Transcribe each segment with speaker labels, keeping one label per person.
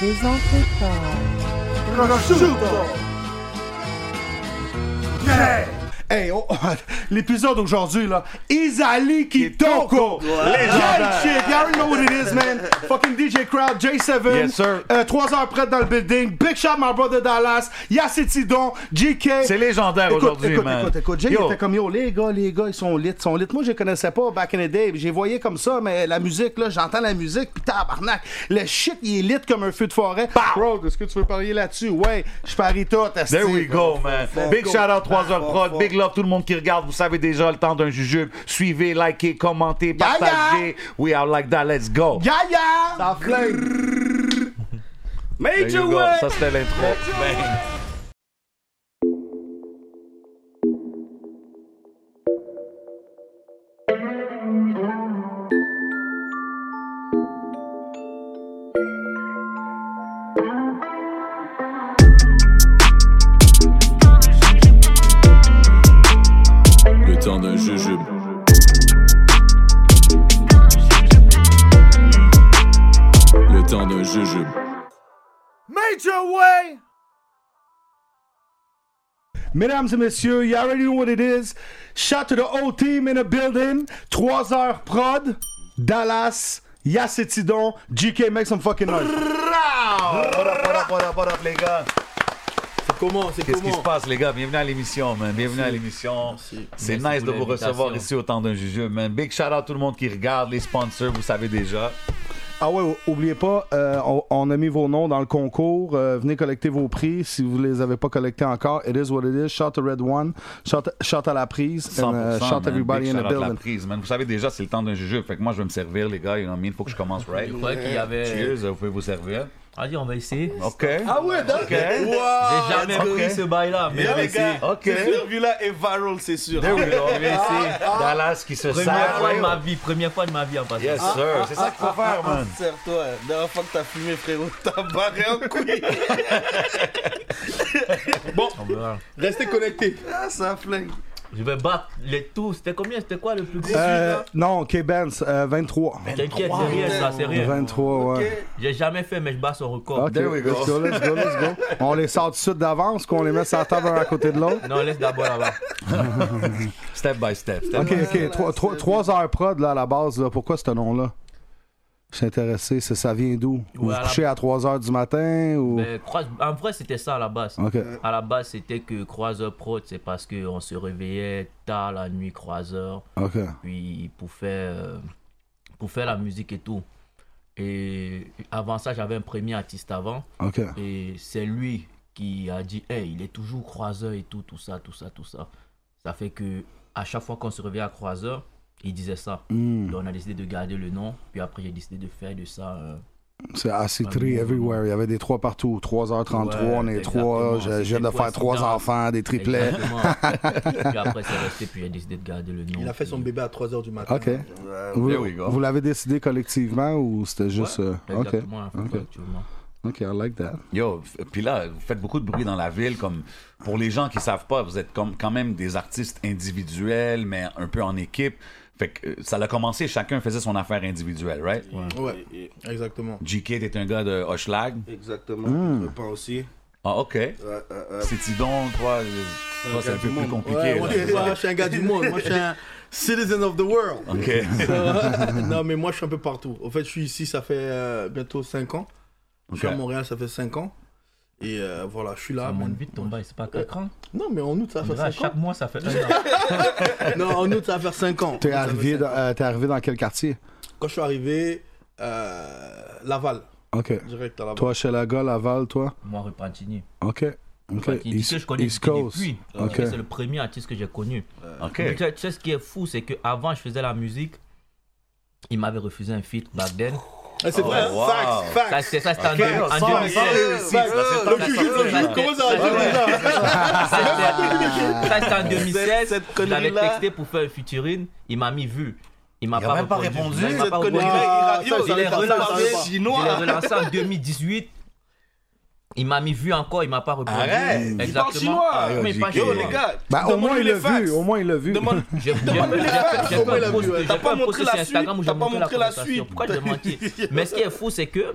Speaker 1: présenté par
Speaker 2: Hey, oh, l'épisode aujourd'hui, là, Isali Kitoko! Yeah, shit! You already know what it is, man! Fucking DJ Crowd, J7,
Speaker 3: Yes, sir.
Speaker 2: Euh, trois heures près dans le building, Big Shot, my brother Dallas, Yassé Tidon, GK.
Speaker 3: C'est légendaire
Speaker 2: Écoute,
Speaker 3: aujourd'hui,
Speaker 2: écoute,
Speaker 3: man.
Speaker 2: Écoute, écoute, Jay il
Speaker 3: Yo.
Speaker 2: était comme yo, les gars, les gars, ils sont lit, ils sont lit. Moi, je les connaissais pas back in the day. J'ai voyé comme ça, mais la musique, là, j'entends la musique, pis tabarnak. Le shit, il est lit comme un feu de forêt. Bro, est-ce que tu veux parier là-dessus? Ouais, je parie tout. esti.
Speaker 3: Bah! There we go, man. Big
Speaker 2: go.
Speaker 3: shout out 3 heures
Speaker 4: Fuck,
Speaker 3: prod.
Speaker 4: fuck.
Speaker 3: Big love tout le monde qui regarde. Vous savez déjà le temps d'un jujube. Suivez, likez, commentez,
Speaker 2: Yeah, yeah.
Speaker 3: partagez. We are like that. Let's go.
Speaker 2: Ya, ya!
Speaker 4: Ça flingue.
Speaker 3: There you go. Ça c'était l'intro.
Speaker 5: Le temps d'un jujube. Le temps d'un jujube.
Speaker 2: Mesdames et messieurs, you already know what it is. Shout to the whole team in the building. 3 heures prod, Dallas, Yassé Tidon, GK, make some fucking noise.
Speaker 3: What up, what up, what up, what up, les gars?
Speaker 4: Comment C'est
Speaker 3: Qu'est-ce qui se
Speaker 4: comment
Speaker 3: passe, les gars? Bienvenue à l'émission, man. Bienvenue à l'émission. C'est nice de
Speaker 4: pour
Speaker 3: vous recevoir
Speaker 4: l'invitation.
Speaker 3: ici au temps d'un jujube, man. Big shout out tout le monde qui regarde, les sponsors, vous savez déjà.
Speaker 2: Ah ouais, ou- oubliez pas, euh, on, on a mis vos noms dans le concours. Euh, venez collecter vos prix si vous les avez pas collectés encore. It is what it is. Shout to Red One. Shout, shout à la prise.
Speaker 3: 100%,
Speaker 2: And, uh, shout
Speaker 3: man.
Speaker 2: everybody
Speaker 3: Big
Speaker 2: in the
Speaker 3: shout-out de la
Speaker 2: building.
Speaker 3: prise, man. Vous savez déjà, c'est le temps d'un jujube. Fait que moi, je vais me servir, les gars. You know what I mean? Faut que je commence, right?
Speaker 6: Je croyais qu'il y avait.
Speaker 3: Cheers, vous pouvez vous servir.
Speaker 6: Allez, on va essayer.
Speaker 3: OK.
Speaker 4: Ah ouais, d'accord.
Speaker 6: J'ai jamais
Speaker 3: ok.
Speaker 6: connu ce bail-là, mais on va essayer.
Speaker 3: OK.
Speaker 4: Cette revue-là est viral, c'est sûr. Ah,
Speaker 3: There we go. Dallas qui se
Speaker 6: Première
Speaker 3: sert.
Speaker 6: fois de ma vie, première fois de ma vie en passant.
Speaker 3: Yes,
Speaker 4: Ah,
Speaker 3: sir. C'est ça qu'il faut faire, man.
Speaker 4: Serre-toi. Dernière fois que t'as fumé, frérot, t'as barré en couille.
Speaker 6: On verra.
Speaker 4: Restez connectés. Ah, ça flingue.
Speaker 6: Je vais battre les tous. C'était combien C'était quoi le plus gros
Speaker 2: Euh, non, K-Benz, euh, 23.
Speaker 6: T'inquiète, c'est rien ça, c'est rien.
Speaker 2: 23, ouais.
Speaker 6: J'ai jamais fait, mais je bats son record.
Speaker 2: Ok, let's go, let's go, let's go. On les sort tout de suite d'avance, qu'on les met sur la table un à côté de l'autre.
Speaker 6: Non, laisse d'abord là-bas.
Speaker 3: Step by step. step
Speaker 2: Ok, ok, 3, heures prod là, à la base, là. pourquoi ce nom-là? Je suis intéressé, c'est- ça vient d'où? Vous
Speaker 6: Ouais, à
Speaker 2: vous
Speaker 6: la- Ben,
Speaker 2: couchez à 3 heures du matin ou...
Speaker 6: Mais croise- En vrai, c'était ça à la base.
Speaker 2: Ok.
Speaker 6: À la base, c'était que Croiseur Prod, c'est parce qu'on se réveillait tard la nuit, Croiseur.
Speaker 2: Ok.
Speaker 6: puis pour faire, euh, pour faire la musique et tout. Et avant ça, j'avais un premier artiste avant,
Speaker 2: Ok.
Speaker 6: et c'est lui qui a dit Hey, il est toujours croiseur et tout, tout ça, tout ça, tout ça. Ça fait que à chaque fois qu'on se revient à croiseur, il disait ça.
Speaker 2: Hmm.
Speaker 6: Donc on a décidé de garder le nom, puis après j'ai décidé de faire de ça. euh,
Speaker 2: C'est AC3 everywhere. Il y avait des 3 partout. 3h33,
Speaker 6: Ouais,
Speaker 2: on est 3.
Speaker 6: exactement.
Speaker 2: Je je viens de
Speaker 6: C'était
Speaker 2: faire 3
Speaker 6: coïncidence.
Speaker 2: enfants, des triplets.
Speaker 6: exactement. puis après c'est resté, puis j'ai décidé de garder le nom.
Speaker 7: Il a fait son
Speaker 6: puis-
Speaker 7: bébé à 3h du matin.
Speaker 2: Ok. Vous,
Speaker 3: There we go.
Speaker 2: vous l'avez décidé collectivement ou c'était juste. euh, Ok.
Speaker 6: Exactement, on a fait
Speaker 2: Ok.
Speaker 6: collectivement.
Speaker 2: Ok, I like that.
Speaker 3: Yo, f- puis là, vous faites beaucoup de bruit dans la ville. Comme pour les gens qui savent pas, vous êtes comme quand même des artistes individuels, mais un peu en équipe. Fait que euh, ça a commencé, chacun faisait son affaire individuelle, right?
Speaker 7: Ouais, exactement.
Speaker 3: GK, t'es un gars de Hochlag.
Speaker 4: Exactement.
Speaker 2: Hmm.
Speaker 4: Je pense aussi.
Speaker 3: Ah, OK.
Speaker 4: Euh, euh, euh,
Speaker 3: C'est Tidon, toi, euh, toi, c'est un peu plus compliqué.
Speaker 7: Ouais, moi,
Speaker 3: là.
Speaker 7: je suis- moi, je suis un gars du monde. Moi, je suis un citizen of the world.
Speaker 3: OK.
Speaker 7: non, mais moi, je suis un peu partout. Au fait, je suis ici, ça fait euh, bientôt 5 ans. Je suis
Speaker 3: Ok.
Speaker 7: à Montréal, ça fait 5 ans. Et euh, voilà, je suis là.
Speaker 6: Ça monte
Speaker 7: mon-
Speaker 6: vite ton bail, c'est pas quatre ans.
Speaker 7: Non, mais en août, Ah, ça
Speaker 6: On
Speaker 7: va
Speaker 6: dirait à
Speaker 7: faire 5 ans.
Speaker 6: Chaque mois, ça fait un an.
Speaker 7: Non, en août, ça va faire 5 ans.
Speaker 2: T'es
Speaker 7: Ça fait
Speaker 2: arrivé,
Speaker 7: cinq
Speaker 2: dans-
Speaker 7: ans.
Speaker 2: euh, t'es arrivé dans quel quartier?
Speaker 7: Quand je suis arrivé, euh, Laval,
Speaker 2: Ok.
Speaker 7: direct à Laval.
Speaker 2: Toi, chez Laga, Laval, toi?
Speaker 6: Moi, Repentini.
Speaker 2: Ok. Ok.
Speaker 6: Enfin, qui- qui- que je connais
Speaker 2: East
Speaker 6: depuis-
Speaker 2: Coast.
Speaker 6: depuis.
Speaker 2: Ok.
Speaker 6: Parce que C'est le premier artiste que j'ai connu.
Speaker 3: OK.
Speaker 6: Mais Tu, sais, tu sais ce qui est fou, c'est que avant je faisais la musique, il m'avait refusé un feat back then.
Speaker 7: Ah, c'est vrai, Ah,
Speaker 3: Oh, wow.
Speaker 7: facts, facts.
Speaker 6: Ça, c'est ça, c'était en,
Speaker 3: Ok,
Speaker 6: deux- en
Speaker 3: sans- sans réussite,
Speaker 6: 2016.
Speaker 3: parce que
Speaker 7: Le
Speaker 3: t'en as
Speaker 7: juge,
Speaker 3: sorti,
Speaker 7: le juge,
Speaker 3: là.
Speaker 7: comment ça va
Speaker 6: Ouais.
Speaker 7: dire déjà
Speaker 6: Ça, c'était- ça, c'était en 2016.
Speaker 4: Cette- cette
Speaker 6: je l'avais
Speaker 4: connerie-là.
Speaker 6: texté pour faire un featuring. Il m'a mis vu. Il m'a
Speaker 3: Il a même pas répondu.
Speaker 6: Non, il m'a
Speaker 4: Cette
Speaker 6: pas répondu.
Speaker 4: connerie-là,
Speaker 7: Ah,
Speaker 4: il ra- yo,
Speaker 7: ça,
Speaker 4: il est
Speaker 7: ça, ça, ça, ça,
Speaker 4: retardé
Speaker 7: ça, ça.
Speaker 6: Je l'ai
Speaker 4: chinois.
Speaker 6: relancé en 2018. Il m'a mis vu encore, il m'a pas répondu.
Speaker 3: Arrête, il
Speaker 6: Exactement.
Speaker 4: Il parle chinois.
Speaker 6: Mais il parle
Speaker 4: Yo,
Speaker 6: chinois.
Speaker 4: les gars.
Speaker 7: Bah,
Speaker 2: Ben, au moins, il
Speaker 4: demande-lui
Speaker 2: l'a
Speaker 4: les facts.
Speaker 2: vu. Au moins, il l'a vu.
Speaker 4: Demande-
Speaker 6: J'ai j'ai- j'ai-
Speaker 4: Demande-lui les
Speaker 6: j'ai
Speaker 4: facts,
Speaker 6: fait
Speaker 4: au moins,
Speaker 6: un
Speaker 4: la
Speaker 6: post-
Speaker 4: vue, ouais.
Speaker 6: j'ai
Speaker 4: T'as
Speaker 6: fait
Speaker 4: pas
Speaker 6: un
Speaker 4: montré
Speaker 6: post
Speaker 4: la
Speaker 6: sur Instagram
Speaker 4: suite,
Speaker 6: où j'ai
Speaker 4: t'as pas
Speaker 6: montré la
Speaker 4: montré la
Speaker 6: conversation.
Speaker 4: suite.
Speaker 6: Pourquoi j'ai menti Mais ce qui est fou, c'est que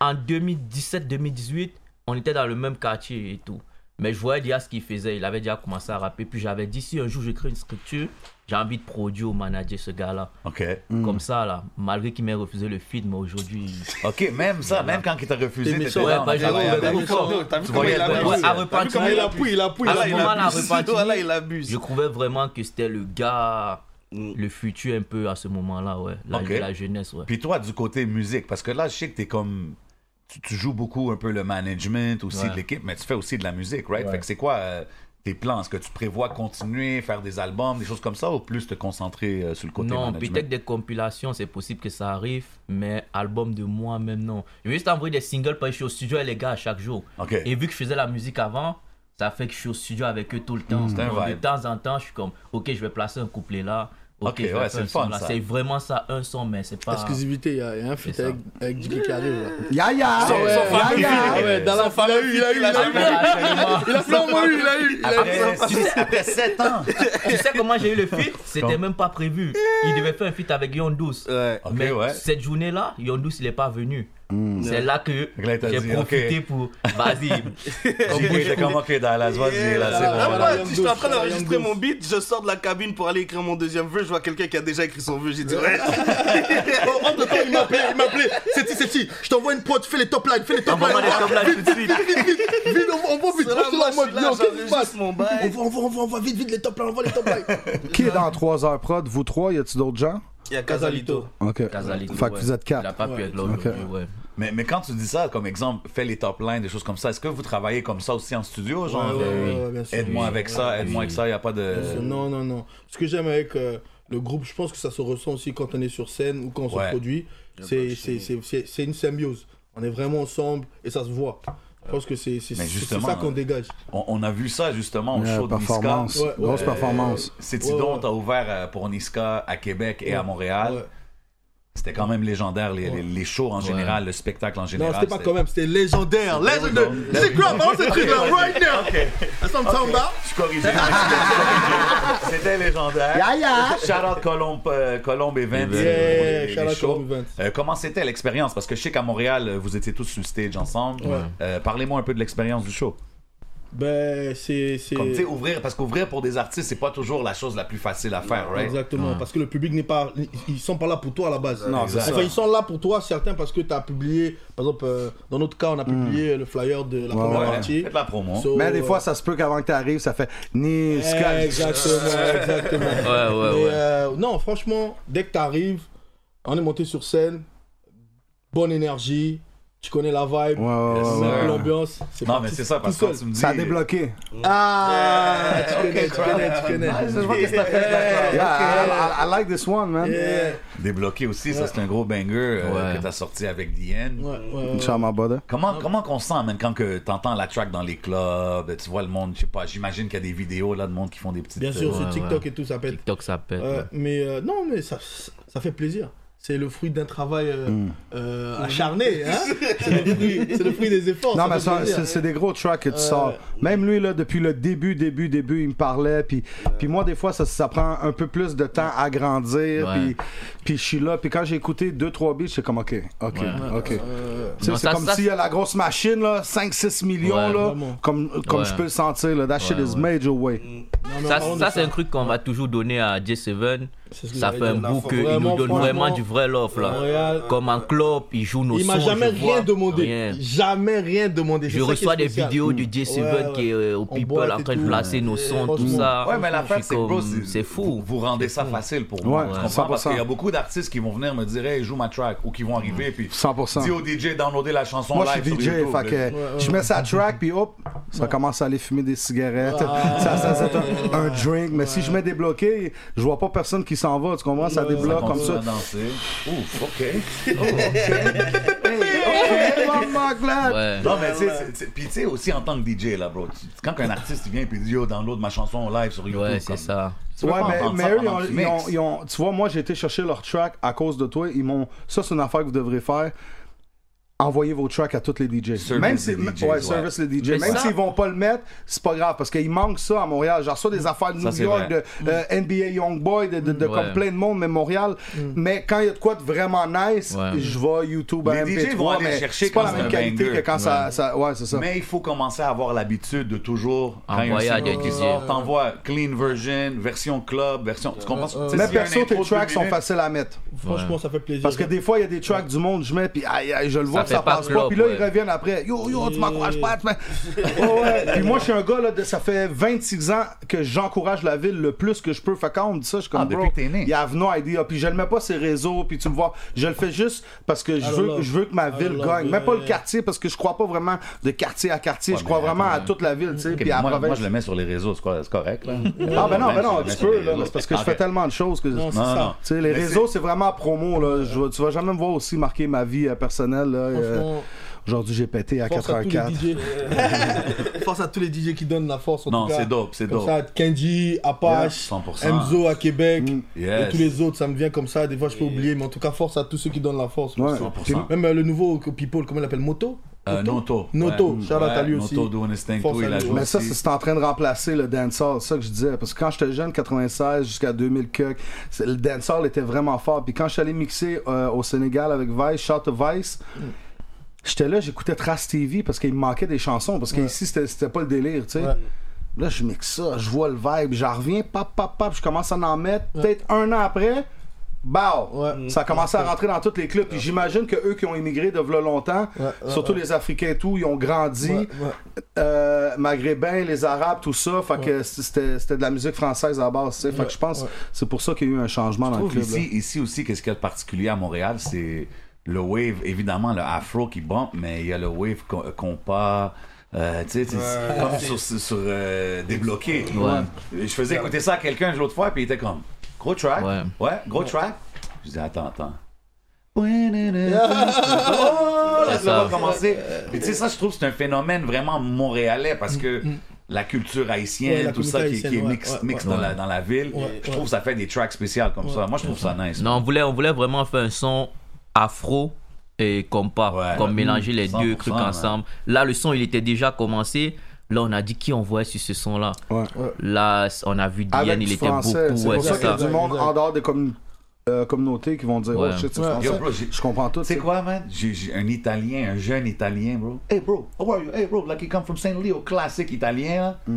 Speaker 6: en 2017-2018, on était dans le même quartier et tout. Mais je voyais déjà ce qu'il faisait. Il avait déjà commencé à rapper. Puis j'avais dit, si un jour je crée une structure, j'ai envie de produire ou manager ce gars-là.
Speaker 3: OK.
Speaker 6: Comme ça, là. Malgré qu'il m'ait refusé le feed, mais aujourd'hui.
Speaker 3: OK, même ça, même quand il t'a refusé,
Speaker 7: T'es
Speaker 3: t'étais
Speaker 7: méchant,
Speaker 3: là,
Speaker 7: ouais,
Speaker 3: on
Speaker 7: bah,
Speaker 3: a
Speaker 7: j'ai-
Speaker 3: travaillé
Speaker 7: ouais,
Speaker 3: avec.
Speaker 7: bah,
Speaker 3: Ouais,
Speaker 7: oui.
Speaker 4: T'as vu
Speaker 3: Tu
Speaker 4: comment
Speaker 3: voyais
Speaker 4: il
Speaker 3: le-
Speaker 4: abuse
Speaker 6: Ouais, à
Speaker 4: T'as vu
Speaker 6: repartir.
Speaker 4: comment il appuie, il appuie,
Speaker 6: À
Speaker 4: il
Speaker 6: ce
Speaker 4: appuie.
Speaker 6: moment-là,
Speaker 4: Il abuse.
Speaker 6: repartir.
Speaker 4: Là, il abuse.
Speaker 6: Je trouvais vraiment que c'était le gars,
Speaker 4: Mm.
Speaker 6: le futur un peu à ce moment-là, ouais. La,
Speaker 3: Ok.
Speaker 6: la jeunesse, ouais.
Speaker 3: Puis toi, du côté musique, parce que là, je sais que t'es comme. Tu, tu joues beaucoup un peu le management aussi
Speaker 6: Ouais.
Speaker 3: de l'équipe, mais tu fais aussi de la musique, right?
Speaker 6: Ouais.
Speaker 3: Fait que c'est quoi euh, tes plans? Est-ce que tu prévois continuer, faire des albums, des choses comme ça, ou plus te concentrer euh, sur le côté
Speaker 6: non,
Speaker 3: management?
Speaker 6: peut-être des compilations, c'est possible que ça arrive, mais album de moi-même, non. Je vais juste envoyer des singles parce que je suis au studio avec les gars à chaque jour.
Speaker 3: Ok.
Speaker 6: Et vu que je faisais la musique avant, ça fait que je suis au studio avec eux tout le temps.
Speaker 3: Mm, un
Speaker 6: Donc, de
Speaker 3: vibe.
Speaker 6: temps en temps, je suis comme, ok, je vais placer un couplet là. Ok,
Speaker 3: Ok,
Speaker 6: je vais
Speaker 3: ouais,
Speaker 6: faire
Speaker 3: c'est
Speaker 6: un
Speaker 3: le fun,
Speaker 6: son là.
Speaker 3: ça.
Speaker 6: C'est vraiment ça, un son, mais c'est pas.
Speaker 7: Exclusivité, il y a il y a un feat
Speaker 6: C'est
Speaker 7: avec, avec Jiggy qui arrive là.
Speaker 2: Ya ya!
Speaker 3: Son- son
Speaker 2: Ya
Speaker 3: famille.
Speaker 2: ya!
Speaker 7: Ah ouais, dans la il a eu, il a eu, il a eu, il a eu. Il a fait au moins eu, il a eu, il a eu.
Speaker 3: Après, tu sais, après 7 ans!
Speaker 6: tu sais comment j'ai eu le feat C'était
Speaker 3: Comme-
Speaker 6: même pas prévu. Il devait faire un feat avec Yon Douce.
Speaker 4: Ouais.
Speaker 3: Ok,
Speaker 6: Mais
Speaker 3: ouais. Mm.
Speaker 6: cette journée-là, Yon Douce, il est pas venu. C'est là que
Speaker 3: Fait que là, t'as
Speaker 6: j'ai
Speaker 3: dit,
Speaker 6: profité pour. Vas-y.
Speaker 3: J'ai dit, j'étais comme, ok, Dallas, vas-y, là, c'est
Speaker 7: là,
Speaker 3: bon.
Speaker 7: là,
Speaker 3: là.
Speaker 7: là.
Speaker 4: Moi, je suis en train
Speaker 7: Young
Speaker 4: d'enregistrer
Speaker 7: Goose.
Speaker 4: mon beat, je sors de la cabine pour aller écrire mon deuxième vœu, je vois quelqu'un qui a déjà écrit son vœu, j'ai dit ouais.
Speaker 7: Oh, Entre temps, il m'appelait, il m'appelait. C'est c'est si, je t'envoie une pote, fais les top lines, fais les top lines.
Speaker 6: Envoie-moi les top lines tout de suite.
Speaker 7: Vite, vite, vite, vite, on va- on va vite.
Speaker 4: C'est là,
Speaker 7: Moi, je suis là en
Speaker 4: moi,
Speaker 7: mode,
Speaker 4: je suis là,
Speaker 7: yo, qu'est-ce qui se passe
Speaker 4: j'enregistre mon bail.
Speaker 7: On va, on va, on va, on va, vite, vite, les top lines, on va les top lines.
Speaker 2: Qui est dans 3 heures prod? Vous trois, y a-tu d'autres gens?
Speaker 4: Il y a Casalito.
Speaker 2: Ok.
Speaker 6: Casalito,
Speaker 2: Fait que
Speaker 6: ouais.
Speaker 2: vous êtes
Speaker 6: Il a
Speaker 2: 4.
Speaker 6: pas pu être là aujourd'hui, ouais.
Speaker 3: Mais, mais quand tu dis ça, comme exemple, fais les top lines, des choses comme ça, est-ce que vous travaillez comme ça aussi en studio? Genre,
Speaker 7: Ouais, ouais,
Speaker 3: euh,
Speaker 7: ouais, ouais, bien sûr.
Speaker 3: aide-moi
Speaker 7: Oui.
Speaker 3: avec ça, aide-moi avec ça, il n'y a pas de.
Speaker 7: Euh, Non, non, non. Ce que j'aime avec euh, le groupe, je pense que ça se ressent aussi quand on est sur scène ou quand on
Speaker 3: Ouais.
Speaker 7: se produit. C'est- C'est c'est- c'est- c'est une symbiose. On est vraiment ensemble et ça se voit. Je pense que c'est c'est-
Speaker 3: Mais
Speaker 7: c'est
Speaker 3: justement,
Speaker 7: ça qu'on
Speaker 3: hein.
Speaker 7: dégage.
Speaker 3: On, on a vu ça justement au
Speaker 2: Euh,
Speaker 3: show de Niska.
Speaker 2: performance.
Speaker 7: Ouais, ouais.
Speaker 2: Grosse
Speaker 7: Euh,
Speaker 2: performance.
Speaker 3: C'est
Speaker 7: Ouais,
Speaker 3: Tidon,
Speaker 7: ouais.
Speaker 3: t'as ouvert euh, pour Niska à Québec et à Montréal.
Speaker 7: Ouais.
Speaker 3: C'était quand même légendaire, les, les- les shows en général, le spectacle en
Speaker 7: Non,
Speaker 3: général.
Speaker 7: c'était pas quand même, c'était légendaire.
Speaker 3: C'était
Speaker 7: Légendaire.
Speaker 3: légendaire.
Speaker 7: C'est grave, hein, c'est trigger right now.
Speaker 3: Ok,
Speaker 7: That's what I'm talking about.
Speaker 3: je corrige. je corrige. c'était légendaire.
Speaker 2: Ya ya!
Speaker 3: Shout-out Colombe, euh, Colombe Events. euh, pour les-
Speaker 7: Yeah,
Speaker 3: les
Speaker 7: shout out
Speaker 3: shows.
Speaker 7: Colombe Events.
Speaker 3: Euh, comment c'était l'expérience? Parce que je sais qu'à Montréal, euh, vous étiez tous sur le stage ensemble.
Speaker 7: Ouais.
Speaker 3: Euh, Parlez-moi un peu de l'expérience du show.
Speaker 7: Ben, c'est. c'est-
Speaker 3: Comme, tu sais, ouvrir, parce qu'ouvrir pour des artistes, c'est pas toujours la chose la plus facile à faire, right?
Speaker 7: Exactement, parce que le public n'est pas. ils- Ils sont pas là pour toi à la base.
Speaker 2: Non,
Speaker 3: Exact.
Speaker 2: c'est ça.
Speaker 7: Enfin, ils sont là pour toi, certains, parce que tu as publié. Par exemple, euh, dans notre cas, on a publié le flyer de la première
Speaker 3: Ouais,
Speaker 7: partie.
Speaker 3: faites la promo.
Speaker 7: So,
Speaker 2: Hmm. Mais des
Speaker 7: euh,
Speaker 2: fois, ça se peut qu'avant que t'arrives, ça fait Niska.
Speaker 7: Exactement, exactement.
Speaker 6: Ouais, ouais,
Speaker 7: Mais,
Speaker 6: ouais.
Speaker 7: euh, non, franchement, dès que tu arrives, on est monté sur scène, bonne énergie, tu connais la vibe,
Speaker 2: Ouais, ouais, ouais, ouais.
Speaker 3: sir.
Speaker 7: l'ambiance.
Speaker 3: Non,
Speaker 7: parti,
Speaker 3: mais c'est ça, parce
Speaker 7: tout
Speaker 3: que
Speaker 7: seul.
Speaker 3: quand tu me dis.
Speaker 2: Ça a débloqué.
Speaker 7: Ah, tu connais, tu connais, tu connais.
Speaker 3: Je vois que c'est un fait,
Speaker 2: Yeah, I, I- I like this one, man.
Speaker 7: Yeah.
Speaker 3: euh, Débloqué aussi, ça c'est un gros banger euh,
Speaker 6: Ouais.
Speaker 3: que t'as sorti avec DN.
Speaker 7: Ouais, ouais, ouais.
Speaker 2: Ciao, my brother.
Speaker 3: Comment, comment qu'on se sent, man, quand que t'entends la track dans les clubs, tu vois le monde, je sais pas, j'imagine qu'il y a des vidéos là de monde qui font des petites...
Speaker 7: Bien sûr,
Speaker 3: euh,
Speaker 7: sur
Speaker 6: ouais.
Speaker 7: TikTok et tout, ça pète.
Speaker 6: TikTok, ça pète.
Speaker 7: Euh,
Speaker 6: ouais.
Speaker 7: mais euh, non, mais ça, ça fait plaisir. C'est le fruit d'un travail euh,
Speaker 2: Mm.
Speaker 6: Mm.
Speaker 7: euh, acharné. Hein c'est le, fruit- c'est le fruit des efforts.
Speaker 2: Non,
Speaker 7: ça
Speaker 2: mais
Speaker 7: fait
Speaker 2: ça,
Speaker 7: plaisir.
Speaker 2: c'est c'est des gros tracks que tu sors. Même lui, là, depuis le début, début, début, il me parlait. Puis, puis moi, des fois, ça, ça prend un peu plus de temps à grandir.
Speaker 6: Ouais.
Speaker 2: Puis, puis je suis là. Puis quand j'ai écouté 2-3 beats, j'étais comme, OK, OK, OK. Tu sais,
Speaker 6: Non,
Speaker 2: C'est
Speaker 6: ça-
Speaker 2: comme
Speaker 6: ça-
Speaker 2: s'il y a la grosse machine, là, 5-6 millions,
Speaker 6: Ouais,
Speaker 2: là,
Speaker 7: vraiment.
Speaker 2: comme, comme
Speaker 6: Ouais.
Speaker 2: je peux le sentir. Là. That shit
Speaker 6: Ouais,
Speaker 2: is
Speaker 6: ouais.
Speaker 2: major way.
Speaker 7: Non, mais en
Speaker 6: Ça,
Speaker 7: parlant de
Speaker 6: ça, c'est un truc qu'on va toujours donner à J7.
Speaker 7: C'est ce que
Speaker 6: Ça
Speaker 7: j'allais
Speaker 6: fait un
Speaker 7: dire, là,
Speaker 6: bout
Speaker 7: faut
Speaker 6: qu'il
Speaker 7: vraiment,
Speaker 6: nous donne vraiment
Speaker 7: franchement,
Speaker 6: du vrai love. Là.
Speaker 7: Montréal, euh,
Speaker 6: Comme en club, il joue nos
Speaker 7: Il
Speaker 6: sons.
Speaker 7: m'a jamais
Speaker 6: je
Speaker 7: rien
Speaker 6: vois.
Speaker 7: demandé.
Speaker 6: Rien.
Speaker 7: Jamais rien demandé. C'est
Speaker 6: Je
Speaker 7: ça qui est
Speaker 6: reçois des
Speaker 7: spécial. Mm.
Speaker 6: vidéos du J7
Speaker 7: Ouais, ouais.
Speaker 6: qui est euh, au
Speaker 7: En
Speaker 6: People
Speaker 7: boîte
Speaker 6: en
Speaker 7: et
Speaker 6: train de
Speaker 7: tout.
Speaker 6: placer nos
Speaker 7: Ouais.
Speaker 6: sons, tout
Speaker 7: Franchement.
Speaker 6: ça.
Speaker 3: Ouais, mais la
Speaker 6: Je suis
Speaker 3: faute, c'est que,
Speaker 6: comme,
Speaker 3: bro,
Speaker 6: c'est
Speaker 3: Vous,
Speaker 6: fou.
Speaker 3: vous rendez ça facile pour moi.
Speaker 2: Ouais,
Speaker 3: tu comprends? Parce
Speaker 2: 100%.
Speaker 3: qu'il y a beaucoup d'artistes qui vont venir me dire, hey, joue ma track, ou qui vont arriver, puis
Speaker 2: 100%.
Speaker 3: dis au DJ, downloader la chanson
Speaker 2: Moi,
Speaker 3: live
Speaker 2: je suis
Speaker 3: sur
Speaker 2: DJ,
Speaker 3: YouTube,
Speaker 2: fait
Speaker 3: là.
Speaker 2: que je mets sa track, puis hop, ça commence à aller fumer des cigarettes.
Speaker 3: Ah.
Speaker 2: ça, ça, c'est un, un drink. Mais si je mets débloqué, je vois pas personne qui s'en va. Tu comprends? Ça
Speaker 3: Ça
Speaker 2: débloque comme
Speaker 3: continue
Speaker 2: ça.
Speaker 3: à danser. Ouf, OK.
Speaker 2: Oh my God!
Speaker 6: Ouais.
Speaker 3: Non, mais tu sais, c'est- c'est- puis tu sais, aussi en tant que DJ, là, bro, tu- quand un artiste vient et dit, yo, dans l'autre ma chanson en live sur YouTube.
Speaker 6: Ouais, c'est
Speaker 3: comme-
Speaker 6: ça.
Speaker 3: tu peux
Speaker 2: Ouais,
Speaker 3: pas
Speaker 2: mais,
Speaker 3: entendre
Speaker 2: mais
Speaker 3: ça
Speaker 2: eux, ils
Speaker 3: pendant
Speaker 2: ont,
Speaker 3: que tu
Speaker 2: ils ont-
Speaker 3: mixes.
Speaker 2: ils ont- Tu vois, moi, j'ai été chercher leur track à cause de toi. Ils m'ont. Ça, c'est une affaire que vous devrez faire. envoyez vos tracks à tous les DJ.
Speaker 3: Service
Speaker 2: même si,
Speaker 3: les
Speaker 2: m-
Speaker 3: DJs,
Speaker 2: ouais,
Speaker 3: ouais.
Speaker 2: service les DJ.
Speaker 6: Mais
Speaker 2: même
Speaker 6: ça-
Speaker 2: s'ils vont pas le mettre, c'est pas grave parce qu'il manque ça à Montréal. Genre ça des affaires de
Speaker 3: Mm. Ça,
Speaker 2: New
Speaker 3: c'est
Speaker 2: York, de
Speaker 3: vrai. Mm.
Speaker 2: euh, NBA Youngboy, de, de, de
Speaker 6: Mm.
Speaker 2: comme
Speaker 6: Ouais.
Speaker 2: plein de monde, mais Montréal. Mais quand il y a de quoi de vraiment nice,
Speaker 6: Ouais.
Speaker 2: je vais YouTube à
Speaker 3: Les
Speaker 2: MP3,
Speaker 3: DJ vont aller
Speaker 2: mais
Speaker 3: chercher
Speaker 2: c'est pas
Speaker 3: quand
Speaker 2: la
Speaker 3: c'est
Speaker 2: même
Speaker 3: un
Speaker 2: qualité
Speaker 3: banger.
Speaker 2: que quand ça, ça- ouais, c'est ça.
Speaker 3: Mais il faut commencer à avoir l'habitude de toujours quand il y a un
Speaker 6: Envoyer à
Speaker 3: single
Speaker 6: des
Speaker 3: qui
Speaker 6: DJ.
Speaker 3: sort, t'envoies clean version, version club, version. Tu comprends? Tu sais,
Speaker 2: Mais
Speaker 3: s'il y a un
Speaker 2: perso,
Speaker 3: intro
Speaker 2: tes
Speaker 3: de
Speaker 2: tracks
Speaker 3: deux
Speaker 2: sont
Speaker 3: minutes,
Speaker 2: faciles à mettre.
Speaker 7: Franchement, ça fait plaisir.
Speaker 2: Parce que des fois, il y a des tracks du monde, je mets, puis aïe, aïe, je le vois,
Speaker 6: Ça
Speaker 2: ça,
Speaker 6: fait
Speaker 2: ça
Speaker 6: pas
Speaker 2: passe pas.
Speaker 6: club,
Speaker 2: Puis là, ils
Speaker 6: ouais.
Speaker 2: reviennent après. Yo, yo, tu m'encourages pas. tu m'en- Ouais, ouais. Puis moi, je suis un gars, là, de, ça fait 26 ans que j'encourage la ville le plus que je peux. Fait quand on me dit ça, je suis comme,
Speaker 3: Ah, depuis
Speaker 2: bro,
Speaker 3: que t'es né.
Speaker 2: il y a no idea. Puis je le mets pas sur les réseaux, puis tu me vois. Je le fais juste parce que je
Speaker 7: I
Speaker 2: veux,
Speaker 7: love.
Speaker 2: je veux que ma
Speaker 7: I
Speaker 2: ville
Speaker 7: love,
Speaker 2: gagne. Même pas le
Speaker 7: ouais.
Speaker 2: quartier, parce que je crois pas vraiment de quartier à quartier.
Speaker 3: Ouais,
Speaker 2: je crois
Speaker 3: mais
Speaker 2: vraiment à
Speaker 3: attends.
Speaker 2: toute la ville, tu sais,
Speaker 3: Ok,
Speaker 2: puis à la
Speaker 3: moi, moi,
Speaker 2: province.
Speaker 3: je le mets sur les réseaux, c'est quoi- c'est correct. Là.
Speaker 2: Ah, ben non,
Speaker 3: Je
Speaker 2: ben
Speaker 3: le
Speaker 2: non,
Speaker 3: mets
Speaker 2: tu
Speaker 3: sur les
Speaker 2: peux, là.
Speaker 3: réseaux.
Speaker 2: C'est parce que je
Speaker 3: Ok.
Speaker 2: fais tellement de choses que.
Speaker 7: Non, c'est
Speaker 3: Non, non,
Speaker 7: ça.
Speaker 3: non.
Speaker 2: Tu sais, les
Speaker 3: Mais
Speaker 2: réseaux, c'est vraiment promo. Là. Je, vais- tu vas jamais me voir aussi marquer ma vie euh, personnelle. là. Euh,
Speaker 7: Franchement,
Speaker 2: Aujourd'hui, j'ai pété à
Speaker 7: force à tous
Speaker 2: 84.
Speaker 7: les DJ. force à tous les DJ qui donnent la force. En
Speaker 3: Non,
Speaker 7: tout cas.
Speaker 3: c'est dope, c'est
Speaker 7: Comme
Speaker 3: dope.
Speaker 7: ça, Kenji, Apache,
Speaker 3: 100%.
Speaker 7: Mzo à Québec
Speaker 6: Mm.
Speaker 3: Yes.
Speaker 7: et tous les autres, ça me vient comme ça. Des fois, je peux oublier, mais en tout cas, force à tous ceux qui donnent la force.
Speaker 2: Ouais.
Speaker 3: 100%.
Speaker 7: Même euh, le nouveau que People, comment il l'appelle Moto
Speaker 3: Euh, Noto.
Speaker 7: Noto,
Speaker 3: Ouais.
Speaker 7: shout out à lui
Speaker 3: Ouais,
Speaker 7: aussi.
Speaker 3: Noto doing his thing,
Speaker 7: Force
Speaker 3: tout, il
Speaker 7: à
Speaker 3: a
Speaker 7: lui.
Speaker 3: joué
Speaker 2: Mais ça,
Speaker 3: aussi.
Speaker 2: c'est c'est en train de remplacer le dancehall. C'est ça que je disais. Parce que quand j'étais jeune, 96 jusqu'à 2000 quelques, c'est- le dancehall était vraiment fort. Puis quand je suis allé mixer euh, au Sénégal avec Vice, Shot of Vice, j'étais là, j'écoutais Trace TV parce qu'il me manquait des chansons. Parce qu'ici, c'était c'était pas le délire, tu sais.
Speaker 7: Ouais.
Speaker 2: Là, je mixe ça, je vois le vibe, j'en reviens, pap, pap, pap, je commence à en mettre. Peut-être un an après, bah,
Speaker 7: Ouais.
Speaker 2: ça a commencé à rentrer dans tous les clubs. Puis j'imagine que eux qui ont immigré de v'là longtemps,
Speaker 7: Ouais, ouais,
Speaker 2: surtout les Africains et tout, ils ont grandi,
Speaker 7: Ouais, ouais.
Speaker 2: euh, Maghrébins, les Arabes, tout ça. Fait que c'était c'était de la musique française à la base, tu sais. Fait que je pense que c'est pour ça qu'il y a eu un changement dans le
Speaker 3: trouve
Speaker 2: club. là.
Speaker 3: ici, ici aussi, qu'est-ce qu'il y a de particulier à Montréal, c'est le wave, évidemment, le afro qui bump, mais il y a le wave co- euh, compas. euh, tu sais, tu- c'est comme sur, sur- sur, euh, débloqué. Je faisais écouter ça à quelqu'un l'autre fois, puis il était comme gros track. Ouais,
Speaker 6: Ouais.
Speaker 3: gros track. Je dis attends, attends. Oh, là,
Speaker 6: C'est
Speaker 3: ça va
Speaker 6: ça.
Speaker 3: commencer. Puis tu sais, ça, je trouve que c'est un phénomène vraiment montréalais parce que la culture haïtienne,
Speaker 7: Mm, Ouais, la
Speaker 3: tout ça qui, qui
Speaker 7: communauté
Speaker 3: est
Speaker 7: haïtienne,
Speaker 3: mixte
Speaker 7: ouais,
Speaker 3: mixte
Speaker 7: ouais,
Speaker 3: dans,
Speaker 7: ouais.
Speaker 3: la, dans la ville,
Speaker 7: Ouais,
Speaker 3: je trouve que ça fait des tracks spéciales comme ça. Moi, je trouve ça nice.
Speaker 6: Non, on voulait, on voulait vraiment faire un son afro et compas,
Speaker 3: Ouais. mm,
Speaker 6: comme mélanger les
Speaker 3: 100%,
Speaker 6: deux trucs
Speaker 3: ouais.
Speaker 6: ensemble. Là, le son, il était déjà commencé. Là, on a dit qui on voyait sur ce son-là.
Speaker 2: Ouais.
Speaker 6: Là, on a vu Diane,
Speaker 2: Avec
Speaker 6: il
Speaker 2: du
Speaker 6: était
Speaker 2: français, c'est
Speaker 6: beaucoup. ouais,
Speaker 2: pour ça
Speaker 6: c'est
Speaker 2: qu'il y a
Speaker 6: ça.
Speaker 2: du monde
Speaker 7: Exact.
Speaker 2: en dehors des commun- euh, communautés qui vont dire
Speaker 6: Ouais.
Speaker 2: Oh shit, c'est
Speaker 7: Ouais.
Speaker 2: français.
Speaker 3: Yo, bro, j'ai-
Speaker 2: je comprends tout.
Speaker 3: Tu sais
Speaker 2: tu sais.
Speaker 3: quoi, man? J'ai j'ai un Italien, un jeune Italien, bro. Hey, bro, how are you? Hey, bro, like you come from Saint Leo, classique italien. là.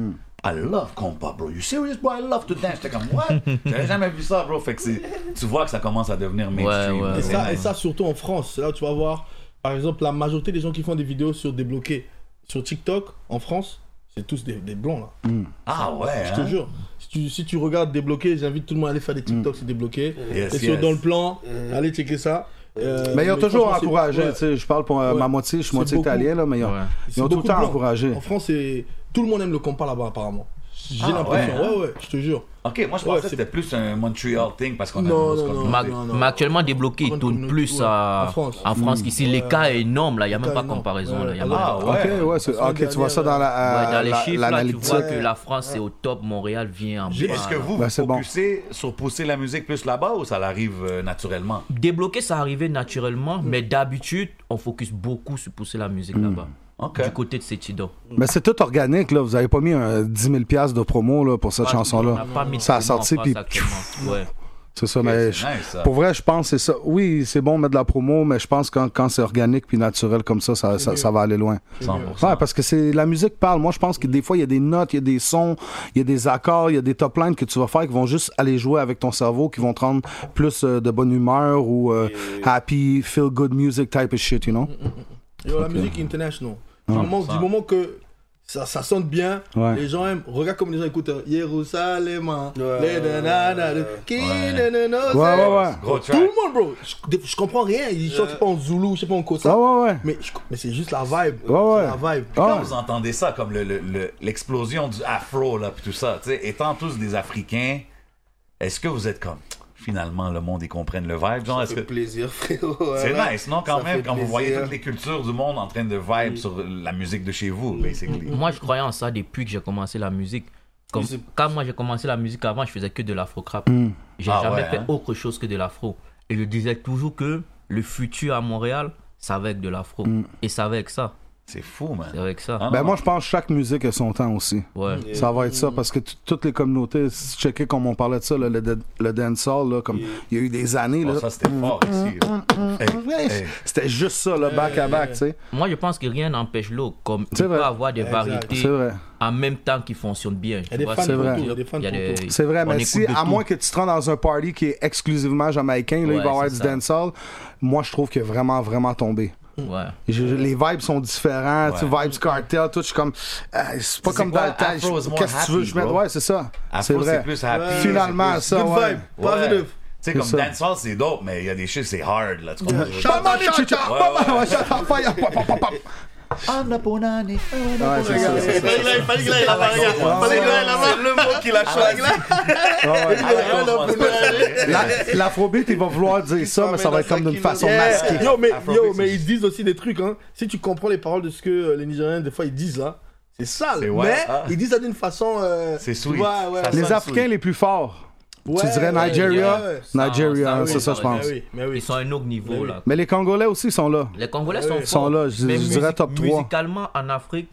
Speaker 3: I love compa, bro. You serious, bro? I love to dance. J'étais comme, what? J'avais jamais vu ça, bro. Fait que c'est- tu vois que ça commence à devenir mainstream.
Speaker 6: Ouais, ouais.
Speaker 3: là,
Speaker 7: Et,
Speaker 3: c'est
Speaker 7: ça, et
Speaker 3: nice.
Speaker 7: ça, surtout en France. Là, tu vas voir, par exemple, la majorité des gens qui font des vidéos sur débloqués sur TikTok en France, c'est tous des, des blancs là.
Speaker 3: Ah ouais,
Speaker 7: Je
Speaker 3: hein?
Speaker 7: te jure. Si tu, si tu regardes débloqué, j'invite tout le monde à aller faire des TikToks sur débloqué.
Speaker 3: Yes,
Speaker 7: et sur
Speaker 3: yes.
Speaker 7: dans le plan, allez checker ça. Euh,
Speaker 2: Mais ils ont toujours
Speaker 7: franchement, c'est-
Speaker 2: encouragé,
Speaker 7: ouais.
Speaker 2: tu sais, je parle pour euh,
Speaker 7: Ouais.
Speaker 2: ma moitié, je suis
Speaker 7: C'est
Speaker 2: moitié
Speaker 7: beaucoup.
Speaker 2: italien, là, mais ils ont, ils
Speaker 6: Ouais.
Speaker 2: ont
Speaker 7: C'est
Speaker 2: tout le
Speaker 7: beaucoup
Speaker 2: temps
Speaker 7: blanc.
Speaker 2: encouragé.
Speaker 7: En France, c'est- tout le monde aime le compas là-bas, apparemment. J'ai
Speaker 3: Ah,
Speaker 7: l'impression.
Speaker 3: ouais, hein.
Speaker 7: Ouais, ouais, je te jure.
Speaker 3: Ok, moi je pensais
Speaker 7: Ouais,
Speaker 3: que
Speaker 7: c'est-
Speaker 3: c'était plus un Montreal thing parce qu'on a
Speaker 7: Non,
Speaker 3: une grosse
Speaker 7: non, non.
Speaker 3: communauté.
Speaker 6: Ma-
Speaker 7: Ouais, non, non.
Speaker 6: mais actuellement, débloqué, il
Speaker 7: Grande
Speaker 6: tourne
Speaker 7: communauté,
Speaker 6: plus
Speaker 7: ouais.
Speaker 6: à,
Speaker 7: En France. Mm.
Speaker 6: qu'ici. L'écart est énorme, là. Il n'y a même
Speaker 7: L'écart
Speaker 6: pas
Speaker 7: est
Speaker 6: de
Speaker 7: énorme.
Speaker 6: comparaison.
Speaker 7: Ouais.
Speaker 6: là, il y a
Speaker 7: Ah,
Speaker 6: même pas de
Speaker 3: ouais.
Speaker 2: Ok,
Speaker 6: comparaison.
Speaker 2: ouais, c'est-
Speaker 7: La semaine
Speaker 2: ok, tu vois ça dans
Speaker 7: dernière,
Speaker 2: la,
Speaker 6: Ouais,
Speaker 2: euh,
Speaker 6: dans les
Speaker 2: la-
Speaker 6: chiffres, là, tu
Speaker 2: l'analytique.
Speaker 6: vois que la France, c'est au top. Montréal vient en bas.
Speaker 7: J'ai-
Speaker 3: Est-ce que
Speaker 6: là.
Speaker 3: vous,
Speaker 2: Ben,
Speaker 3: vous
Speaker 2: c'est bon.
Speaker 3: focussez sur pousser la musique plus là-bas ou ça l'arrive euh, naturellement?
Speaker 6: Débloquer, ça arrivait naturellement, mais d'habitude, on focus beaucoup sur pousser la musique là-bas.
Speaker 3: Mm. Ok.
Speaker 6: Du côté de Setido.
Speaker 2: Mais c'est tout organique, là. Vous avez pas mis un 10 000 piastres de promo là, pour cette
Speaker 6: Pas- on
Speaker 2: chanson-là.
Speaker 6: n'a pas mis de
Speaker 2: Ça a
Speaker 6: promo en
Speaker 2: sorti,
Speaker 6: France
Speaker 2: puis
Speaker 6: actuellement. Ouais.
Speaker 2: c'est ça.
Speaker 3: c'est
Speaker 2: mais
Speaker 3: nice,
Speaker 2: je-
Speaker 3: ça.
Speaker 2: Pour vrai, je pense que c'est ça. Oui, c'est bon de mettre de la promo, mais je pense que quand, quand c'est organique puis naturel comme ça, ça, ça, ça va aller loin.
Speaker 3: 100%.
Speaker 2: Ouais, parce que c'est la musique parle. Moi, je pense que des fois, il y a des notes, il y a des sons, il y a des accords, il y a des top lines que tu vas faire qui vont juste aller jouer avec ton cerveau, qui vont te rendre plus euh, de bonne humeur ou euh, happy, feel good music type of shit, you know?
Speaker 3: Mm-hmm.
Speaker 7: Yo, la musique international. Du, moment, du moment que ça, ça sonne bien,
Speaker 2: Ah. Ouais.
Speaker 7: les gens aiment. Regarde comme les gens écoutent euh, Jérusalem. hein,
Speaker 4: Ouais.
Speaker 7: les nanana, le qui ne ne ne sait.
Speaker 2: Ouais, ouais, ouais.
Speaker 3: Gros
Speaker 7: Tout
Speaker 3: track.
Speaker 7: le monde, bro. Je, des- je comprends rien. Ils chantent je sais pas en Zoulou, je sais pas en Kosa.
Speaker 2: Ouais, Ah, ouais, ouais.
Speaker 7: Mais, je- mais c'est juste la vibe.
Speaker 2: Ouais,
Speaker 7: C'est La vibe.
Speaker 2: Ah.
Speaker 3: Quand vous entendez ça, comme le- le- le- l'explosion du afro, là, puis tout ça, tu sais, étant tous des Africains, est-ce que vous êtes comme, finalement, le monde, ils comprennent le vibe, genre, est-ce
Speaker 4: Ça fait
Speaker 3: que...
Speaker 4: plaisir, frérot.
Speaker 3: C'est
Speaker 7: hein.
Speaker 4: voilà.
Speaker 3: nice, non, quand
Speaker 4: Ça
Speaker 3: même,
Speaker 4: fait
Speaker 3: quand vous voyez
Speaker 4: plaisir.
Speaker 3: toutes les cultures du monde en train de vibe sur la musique de chez vous, basically.
Speaker 6: Moi, je croyais en ça depuis que j'ai commencé la musique. Comme,
Speaker 4: c'est-
Speaker 6: quand moi j'ai commencé la musique avant, je faisais que de l'afro-crap.
Speaker 2: Hmm.
Speaker 6: J'ai
Speaker 3: Ah
Speaker 6: jamais
Speaker 3: ouais,
Speaker 6: fait
Speaker 3: hein.
Speaker 6: autre chose que de l'afro. Et je disais toujours que le futur à Montréal, ça va avec de l'afro.
Speaker 2: Hmm.
Speaker 6: Et ça va avec ça.
Speaker 3: C'est fou, man.
Speaker 6: C'est avec ça.
Speaker 7: Hein?
Speaker 3: Ah,
Speaker 2: Ben
Speaker 3: non,
Speaker 2: moi, je pense que chaque musique a son temps aussi.
Speaker 6: Ouais.
Speaker 2: Ça va être ça, parce que t- toutes les communautés, si tu checkais comme on parlait de ça, là, le, de- le dancehall, là, comme il y a eu des années.
Speaker 3: Oh,
Speaker 2: là.
Speaker 3: ça, c'était fort ici. là.
Speaker 2: Ouais,
Speaker 3: Hey, hey.
Speaker 2: C'était juste ça, le back à back, tu sais.
Speaker 6: Moi, je pense que rien n'empêche l'autre. Comme il
Speaker 2: C'est
Speaker 6: peut
Speaker 2: vrai.
Speaker 6: avoir des
Speaker 7: Exact.
Speaker 6: variétés
Speaker 2: C'est vrai.
Speaker 6: en même temps qui fonctionnent bien.
Speaker 7: y a des fans
Speaker 2: pour tout,
Speaker 6: Il
Speaker 2: il
Speaker 7: y a des fans
Speaker 6: y a
Speaker 7: pour
Speaker 6: des-
Speaker 7: tout.
Speaker 2: C'est vrai,
Speaker 6: on
Speaker 2: mais
Speaker 6: écoute
Speaker 2: si,
Speaker 6: de
Speaker 2: à
Speaker 6: tout.
Speaker 2: moins que tu te rendes dans un party qui est exclusivement jamaïcain, là, il va
Speaker 6: Ouais,
Speaker 2: y avoir
Speaker 6: c'est
Speaker 2: du
Speaker 6: ça.
Speaker 2: dancehall, moi, je trouve qu'il est vraiment, vraiment tombé.
Speaker 6: Ouais.
Speaker 2: Je- je- les vibes sont différentes, tu sais, vibes cartel, tout. Je suis comme. euh, c'est pas
Speaker 3: C'est
Speaker 2: comme
Speaker 3: quoi,
Speaker 2: dans le
Speaker 3: Afro is
Speaker 2: temps.
Speaker 3: more
Speaker 2: Qu'est-ce que tu veux que je
Speaker 3: happy,
Speaker 2: mette?
Speaker 3: bro.
Speaker 2: Ouais, c'est ça. C'est
Speaker 3: Afro, c'est
Speaker 2: vrai.
Speaker 3: plus happy. c'est
Speaker 2: Finalement,
Speaker 3: plus-
Speaker 2: ça,
Speaker 7: Good
Speaker 2: ouais.
Speaker 7: vibe, positive.
Speaker 3: Tu sais, comme
Speaker 2: ça.
Speaker 3: dancehall, c'est dope, mais il y a des shit, c'est hard, là. Tu comprends?
Speaker 2: Pas mal,
Speaker 4: Shut
Speaker 2: chicha.
Speaker 3: up.
Speaker 2: Pas mal, ouais, shut up, fire, pop, pop, pop, pop. Ouais, c'est ça, c'est
Speaker 4: Il fallait que là, il fallait que là, il là-bas, regarde. Il fallait que là, il là-bas. C'est le mot qu'il a choisi.
Speaker 2: ça. Ouais, ouais.
Speaker 3: Ah, ouais, on pense pas.
Speaker 2: La- L'afrobeat, il va vouloir dire ça, mais ça va être comme d'une façon masquée.
Speaker 7: Eh, Yo, mais,
Speaker 3: Afrobeat,
Speaker 7: yo,
Speaker 3: c'est
Speaker 7: mais ils
Speaker 3: juste-
Speaker 7: disent aussi des trucs, hein. Si tu comprends les paroles de ce que euh, les Nigériens, des fois, ils disent, là, c'est sale.
Speaker 3: C'est
Speaker 7: Mais
Speaker 3: ouais, ah.
Speaker 7: ils disent ça d'une façon. euh,
Speaker 3: C'est
Speaker 7: tu
Speaker 3: sweet.
Speaker 7: vois, ouais.
Speaker 3: Ça
Speaker 2: Les
Speaker 3: sonne
Speaker 2: Africains les plus forts. Tu
Speaker 7: Ouais,
Speaker 2: dirais
Speaker 7: ouais,
Speaker 2: Nigeria?
Speaker 7: ouais, ouais.
Speaker 2: Nigeria,
Speaker 6: Ah,
Speaker 2: hein, c'est ça, je
Speaker 6: ouais,
Speaker 2: pense.
Speaker 7: Mais oui, mais
Speaker 6: Ils
Speaker 7: oui.
Speaker 6: sont à un autre niveau, là.
Speaker 2: Mais les Congolais aussi sont là.
Speaker 6: Les Congolais sont,
Speaker 7: Ils
Speaker 2: sont
Speaker 6: forts,
Speaker 2: là, je-
Speaker 6: mais
Speaker 2: je dirais top trois.
Speaker 6: Musicalement, en Afrique,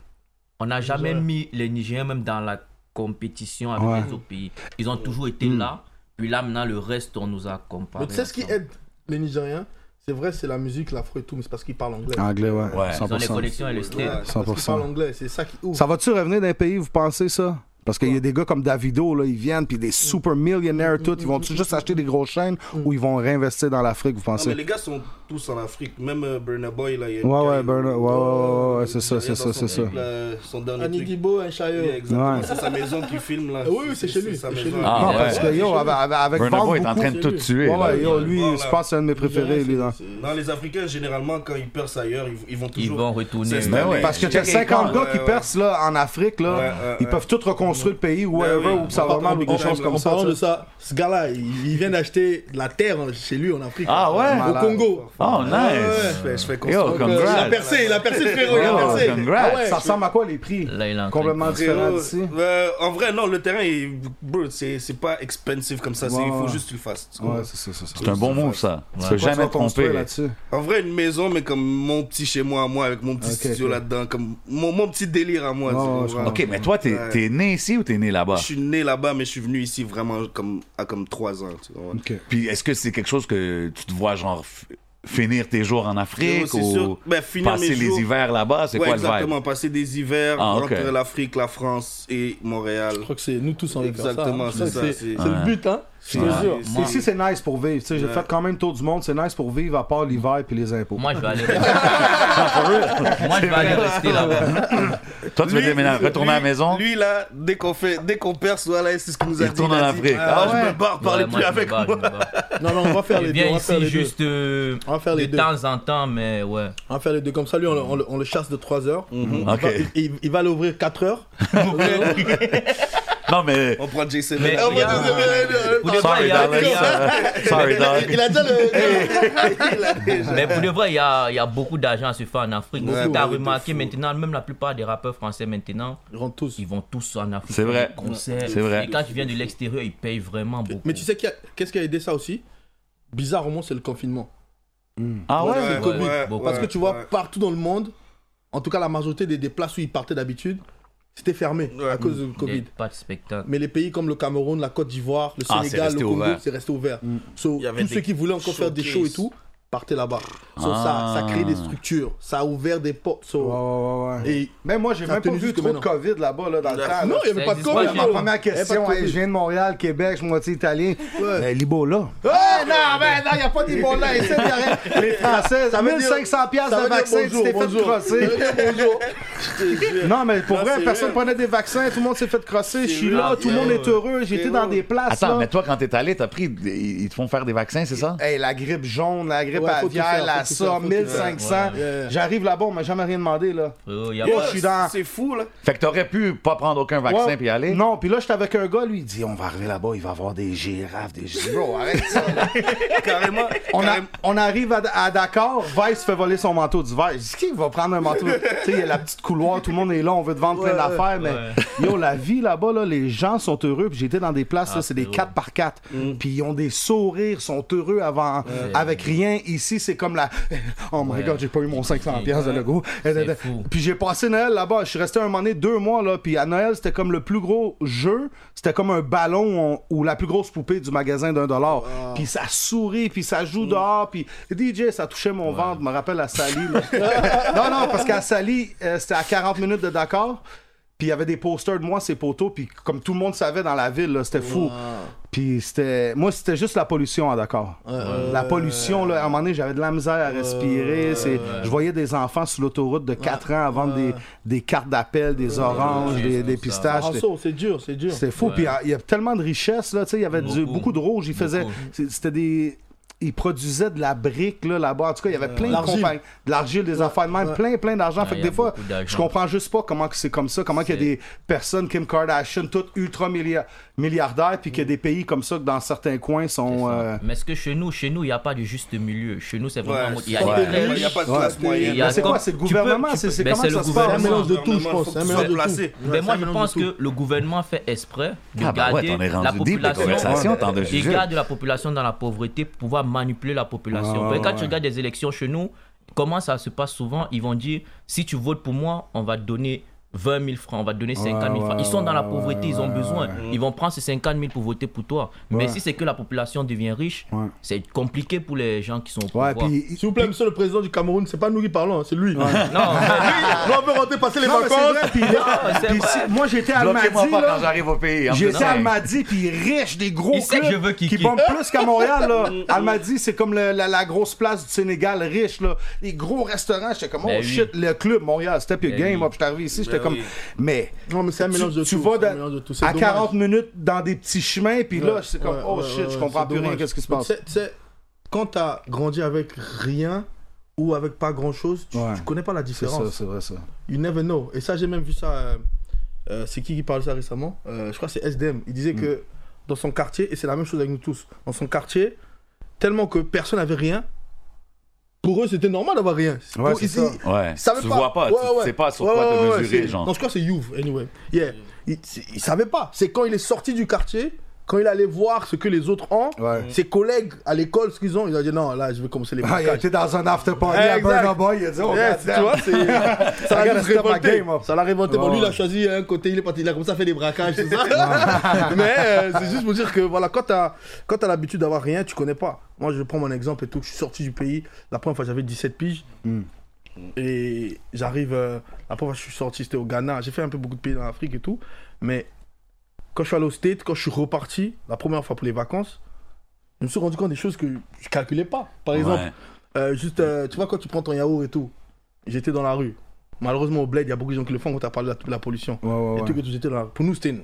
Speaker 6: on n'a jamais mis les Nigériens même dans la compétition avec
Speaker 2: Ouais. Mm.
Speaker 6: les autres pays. Ils ont toujours été là. Puis là, maintenant, le reste, on nous a comparé.
Speaker 7: Mais tu sais ce qui aide les Nigériens C'est vrai, c'est la musique, l'afro et tout, mais c'est parce qu'ils parlent anglais.
Speaker 2: Anglais, ouais.
Speaker 3: Ouais.
Speaker 6: Ils ont les
Speaker 2: 100%.
Speaker 6: connexions et le style.
Speaker 7: Ouais, c'est Parce qu'ils
Speaker 2: 100%.
Speaker 7: parlent anglais, c'est ça qui ouvre.
Speaker 2: Ça va-tu revenir d'un pays, vous pensez ça? Parce qu'il y a des gars comme Davido, là, ils viennent, puis des super millionnaires, tout. Ils
Speaker 6: Mm-hmm.
Speaker 2: vont-tu juste acheter des grosses chaînes ou ils vont réinvestir dans l'Afrique, vous
Speaker 4: Non, mais
Speaker 2: pensez?
Speaker 4: les gars sont tous en Afrique. Même euh, Burna Boy, là, il y a
Speaker 2: Ah, Ouais,
Speaker 4: le gars,
Speaker 2: ouais,
Speaker 4: il-
Speaker 2: Burna- ouais, ouais, ouais, ouais, c'est ça,
Speaker 4: il y a
Speaker 2: c'est
Speaker 4: dans
Speaker 2: ça,
Speaker 4: son
Speaker 2: c'est
Speaker 4: truc,
Speaker 2: ça.
Speaker 4: là, son
Speaker 7: Un
Speaker 4: dernier truc.
Speaker 7: Idibo, un Chayo.
Speaker 4: Yeah, exactement.
Speaker 2: Ouais.
Speaker 4: C'est sa maison qui filme, là.
Speaker 7: Ah Oui, oui, c'est chez lui,
Speaker 4: sa
Speaker 7: c'est chez
Speaker 4: maison.
Speaker 7: lui.
Speaker 3: Ah,
Speaker 2: Non,
Speaker 3: ouais.
Speaker 2: parce que yo, avec, avec
Speaker 3: Burna
Speaker 2: vendre
Speaker 3: Boy est en
Speaker 2: beaucoup-
Speaker 3: train de tout tuer.
Speaker 2: Ouais,
Speaker 3: là.
Speaker 2: ouais, yo, lui,
Speaker 4: Voilà.
Speaker 2: je pense que c'est un de mes préférés, lui, là.
Speaker 4: Non, les Africains, généralement, quand ils percent ailleurs, ils, ils vont
Speaker 6: Ils
Speaker 4: toujours.
Speaker 6: vont retourner.
Speaker 4: C'est-
Speaker 3: Mais ouais.
Speaker 2: Parce que
Speaker 3: Check
Speaker 2: t'as
Speaker 3: les
Speaker 2: 50
Speaker 3: camps.
Speaker 2: gars
Speaker 4: Ouais,
Speaker 2: qui
Speaker 4: ouais.
Speaker 2: percent, là, en Afrique, là.
Speaker 4: euh, Ouais, ouais,
Speaker 2: ils
Speaker 4: ouais.
Speaker 2: peuvent tout reconstruire le pays, ou
Speaker 4: Ouais,
Speaker 2: wherever,
Speaker 4: oui.
Speaker 2: ou ça
Speaker 4: On
Speaker 2: va
Speaker 4: parle
Speaker 2: mal, ou
Speaker 4: en
Speaker 2: des choses
Speaker 4: parlant
Speaker 2: comme
Speaker 7: En
Speaker 2: ça.
Speaker 7: parlant
Speaker 2: tu
Speaker 7: de
Speaker 2: sais.
Speaker 7: ça, ce gars-là, il, il vient d'acheter de la terre en- chez lui en Afrique.
Speaker 3: Ah ouais?
Speaker 7: Au
Speaker 2: Malade.
Speaker 7: Congo. Ah
Speaker 3: Oh,
Speaker 7: Ouais,
Speaker 3: nice.
Speaker 7: je fais- je fais
Speaker 3: Yo,
Speaker 7: Donc, euh, Il a
Speaker 3: congrats.
Speaker 7: percé, il a percé, frérot, il a
Speaker 3: Oh,
Speaker 7: percé.
Speaker 3: congrats.
Speaker 7: Ah ouais,
Speaker 2: Ça ressemble à quoi les prix?
Speaker 6: Là, il est en train de-
Speaker 2: Complètement différent
Speaker 4: Frérot,
Speaker 2: d'ici.
Speaker 4: euh, en vrai, non, le terrain, est- bro, c'est c'est pas expensive comme ça. c'est- Il faut
Speaker 2: Ouais.
Speaker 4: juste que tu le fasses. tu
Speaker 2: Ouais,
Speaker 4: comprends?
Speaker 2: c'est ça, c'est ça.
Speaker 3: C'est un bon move, ça. Tu peux
Speaker 2: Quoi, tu
Speaker 3: jamais
Speaker 2: vas
Speaker 3: te
Speaker 2: construire
Speaker 3: tromper. là.
Speaker 2: là-dessus.
Speaker 4: En vrai, une maison, mais comme mon petit chez moi à moi, avec mon petit
Speaker 2: Ok,
Speaker 4: studio
Speaker 2: ok.
Speaker 4: là-dedans, comme mon, mon petit délire à
Speaker 2: Ouais,
Speaker 4: moi. tu
Speaker 2: ouais,
Speaker 4: comprends?
Speaker 2: je comprends.
Speaker 3: Ok, mais toi, t'es
Speaker 4: Ouais.
Speaker 3: t'es né ici ou t'es né là-bas?
Speaker 4: Je suis né là-bas, mais je suis venu ici vraiment comme, à comme 3 ans. tu comprends?
Speaker 2: Ok.
Speaker 3: Puis est-ce que c'est quelque chose que tu te vois, genre, f- finir tes jours en Afrique
Speaker 4: Yo, c'est
Speaker 3: ou
Speaker 4: sûr. Ben, finir
Speaker 3: passer
Speaker 4: mes
Speaker 3: les
Speaker 4: jours.
Speaker 3: hivers là-bas? C'est
Speaker 4: Ouais,
Speaker 3: quoi le
Speaker 4: exactement.
Speaker 3: vibe?
Speaker 4: Passer des hivers
Speaker 3: Ah, ok.
Speaker 4: entre l'Afrique, la France et Montréal.
Speaker 7: Je crois que c'est nous tous en
Speaker 4: Exactement, c'est ça,
Speaker 7: C'est c'est
Speaker 4: c'est-
Speaker 7: le but, hein. Je te
Speaker 4: Ouais.
Speaker 7: jure.
Speaker 4: Moi-
Speaker 2: Ici, c'est nice pour vivre. tu sais, J'ai
Speaker 4: Ouais.
Speaker 2: fait quand même le tour du monde. C'est nice pour vivre à part l'hiver et les impôts.
Speaker 6: Moi, je vais aller. Moi, je vais aller rester là-bas.
Speaker 3: Toi, tu veux
Speaker 4: Lui,
Speaker 3: déménager, retourner à la
Speaker 4: lui-
Speaker 3: maison?
Speaker 4: Lui, là, dès qu'on fait, dès qu'on perce, voilà, c'est ce qu'il nous a
Speaker 3: Il
Speaker 4: dit.
Speaker 3: retourne
Speaker 4: il a
Speaker 3: en
Speaker 4: dit,
Speaker 3: Afrique.
Speaker 4: Ah,
Speaker 3: Ah
Speaker 4: je
Speaker 3: ouais.
Speaker 4: me barre,
Speaker 6: Ouais,
Speaker 4: parlez
Speaker 6: moi,
Speaker 4: plus
Speaker 6: je me
Speaker 4: avec
Speaker 6: barre, je
Speaker 4: moi.
Speaker 6: me barre.
Speaker 7: Non, non, on va faire
Speaker 6: Je
Speaker 7: les deux.
Speaker 6: viens
Speaker 7: On va faire
Speaker 6: ici
Speaker 7: les deux.
Speaker 6: juste euh,
Speaker 7: On va faire
Speaker 6: de
Speaker 7: les deux.
Speaker 6: temps en temps, mais ouais.
Speaker 7: On va faire les deux. Comme ça, lui, on le, on le- on le chasse de 3 heures. Il,
Speaker 3: Ok.
Speaker 7: va, il- il- il va l'ouvrir 4 heures.
Speaker 3: Non, mais.
Speaker 4: On prend Jason.
Speaker 6: Mais
Speaker 4: Ah, on prend
Speaker 6: regarde,
Speaker 4: Jason Mraz.
Speaker 6: Pour de vrai,
Speaker 3: Sorry,
Speaker 6: il y a-
Speaker 3: Alex.
Speaker 6: il y a-
Speaker 3: Sorry, dog.
Speaker 7: Il a déjà le.
Speaker 6: Mais pour de vrai, il y a, il y a beaucoup d'argent à se faire en Afrique.
Speaker 4: Ouais,
Speaker 6: si
Speaker 4: ouais,
Speaker 6: t'as
Speaker 4: de
Speaker 6: remarqué
Speaker 4: fou.
Speaker 6: maintenant, même la plupart des rappeurs français maintenant,
Speaker 7: Ils rentrent tous.
Speaker 6: ils vont tous en Afrique.
Speaker 3: C'est
Speaker 6: faire
Speaker 3: vrai.
Speaker 6: des concerts.
Speaker 3: C'est vrai.
Speaker 6: Et quand tu viens de l'extérieur, ils payent vraiment beaucoup.
Speaker 7: Mais tu sais qu'il y a- qu'est-ce qui a aidé ça aussi Bizarrement, c'est le confinement.
Speaker 3: Ah ouais?
Speaker 7: c'est le Covid.
Speaker 4: ouais,
Speaker 6: beaucoup.
Speaker 7: Parce que tu vois,
Speaker 4: ouais.
Speaker 7: partout dans le monde, en tout cas, la majorité des, des places où ils partaient d'habitude, c'était fermé à
Speaker 4: Ouais. Hmm.
Speaker 7: cause du Covid.
Speaker 6: Pas de spectacle.
Speaker 7: Mais les pays comme le Cameroun, la Côte d'Ivoire, le
Speaker 3: Ah, c'est
Speaker 7: Sénégal,
Speaker 3: resté
Speaker 7: le Congo,
Speaker 3: ouvert. Hmm.
Speaker 7: c'est resté ouvert. So,
Speaker 4: Il y avait
Speaker 7: tous
Speaker 4: des
Speaker 7: ceux qui voulaient encore faire des shows et
Speaker 4: showcases.
Speaker 7: tout, partaient là-bas. So,
Speaker 3: Ah.
Speaker 7: ça, ça a créé des structures, ça a ouvert des portes.
Speaker 2: Ouais,
Speaker 7: So,
Speaker 2: ouais, ouais, ouais.
Speaker 7: et
Speaker 2: Même moi, j'ai
Speaker 7: Ça
Speaker 2: même pas
Speaker 7: tenait
Speaker 2: vu
Speaker 7: jusque
Speaker 2: trop de
Speaker 7: maintenant.
Speaker 2: COVID là-bas, là, dans le
Speaker 4: Ouais.
Speaker 2: temps. là.
Speaker 7: non, il n'y
Speaker 6: ça
Speaker 7: avait pas de
Speaker 6: existe
Speaker 7: Covid.
Speaker 6: pas,
Speaker 2: Ma
Speaker 6: non.
Speaker 2: première question, hey, je viens de Montréal, Québec, je suis moitié italien.
Speaker 7: Ouais.
Speaker 2: Ben, L'Ibola. Ah, non, ben, non, il n'y a pas d'Ibola ici, il y a rien. Les Français,
Speaker 7: veut dire-
Speaker 2: 1500 piastres
Speaker 7: ça
Speaker 2: de
Speaker 7: veut dire
Speaker 2: vaccin, tu
Speaker 7: bonjour,
Speaker 2: t'es fait
Speaker 7: bonjour.
Speaker 2: crosser.
Speaker 7: Bonjour.
Speaker 2: Non, mais pour
Speaker 4: Non,
Speaker 2: vrai,
Speaker 4: c'est
Speaker 2: personne
Speaker 4: vrai.
Speaker 2: prenait des vaccins, tout le monde s'est fait crosser. Je suis
Speaker 4: vrai.
Speaker 2: là, tout le monde est
Speaker 4: Ouais.
Speaker 2: heureux, j'étais
Speaker 4: C'est
Speaker 2: dans
Speaker 4: vrai.
Speaker 2: des places.
Speaker 3: Attends,
Speaker 2: là.
Speaker 3: mais toi, quand t'es allé, t'as pris. Ils ils te font faire des vaccins, c'est ça?
Speaker 2: Hey, la grippe jaune, la grippe
Speaker 7: Ouais, faut tout
Speaker 2: aviaire,
Speaker 7: faire,
Speaker 2: la
Speaker 7: faut tout faire,
Speaker 2: ça,
Speaker 7: faut tout faire.
Speaker 2: 1500.
Speaker 7: Ouais, ouais.
Speaker 2: J'arrive là-bas, on m'a jamais rien demandé, là.
Speaker 6: Frérot, il y a
Speaker 2: Yo,
Speaker 6: pas-
Speaker 2: je suis dans-
Speaker 4: C'est fou, là.
Speaker 3: Fait que t'aurais pu pas prendre aucun vaccin
Speaker 2: Ouais.
Speaker 3: puis y aller?
Speaker 2: Non, puis là, j'étais avec un gars, lui, il dit on va arriver là-bas, il va avoir des girafes, des girafes. Bro, arrête ça. là.
Speaker 4: Carrément.
Speaker 2: on, a-
Speaker 4: carrément.
Speaker 2: on arrive à, à Dakar, Vice fait voler son manteau d'hiver. Je dis qui va prendre un manteau Tu sais, il y a la petite couloir, tout le monde est là, on veut te vendre plein
Speaker 7: Ouais,
Speaker 2: d'affaires, mais yo, la vie là-bas, là, les gens sont heureux. Puis j'étais dans des places,
Speaker 6: Ah,
Speaker 2: là, c'est
Speaker 6: c'est
Speaker 2: des
Speaker 6: drôle. Mm.
Speaker 2: 4 par 4. Puis ils ont des sourires, sont heureux avant, avec rien. Ici, c'est comme la Oh my
Speaker 6: Ouais.
Speaker 2: god, j'ai pas eu mon 500$ piastres de logo.
Speaker 6: C'est fou.
Speaker 2: Puis j'ai passé Noël là-bas. Je suis resté un moment donné deux mois, là. Puis à Noël, c'était comme le plus gros jeu. C'était comme un ballon où on- ou la plus grosse poupée du magasin d'un dollar. Puis ça sourit, puis ça joue dehors. Puis DJ, ça touchait mon ventre. me rappelle à Sally. là. non, non, parce qu'à Sally, euh, c'était à 40 minutes de Dakar. Puis il y avait des posters de moi, ces poteaux. Puis comme tout le monde savait dans la ville, là, c'était fou. Puis c'était. Moi, c'était juste la pollution à Dakar. la pollution, là, à un moment donné, j'avais de la misère à respirer. c'est... Je voyais des enfants sur l'autoroute de 4 ans à vendre des, des cartes d'appel, des oranges,
Speaker 6: Ouais.
Speaker 2: des, des
Speaker 6: Ça.
Speaker 2: pistaches.
Speaker 7: Ah, ça, c'est dur, c'est dur.
Speaker 2: C'était fou. Puis il y a tellement de richesses, là. Tu sais, il y avait du- beaucoup,
Speaker 6: Beaucoup.
Speaker 2: de rouge. Ils faisaient.
Speaker 6: Beaucoup.
Speaker 2: c'est- C'était des. Ils produisaient de la brique, là, là-bas. En tout cas, il y avait plein de
Speaker 7: l'argile.
Speaker 2: compagnies. De l'argile, des affaires de même, plein, plein d'argent.
Speaker 6: Ouais,
Speaker 2: fait que
Speaker 6: Ah, il y a
Speaker 2: des fois,
Speaker 6: beaucoup d'argent.
Speaker 2: je comprends juste pas comment que c'est comme ça. Comment qu'il y a
Speaker 6: C'est-
Speaker 2: des personnes, Kim Kardashian, toutes ultra milliard- milliardaires, puis qu'il y a des pays comme ça que dans certains coins sont. euh,
Speaker 6: Mais ce que chez nous, chez nous, il n'y a pas de juste milieu. Chez nous, c'est vraiment.
Speaker 4: Ouais,
Speaker 6: Il y a
Speaker 4: ouais.
Speaker 6: des très
Speaker 4: Il y a
Speaker 6: riches.
Speaker 4: pas de
Speaker 2: Ouais.
Speaker 4: classe moyenne.
Speaker 6: Il y a
Speaker 2: Mais c'est
Speaker 6: comme-
Speaker 2: quoi? C'est le
Speaker 6: tu peux-
Speaker 2: gouvernement?
Speaker 6: tu
Speaker 2: C'est
Speaker 6: peux-
Speaker 2: c'est
Speaker 6: ben,
Speaker 2: comment
Speaker 6: c'est
Speaker 2: que ça
Speaker 6: le
Speaker 2: se passe?
Speaker 7: C'est un mélange de
Speaker 4: Non,
Speaker 7: tout,
Speaker 4: non,
Speaker 7: je
Speaker 4: non,
Speaker 7: pense. hein,
Speaker 4: faut
Speaker 7: C'est un
Speaker 4: se
Speaker 7: mélange de
Speaker 4: placer.
Speaker 7: tout.
Speaker 6: Mais Ben, moi, je pense que le gouvernement fait exprès
Speaker 3: Ah,
Speaker 6: de
Speaker 3: bah ouais,
Speaker 6: garder
Speaker 3: t'en es
Speaker 6: la
Speaker 3: rendu deep, les
Speaker 6: population.
Speaker 3: conversations, t'en as
Speaker 6: Il
Speaker 3: jugé.
Speaker 6: garde la population dans la pauvreté pour pouvoir manipuler la population.
Speaker 2: Ouais,
Speaker 6: Ben, quand
Speaker 2: ouais.
Speaker 6: tu regardes des élections chez nous, comment ça se passe souvent Ils vont dire si tu votes pour moi, on va te donner 20 000 francs, on va te donner 50 000 francs.
Speaker 2: ouais,
Speaker 6: Ils sont dans la
Speaker 2: ouais,
Speaker 6: pauvreté,
Speaker 2: ouais,
Speaker 6: ils ont
Speaker 2: ouais,
Speaker 6: besoin. Ils vont prendre ces 50 000 pour voter pour toi. Mais
Speaker 2: Ouais.
Speaker 6: si c'est que la population devient riche,
Speaker 2: Ouais.
Speaker 6: c'est compliqué pour les gens qui sont au pouvoir.
Speaker 2: Ouais, puis.
Speaker 7: S'il vous plaît, monsieur le président du Cameroun, c'est pas nous qui parlons, hein, c'est lui.
Speaker 6: Non,
Speaker 7: Nous, on veut rentrer passer les
Speaker 2: Non, mais c'est
Speaker 7: vacances.
Speaker 2: vrai, puis là-
Speaker 6: mais Ah, c'est
Speaker 2: puis
Speaker 6: vrai.
Speaker 2: si- moi j'étais à
Speaker 3: Bloquez-moi
Speaker 2: Almadi,
Speaker 3: pas
Speaker 2: là,
Speaker 3: quand j'arrive au pays. en
Speaker 2: J'étais
Speaker 3: plus,
Speaker 2: à
Speaker 3: hein.
Speaker 2: Almadi, puis riche, des gros
Speaker 6: Il sait que
Speaker 2: clubs
Speaker 6: je veux
Speaker 2: qui
Speaker 6: Kiki.
Speaker 2: bombent plus qu'à Montréal. Là. Almadi, c'est comme le- la, la grosse place du Sénégal, riche. Là. Les gros restaurants, j'étais comme, oh
Speaker 6: Ben oui.
Speaker 2: shit, le club Montréal, step your
Speaker 6: Ben
Speaker 2: game.
Speaker 6: oui.
Speaker 2: Hop, je suis arrivé ici, j'étais comme,
Speaker 4: oui.
Speaker 2: mais
Speaker 7: Non, mais c'est un
Speaker 2: tu,
Speaker 7: mélange de
Speaker 2: tu
Speaker 7: tout.
Speaker 2: vas
Speaker 7: c'est un
Speaker 2: dans-
Speaker 7: mélange de tout, c'est
Speaker 2: à
Speaker 7: dommage.
Speaker 2: 40 minutes dans des petits chemins, puis là,
Speaker 7: Ouais,
Speaker 2: c'est comme,
Speaker 7: ouais,
Speaker 2: oh
Speaker 7: ouais,
Speaker 2: shit,
Speaker 7: ouais,
Speaker 2: je
Speaker 7: ouais,
Speaker 2: comprends
Speaker 7: c'est
Speaker 2: plus rien,
Speaker 7: dommage.
Speaker 2: qu'est-ce qui se
Speaker 7: Mais
Speaker 2: passe?
Speaker 7: tu sais- tu sais, quand t'as grandi avec rien ou avec pas grand chose, tu,
Speaker 2: Ouais.
Speaker 7: tu connais pas la
Speaker 2: C'est ça,
Speaker 7: différence.
Speaker 2: c'est vrai, ça.
Speaker 7: You never know. Et ça, j'ai même vu ça. euh, euh, c'est qui qui parle ça récemment Euh, Je crois que c'est SDM. Il
Speaker 2: Mm.
Speaker 7: disait que dans son quartier, et c'est la même chose avec nous tous, dans son quartier, tellement que personne n'avait rien, pour eux, c'était normal d'avoir rien.
Speaker 2: Ouais,
Speaker 7: Pour-
Speaker 2: c'est
Speaker 7: ils-
Speaker 2: ça.
Speaker 7: ils-
Speaker 3: Ouais.
Speaker 7: ils savaient
Speaker 3: Tu vois pas,
Speaker 7: Ouais,
Speaker 3: tu
Speaker 7: ouais.
Speaker 3: sais pas sur
Speaker 7: Ouais,
Speaker 3: quoi
Speaker 7: ouais, ouais,
Speaker 3: te mesurer,
Speaker 7: c'est-
Speaker 3: genre.
Speaker 7: Non, je crois que c'est Youve, anyway. Yeah. Il, c'est- il savait pas. C'est quand il est sorti du quartier, quand il allait voir ce que les autres ont,
Speaker 2: Ouais.
Speaker 7: ses collègues à l'école, ce qu'ils ont, il a dit non, là, je vais commencer les
Speaker 2: Ah, il
Speaker 7: braquages.
Speaker 2: était dans un after party
Speaker 7: Ouais,
Speaker 2: à
Speaker 7: exact.
Speaker 2: Burna Boy, il a dit, oh,
Speaker 7: Yes, tu vois, c'est. Ça l'a
Speaker 2: Regarde,
Speaker 7: juste
Speaker 2: step my
Speaker 7: révolté.
Speaker 2: game up.
Speaker 7: Ça l'a révolté. Bon,
Speaker 2: Ouais,
Speaker 7: lui, il a
Speaker 2: ouais.
Speaker 7: choisi un côté, il est parti, il a commencé à faire des braquages, c'est ça. Mais euh, c'est juste pour dire que, voilà, quand t'as quand t'as l'habitude d'avoir rien, tu connais pas. Moi, je prends mon exemple et tout. Je suis sorti du pays. La première fois, j'avais 17 piges. Et j'arrive. euh, la première fois, je suis sorti, c'était au Ghana. J'ai fait un peu beaucoup de pays dans l'Afrique et tout. Mais quand je suis allé au States, quand je suis reparti, la première fois pour les vacances, je me suis rendu compte des choses que je calculais pas. Par exemple,
Speaker 3: Ouais.
Speaker 7: euh, juste, euh, tu vois, quand tu prends ton yaourt et tout, j'étais dans la rue. Malheureusement, au bled, il y a beaucoup de gens qui le font quand t'as parlé de la, de la pollution.
Speaker 2: Ouais, ouais,
Speaker 7: Et tout, que tu étais dans la rue. Pour nous, c'était une.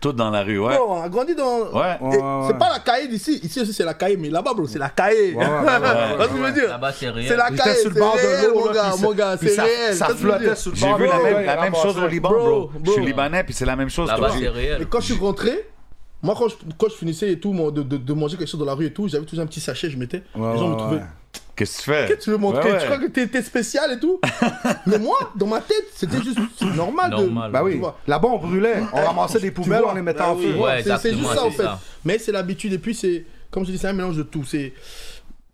Speaker 3: Tout dans la rue, ouais.
Speaker 7: Bro, on a grandi dans.
Speaker 3: Ouais.
Speaker 7: Et
Speaker 2: Ouais, ouais, ouais.
Speaker 7: C'est pas la caille d'ici. Ici aussi, c'est la caille, mais là-bas, bro, c'est la caille.
Speaker 2: ouais, ouais, ouais, ouais,
Speaker 7: Vois ce que je veux dire
Speaker 6: là-bas, c'est réel.
Speaker 7: C'est la
Speaker 2: Il
Speaker 7: caille.
Speaker 2: était sur le bord
Speaker 7: c'est réel,
Speaker 2: de l'eau,
Speaker 7: mon
Speaker 2: là,
Speaker 7: gars,
Speaker 2: puis
Speaker 7: mon
Speaker 2: ça-
Speaker 7: gars,
Speaker 2: puis
Speaker 7: c'est
Speaker 2: ça-
Speaker 7: réel.
Speaker 2: ça
Speaker 7: Qu'est-ce que je veux
Speaker 2: flottait
Speaker 7: dire
Speaker 2: sur le
Speaker 3: J'ai vu la
Speaker 2: Ouais,
Speaker 3: même,
Speaker 2: ouais,
Speaker 3: la même chose au
Speaker 2: ramassé.
Speaker 3: Liban,
Speaker 7: Ah, bah, Bro,
Speaker 3: bro. Je suis
Speaker 7: bro.
Speaker 3: libanais, puis c'est la même chose.
Speaker 6: Là-bas,
Speaker 3: toi.
Speaker 6: c'est réel.
Speaker 7: Et quand je suis rentré, moi, quand je, quand je finissais et tout, mon- de, de- de manger quelque chose dans la rue et tout, j'avais toujours un petit sachet, je mettais.
Speaker 2: Ouais,
Speaker 7: les gens
Speaker 2: ouais,
Speaker 7: me trouvaient.
Speaker 2: ouais.
Speaker 3: Qu'est-ce que tu fais
Speaker 7: Qu'est-ce que tu veux montrer
Speaker 3: Ouais, ouais.
Speaker 7: Tu crois que t'es t'es spécial et tout Mais moi, dans ma tête, c'était juste c'est normal,
Speaker 6: Normal.
Speaker 7: de.
Speaker 2: Bah
Speaker 7: Tu
Speaker 2: oui,
Speaker 7: vois.
Speaker 2: là-bas on brûlait, on ramassait des
Speaker 7: Tu
Speaker 2: poubelles,
Speaker 7: vois.
Speaker 2: on les mettait en
Speaker 7: Bah
Speaker 2: feu.
Speaker 7: oui.
Speaker 6: Ouais,
Speaker 7: C'est- c'est
Speaker 6: exactement,
Speaker 7: juste ça en
Speaker 6: c'est
Speaker 7: fait.
Speaker 6: ça.
Speaker 7: Mais c'est l'habitude et puis c'est, comme je dis, c'est un mélange de tout. C'est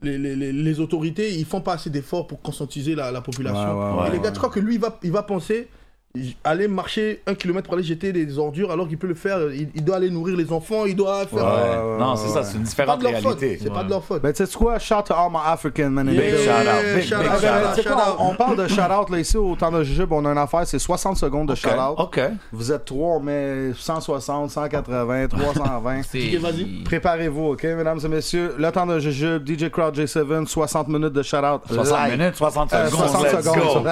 Speaker 7: les, les, les, les autorités, ils font pas assez d'efforts pour conscientiser la, la population.
Speaker 2: Ouais, ouais, ouais,
Speaker 7: et les gars, tu crois que lui, il va, il va penser j- aller marcher un kilomètre pour aller jeter des ordures alors qu'il peut le faire. Il, il doit aller nourrir les enfants, il doit
Speaker 3: Ouais.
Speaker 7: faire. euh,
Speaker 3: Non, c'est ça, c'est une
Speaker 7: C'est pas
Speaker 3: différente
Speaker 7: de leur faute.
Speaker 3: réalité.
Speaker 7: C'est pas de leur faute.
Speaker 2: Ben, tu sais quoi? Shout to all my African men in
Speaker 7: Yeah,
Speaker 2: Big
Speaker 3: shout out,
Speaker 2: Big,
Speaker 3: big,
Speaker 7: shout
Speaker 3: big
Speaker 7: out,
Speaker 3: shout
Speaker 7: shout
Speaker 3: out.
Speaker 7: out,
Speaker 2: Tu sais
Speaker 7: shout
Speaker 2: quoi,
Speaker 7: out.
Speaker 2: on, on parle de shout-out là, ici au temps de Jujube, on a une affaire, c'est 60 secondes de shout-out.
Speaker 3: OK.
Speaker 2: Vous êtes trois, on met 160, 180, 320.
Speaker 6: C'est-
Speaker 7: Vas-y.
Speaker 2: Préparez-vous, ok, mesdames et messieurs. Le temps de Jujube, DJ Crowd J7, 60 minutes de shout-out.
Speaker 3: 60
Speaker 2: Live.
Speaker 3: minutes, 60
Speaker 2: Euh,
Speaker 3: secondes.
Speaker 2: 60
Speaker 3: let's
Speaker 2: secondes.
Speaker 3: go.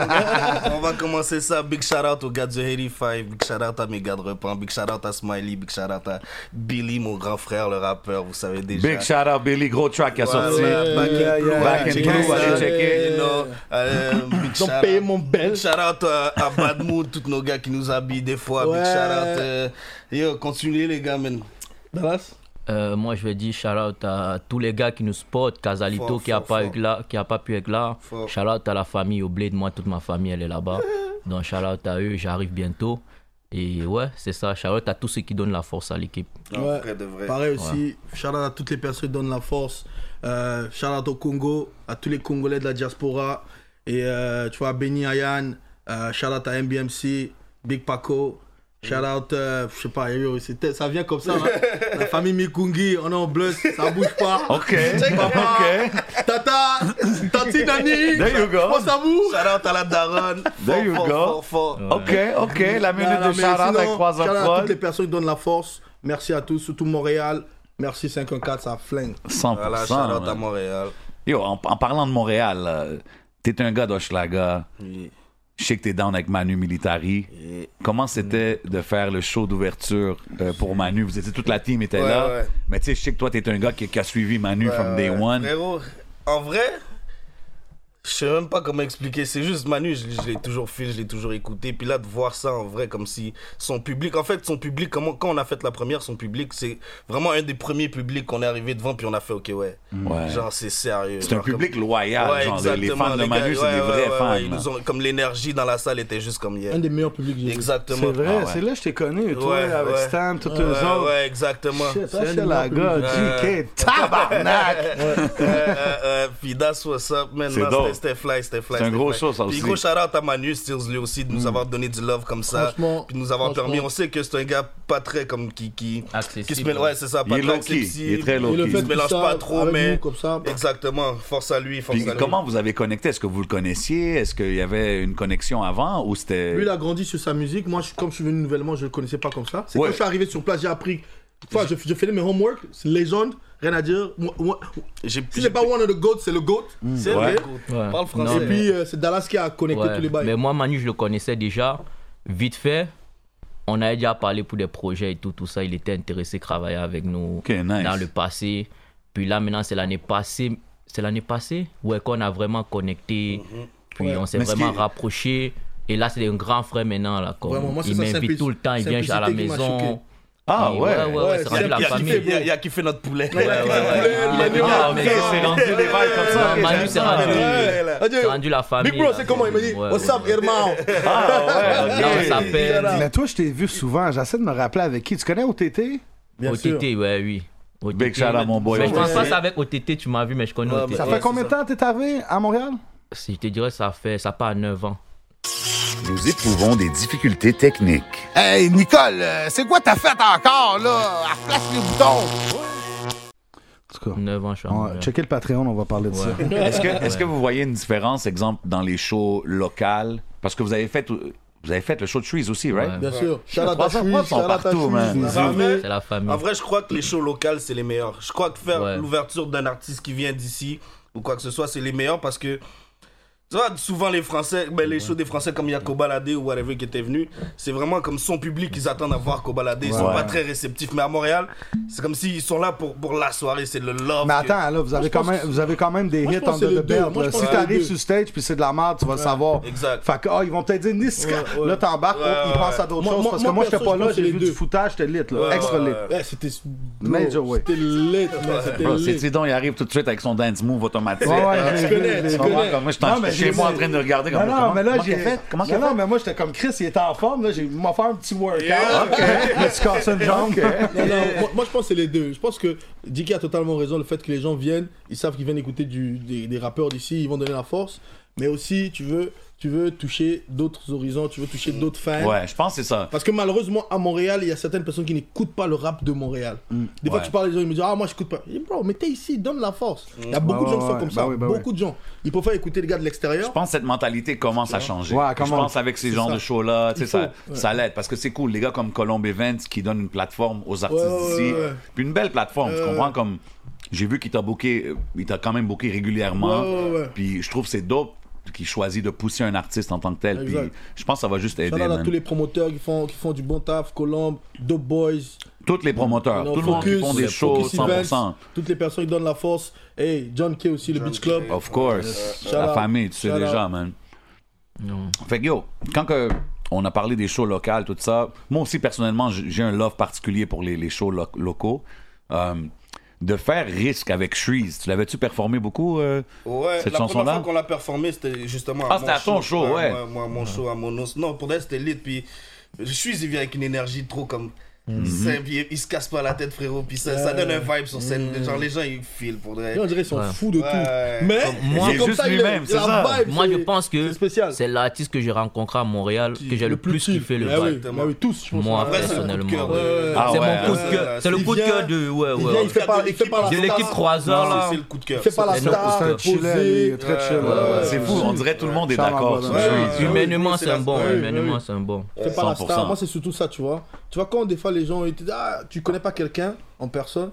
Speaker 4: On va commencer ça. Big shout out aux gars du 85. Big shout out à mes gars de repas. Big shout out à Smiley. Big shout out à Billy, mon grand frère, le rappeur. Vous savez déjà.
Speaker 3: Big shout out, Billy. Gros track qui a
Speaker 4: Ouais,
Speaker 3: sorti.
Speaker 7: Euh,
Speaker 4: ouais, Back
Speaker 2: Yeah,
Speaker 4: in
Speaker 2: yeah,
Speaker 4: Blue,
Speaker 3: Back in
Speaker 4: checker
Speaker 3: Blue,
Speaker 4: ça.
Speaker 3: allez checker.
Speaker 4: You know, euh, big
Speaker 7: Ils ont
Speaker 4: shout
Speaker 7: payé
Speaker 4: out.
Speaker 7: mon bel.
Speaker 4: Big shout out euh, à, à Bad Mood, tous nos gars qui nous habillent des fois.
Speaker 7: Ouais.
Speaker 4: Big shout out. euh, yo, continuez les gars, man.
Speaker 7: Dallas
Speaker 6: Euh, moi, je vais dire shout out à tous les gars qui nous supportent. Casalito
Speaker 4: Fort,
Speaker 6: qui, a
Speaker 4: fort,
Speaker 6: pas
Speaker 4: fort.
Speaker 6: eu là- qui a pas pu être là.
Speaker 4: Fort.
Speaker 6: Shout out à la famille au bled. Moi, toute ma famille, elle est là-bas. Donc, shout out à eux, j'arrive bientôt. Et ouais, c'est ça, shout out à tous ceux qui donnent la force à l'équipe.
Speaker 4: Non,
Speaker 7: Ouais.
Speaker 4: vrai de vrai.
Speaker 7: Pareil aussi, shout out à toutes les personnes qui donnent la force. Euh, shout out au Congo, à tous les Congolais de la diaspora. Et euh, tu vois, à Benny Ayan, euh, shout out à MBMC, Big Paco. Shout out, euh, je sais pas, yo, c'était- ça vient comme ça. hein. La famille Mikungi, on est en bleu, ça bouge pas.
Speaker 3: Ok,
Speaker 7: Papa,
Speaker 3: ok.
Speaker 7: Tata, Tati Nani,
Speaker 3: There you go.
Speaker 7: pense à vous.
Speaker 4: Shout out à la daronne.
Speaker 3: There you
Speaker 4: fort,
Speaker 3: go.
Speaker 4: Fort, fort, fort.
Speaker 3: Ok, ok, la minute
Speaker 7: Non, non,
Speaker 3: de
Speaker 7: mais
Speaker 3: shout-out avec
Speaker 7: sinon,
Speaker 3: trois
Speaker 7: shout-out à toutes les
Speaker 3: Prod.
Speaker 7: personnes qui donnent la force. Merci à tous, surtout Montréal. Merci 54, ça flingue.
Speaker 3: 100%.
Speaker 4: Voilà, shout out à
Speaker 3: man.
Speaker 4: Montréal.
Speaker 3: Yo, en, en parlant de Montréal, euh, t'es un gars d'Hochelaga.
Speaker 4: Oui.
Speaker 3: Je sais que t'es down avec Manu Militari.
Speaker 4: Yeah.
Speaker 3: Comment c'était de faire le show d'ouverture euh, pour Manu? Vous étiez toute la team était
Speaker 4: Ouais,
Speaker 3: là.
Speaker 4: ouais.
Speaker 3: Mais tu sais, je sais que toi, t'es un gars qui, qui a suivi Manu from day
Speaker 4: Euh,
Speaker 3: one.
Speaker 4: Frérot, en vrai, je sais même pas comment expliquer. C'est juste Manu, je, je l'ai toujours fait, je l'ai toujours écouté. Puis là, de voir ça en vrai, comme si son public. En fait, son public, comment, quand on a fait la première, son public, c'est vraiment un des premiers publics qu'on est arrivé devant. Puis on a fait, ok, ouais.
Speaker 3: Ouais.
Speaker 4: Genre, c'est sérieux.
Speaker 3: C'est un
Speaker 4: Genre, comme-
Speaker 3: public loyal.
Speaker 4: Ouais,
Speaker 3: genre, les- les
Speaker 4: exactement,
Speaker 3: fans de
Speaker 4: les gars,
Speaker 3: Manu, c'est
Speaker 4: ouais,
Speaker 3: des
Speaker 4: ouais,
Speaker 3: vrais
Speaker 4: ouais,
Speaker 3: fans.
Speaker 4: ouais, ils
Speaker 3: là.
Speaker 4: nous ont- comme l'énergie dans la salle était juste comme hier.
Speaker 7: Un des meilleurs publics que j'ai vu.
Speaker 2: C'est
Speaker 4: Exactement.
Speaker 2: vrai,
Speaker 3: Ah ouais.
Speaker 2: c'est là que je t'ai connu, toi,
Speaker 4: Ouais,
Speaker 2: avec
Speaker 4: ouais.
Speaker 2: Stan, tous
Speaker 4: Ouais,
Speaker 2: eux autres.
Speaker 4: ouais, exactement.
Speaker 2: Shit,
Speaker 7: C'est
Speaker 2: c'est
Speaker 7: un
Speaker 2: la
Speaker 7: des meilleurs
Speaker 2: gars,
Speaker 4: publics.
Speaker 2: GK, tabarnak!
Speaker 4: Euh, euh, euh, Puis that's what's up, man.
Speaker 3: C'est
Speaker 4: Non,
Speaker 3: dope.
Speaker 4: c'était- C'était fly, c'était fly.
Speaker 3: C'est un
Speaker 4: c'était
Speaker 3: gros
Speaker 4: fly.
Speaker 3: show, ça
Speaker 4: Puis
Speaker 3: aussi. Mm.
Speaker 4: gros shout out à Manu Stills, lui aussi, de nous avoir donné du love comme ça.
Speaker 7: Franchement,
Speaker 4: Puis de nous avoir permis.
Speaker 7: franchement.
Speaker 4: On sait que c'est un gars pas très comme qui. qui qui se
Speaker 6: Accessible.
Speaker 4: mêle- Ouais, c'est ça,
Speaker 3: Il
Speaker 4: pas
Speaker 3: est
Speaker 4: très
Speaker 3: low-key.
Speaker 4: accessible.
Speaker 3: Il est très
Speaker 7: Et le
Speaker 3: low-key.
Speaker 7: fait
Speaker 4: se mélange
Speaker 7: qu'il
Speaker 4: pas
Speaker 7: soit
Speaker 4: trop,
Speaker 7: avec
Speaker 4: mais-
Speaker 7: nous comme ça.
Speaker 4: Exactement. Force à lui, force
Speaker 3: Puis
Speaker 4: à lui.
Speaker 3: comment vous avez connecté? Est-ce que vous le connaissiez? Est-ce qu'il y avait une connexion avant ou c'était...
Speaker 7: Lui, il a grandi sur sa musique. Moi, je- comme je suis venu nouvellement, je le connaissais pas comme ça. C'est
Speaker 3: Ouais.
Speaker 7: quand je suis arrivé sur place, j'ai appris. Enfin, je, je faisais mes homework, c'est légende, rien à dire. Moi- moi-
Speaker 4: J'ai
Speaker 7: si c'est pas one of the goats, c'est le goat. C'est
Speaker 3: Ouais.
Speaker 7: vrai.
Speaker 6: Ouais.
Speaker 4: Parle
Speaker 7: Et
Speaker 4: français.
Speaker 6: Non,
Speaker 7: puis, euh, c'est Dallas qui a connecté
Speaker 6: Ouais,
Speaker 7: tous les bails.
Speaker 6: Mais moi, Manu, je le connaissais déjà. Vite fait, on avait déjà parlé pour des projets et tout, tout ça. Il était intéressé de travailler avec nous
Speaker 3: Ok, nice.
Speaker 6: dans le passé. Puis là, maintenant, c'est l'année passée. C'est l'année passée Ouais, qu'on a vraiment connecté.
Speaker 7: Mhm.
Speaker 6: Puis on s'est
Speaker 3: Mais ce
Speaker 6: vraiment
Speaker 3: qui est-
Speaker 6: rapprochés. Et là, c'est un grand frère maintenant. Là, comme,
Speaker 7: Vraiment, moi, c'est
Speaker 6: il
Speaker 7: sa
Speaker 6: m'invite
Speaker 7: simplicité-
Speaker 6: tout le temps. Il vient à la
Speaker 7: simplicité qui m'a choqué.
Speaker 6: maison.
Speaker 3: Ah
Speaker 6: Et
Speaker 3: ouais?
Speaker 6: ouais,
Speaker 7: Ouais,
Speaker 6: c'est
Speaker 7: c'est
Speaker 6: rendu
Speaker 7: la
Speaker 6: la
Speaker 7: pierre qui fait
Speaker 6: famille.
Speaker 4: Il a- il a kiffé notre poulet.
Speaker 7: Ouais, ouais, ouais.
Speaker 6: Ah,
Speaker 7: Manu,
Speaker 6: ah,
Speaker 7: on
Speaker 6: mais
Speaker 7: fait
Speaker 6: c'est
Speaker 7: ça.
Speaker 6: rendu-
Speaker 3: des vibes comme ça.
Speaker 6: Ah, Manu, c'est rendu-
Speaker 7: Ouais. Adieu.
Speaker 6: c'est rendu la famille.
Speaker 7: Ah, Big Bro,
Speaker 6: là,
Speaker 7: c'est comment il m'a dit
Speaker 6: ouais,
Speaker 7: What's
Speaker 6: ouais.
Speaker 7: up, hermano
Speaker 3: Ah
Speaker 6: Là, on
Speaker 3: ouais, ok.
Speaker 6: s'appelle.
Speaker 2: Mais toi, je t'ai vu souvent, j'essaie de me rappeler avec qui. Tu connais OTT?
Speaker 7: Bien sûr.
Speaker 6: OTT, ouais, oui. OTT,
Speaker 3: Big shout out à mon boy
Speaker 6: Mais je pense
Speaker 3: OTT.
Speaker 6: pas que c'est avec OTT, tu m'as vu, mais je connais
Speaker 4: Ouais,
Speaker 6: OTT.
Speaker 4: mais
Speaker 2: Ça
Speaker 4: Ouais,
Speaker 2: fait combien de temps t'es arrivé à Montréal?
Speaker 6: Si je te dirais, ça fait, ça part à 9 ans.
Speaker 3: Nous éprouvons des difficultés techniques.
Speaker 2: Hey, Nicole, euh, c'est quoi ta fête encore, là? À place les boutons! En tout cas,
Speaker 6: 9 ans, je suis à
Speaker 2: on-
Speaker 6: Montréal.
Speaker 2: checker le Patreon, on va parler de ça.
Speaker 3: Est-ce que, est-ce que vous voyez une différence, exemple, dans les shows locales? Parce que vous avez fait, vous avez fait le show de Trees aussi, right?
Speaker 6: Ouais.
Speaker 7: Bien sûr. Shout out
Speaker 3: 300
Speaker 7: à
Speaker 3: profs
Speaker 7: Chouiche,
Speaker 3: sont
Speaker 7: shout out à
Speaker 3: partout,
Speaker 7: Chouiche.
Speaker 3: man.
Speaker 7: Ça
Speaker 4: Ouais.
Speaker 7: fait-
Speaker 6: C'est la famille.
Speaker 4: En vrai, je crois que les shows locales, c'est les meilleurs. Je crois que faire
Speaker 6: Ouais.
Speaker 4: l'ouverture d'un artiste qui vient d'ici ou quoi que ce soit, c'est les meilleurs parce que. Tu vois, souvent les Français, ben, les shows des Français comme il y a Kobalade ou whatever qui était venu, c'est vraiment comme son public, ils attendent à voir Kobalade, ils sont
Speaker 3: Ouais.
Speaker 4: pas très réceptifs. Mais à Montréal, c'est comme s'ils sont là pour, pour la soirée, c'est le love.
Speaker 2: Mais
Speaker 4: que-
Speaker 2: attends, là, vous avez, quand même, vous avez quand même des
Speaker 7: Moi, je
Speaker 2: hits
Speaker 7: pense
Speaker 2: en
Speaker 7: que c'est
Speaker 2: the
Speaker 7: les deux.
Speaker 2: belt.
Speaker 7: Moi, je
Speaker 2: là.
Speaker 7: pense
Speaker 2: Si
Speaker 7: que c'est les
Speaker 2: t'arrives
Speaker 7: deux.
Speaker 2: sur stage puis c'est de la merde, tu vas le savoir.
Speaker 4: exact.
Speaker 2: Fait que, ah, ils vont peut-être dire Niska.
Speaker 7: Ouais, ouais.
Speaker 2: Là, t'embarques,
Speaker 4: Ouais,
Speaker 2: autres, ils
Speaker 4: ouais.
Speaker 2: pensent à d'autres
Speaker 7: Moi-
Speaker 2: choses.
Speaker 7: moi-
Speaker 2: Parce que
Speaker 7: moi,
Speaker 2: moi, j'étais
Speaker 7: perso,
Speaker 2: pas
Speaker 7: je
Speaker 2: là,
Speaker 7: pense que
Speaker 2: j'ai
Speaker 7: les
Speaker 2: vu
Speaker 7: deux.
Speaker 2: du foutage, j'étais lit, là.
Speaker 4: Ouais,
Speaker 2: Extra
Speaker 4: ouais,
Speaker 2: lit.
Speaker 4: ouais.
Speaker 7: Ouais, Eh, c'était.
Speaker 2: Major way.
Speaker 7: C'était lit, man, c'était
Speaker 3: Bro, c'est
Speaker 7: lit.
Speaker 3: c'est donc, il arrive tout de suite avec son dance move automatique.
Speaker 2: Ouais, ouais, je l'ai vu,
Speaker 7: connais,
Speaker 2: je l'ai
Speaker 7: tu
Speaker 2: vu.
Speaker 3: Comment- comme moi, je suis en-
Speaker 2: Non, mais
Speaker 3: chez
Speaker 2: j'ai-
Speaker 3: moi en train de le regarder comme
Speaker 2: Non,
Speaker 3: comment-
Speaker 2: non, mais là,
Speaker 3: comment
Speaker 2: j'ai
Speaker 3: qu'il a fait. Comment qu'il a
Speaker 2: Non, non,
Speaker 3: fait?
Speaker 2: mais moi, j'étais comme Chris, il était en forme, là. J'ai... Il m'a fait un petit workout. Je me suis cassé une jambe.
Speaker 7: Non, non, moi, moi, je pense que c'est les deux. Je pense que Dicky a totalement raison. Le fait que les gens viennent, ils savent qu'ils viennent écouter du- des, des rappeurs d'ici, ils vont donner la force. Mais aussi, tu veux, tu veux toucher d'autres horizons, tu veux toucher d'autres fans.
Speaker 3: Ouais, je pense que c'est ça.
Speaker 7: Parce que malheureusement, à Montréal, il y a certaines personnes qui n'écoutent pas le rap de Montréal. Des fois,
Speaker 3: Ouais.
Speaker 7: tu parles des gens, ils me disent Ah, moi, j'écoute pas. Je dis, Bro, mais t'es ici, donne la force. Il y a beaucoup
Speaker 2: Ouais,
Speaker 7: de gens qui
Speaker 2: ouais,
Speaker 7: sont
Speaker 2: ouais.
Speaker 7: comme
Speaker 2: Bah
Speaker 7: ça.
Speaker 2: oui, bah oui.
Speaker 7: beaucoup de gens. Ils préfèrent écouter les gars de
Speaker 3: Je
Speaker 7: l'extérieur.
Speaker 3: pense que cette mentalité commence à changer.
Speaker 2: Ouais,
Speaker 3: je
Speaker 2: comment-
Speaker 3: pense avec ces
Speaker 7: c'est
Speaker 3: genres
Speaker 7: ça.
Speaker 3: de shows-là, tu sais,
Speaker 7: Il faut,
Speaker 3: ça, ça l'aide. Parce que c'est cool, les gars comme Colomb Events qui donnent une plateforme aux artistes
Speaker 7: Ouais, ouais,
Speaker 3: d'ici.
Speaker 7: ouais, Euh. ouais.
Speaker 3: Puis une belle plateforme, tu comprends? Comme j'ai vu qu'il t'a booké, euh, il t'a quand même booké régulièrement.
Speaker 7: Ouais, ouais, ouais.
Speaker 3: Puis je trouve que c'est dope qu'il choisit de pousser un artiste en tant que tel. Puis
Speaker 7: Exact.
Speaker 3: je pense que ça va juste aider.
Speaker 7: Shout out à
Speaker 3: man.
Speaker 7: tous les promoteurs qui font, qui font du bon taf, Colombe, Dope Boys,
Speaker 3: Tous les promoteurs,
Speaker 7: Non,
Speaker 3: tout le monde qui
Speaker 7: Focus,
Speaker 3: font des
Speaker 7: Focus
Speaker 3: shows
Speaker 7: Events,
Speaker 3: 100%.
Speaker 7: toutes les personnes qui donnent la force. Hey, John Kay aussi, le Beach Club.
Speaker 3: Of course.
Speaker 7: Shout
Speaker 3: la
Speaker 7: out.
Speaker 3: famille, tu sais
Speaker 7: Shout
Speaker 3: déjà,
Speaker 7: out.
Speaker 3: man.
Speaker 6: Non.
Speaker 3: Fait que yo, quand que on a parlé des shows locales, tout ça, moi aussi, personnellement, j- j'ai un love particulier pour les, les shows lo- locaux. Euh, de faire risque avec Shreeze. Tu l'avais-tu performé beaucoup euh,
Speaker 4: Ouais,
Speaker 3: cette
Speaker 4: la première
Speaker 3: chanson-là?
Speaker 4: fois qu'on l'a performé, c'était justement
Speaker 3: Ah, c'était à ton show, ouais.
Speaker 4: Moi, mon show à Monos. Non, pour elle, c'était lit. Puis, je suis, il vient avec une énergie trop comme.
Speaker 3: Mhm.
Speaker 4: simple, il, il se casse pas la tête, frérot. Puis ça, ça donne un vibe sur scène. Genre, les gens, ils filent pour de vrai.
Speaker 7: on dirait qu'ils sont
Speaker 6: Ouais.
Speaker 7: fous de
Speaker 4: Ouais.
Speaker 7: Mhm. tout. Mais
Speaker 6: Comme moi,
Speaker 7: c'est
Speaker 6: il est
Speaker 7: comme
Speaker 3: juste
Speaker 7: ça, il est.
Speaker 3: lui-même, c'est
Speaker 7: La
Speaker 3: ça.
Speaker 7: vibe,
Speaker 6: Moi, je
Speaker 7: c'est-
Speaker 6: pense que
Speaker 7: c'est spécial.
Speaker 6: c'est l'artiste que j'ai rencontré à Montréal que j'ai le, plus
Speaker 7: kiffé
Speaker 6: kiffé le
Speaker 7: ah oui,
Speaker 6: vibe.
Speaker 7: ah oui, tous, je pense.
Speaker 6: Moi,
Speaker 7: Ouais.
Speaker 4: Après, c'est le coup de
Speaker 6: personnellement.
Speaker 4: cœur.
Speaker 6: ouais.
Speaker 4: de-
Speaker 3: Ah
Speaker 6: c'est
Speaker 3: ouais.
Speaker 6: mon coup de
Speaker 4: Ouais,
Speaker 6: cœur. C'est le
Speaker 7: il
Speaker 6: coup de cœur
Speaker 7: vient-
Speaker 6: de. Ouais,
Speaker 7: il
Speaker 6: ouais.
Speaker 7: vient,
Speaker 6: ouais.
Speaker 7: il fait pas, il fait pas la
Speaker 6: De l'équipe
Speaker 7: star.
Speaker 6: croiseur, là.
Speaker 4: C'est le coup de
Speaker 7: Il
Speaker 4: cœur.
Speaker 7: fait pas la
Speaker 6: C'est un
Speaker 7: star,
Speaker 2: Très chill, hein, il est
Speaker 7: posé.
Speaker 2: très chill.
Speaker 4: Ouais,
Speaker 2: ouais, ouais.
Speaker 3: C'est fou, on dirait tout le monde est
Speaker 2: Charles
Speaker 3: d'accord
Speaker 2: Abadin.
Speaker 3: sur
Speaker 4: Ouais,
Speaker 3: Shreeze.
Speaker 4: ouais, ouais.
Speaker 6: Humainement,
Speaker 4: Oui,
Speaker 6: c'est un bon.
Speaker 4: oui, oui.
Speaker 6: Humainement, c'est un bon.
Speaker 7: Il fait pas la
Speaker 3: 100%.
Speaker 7: star. Moi, c'est surtout ça, tu vois. Tu vois, quand des fois, les gens, ils te disent, ah, tu connais pas quelqu'un en personne.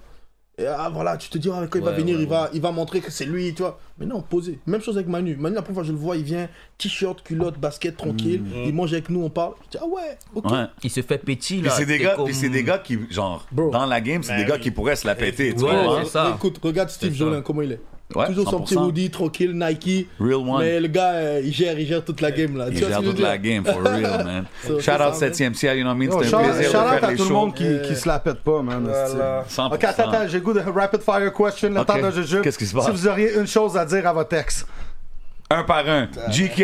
Speaker 7: Et ah, voilà, tu te dis, ah, quand il va
Speaker 6: Ouais,
Speaker 7: venir,
Speaker 6: ouais,
Speaker 7: il, va, il va montrer que c'est lui, tu vois. Mais non, posé. Même chose avec Manu. Manu, la première fois que je le vois, il vient, t-shirt, culotte, basket, tranquille. Il mange avec nous, on parle. Je dis, ah ouais, ok.
Speaker 3: Mm. Ouais.
Speaker 6: Il se fait petit,
Speaker 3: Puis
Speaker 6: là.
Speaker 3: c'est des
Speaker 6: c'est
Speaker 3: gars,
Speaker 6: comme-
Speaker 3: puis c'est des gars qui, genre,
Speaker 7: Bro.
Speaker 3: dans la game, c'est des
Speaker 4: Ben
Speaker 3: gars
Speaker 4: oui.
Speaker 3: qui pourraient se la péter, tu
Speaker 6: Ouais,
Speaker 3: comprends?
Speaker 6: c'est ça.
Speaker 7: Écoute, regarde Steve
Speaker 6: ça.
Speaker 7: Jolin, comment il est.
Speaker 3: Ouais,
Speaker 7: Toujours son petit
Speaker 3: 100%.
Speaker 7: hoodie, tranquille, Nike.
Speaker 3: Real one.
Speaker 7: Mais le gars, euh, il gère, il gère toute la game, là.
Speaker 3: Il
Speaker 7: Tu vois
Speaker 3: gère
Speaker 7: ce que je
Speaker 3: toute
Speaker 7: veux
Speaker 3: la
Speaker 7: dire
Speaker 3: game, for real, man.
Speaker 7: C'est-
Speaker 3: Shout
Speaker 7: c'est
Speaker 3: out
Speaker 7: ça,
Speaker 3: 7ème siècle, you know what I mean?
Speaker 2: Yo,
Speaker 3: C'était
Speaker 2: shout-
Speaker 3: un plaisir de
Speaker 2: shout out
Speaker 3: faire
Speaker 2: à
Speaker 3: les
Speaker 2: tout le
Speaker 3: shows.
Speaker 2: monde qui, qui se la pète pas, man.
Speaker 4: Voilà.
Speaker 3: 100%.
Speaker 2: Ok, attends, attends, j'ai le goût de rapid fire question, le
Speaker 3: Ok.
Speaker 2: temps d'un jujube.
Speaker 3: Qu'est-ce qui se passe?
Speaker 2: Si vous auriez une chose à dire à votre ex.
Speaker 3: Un par un. GK.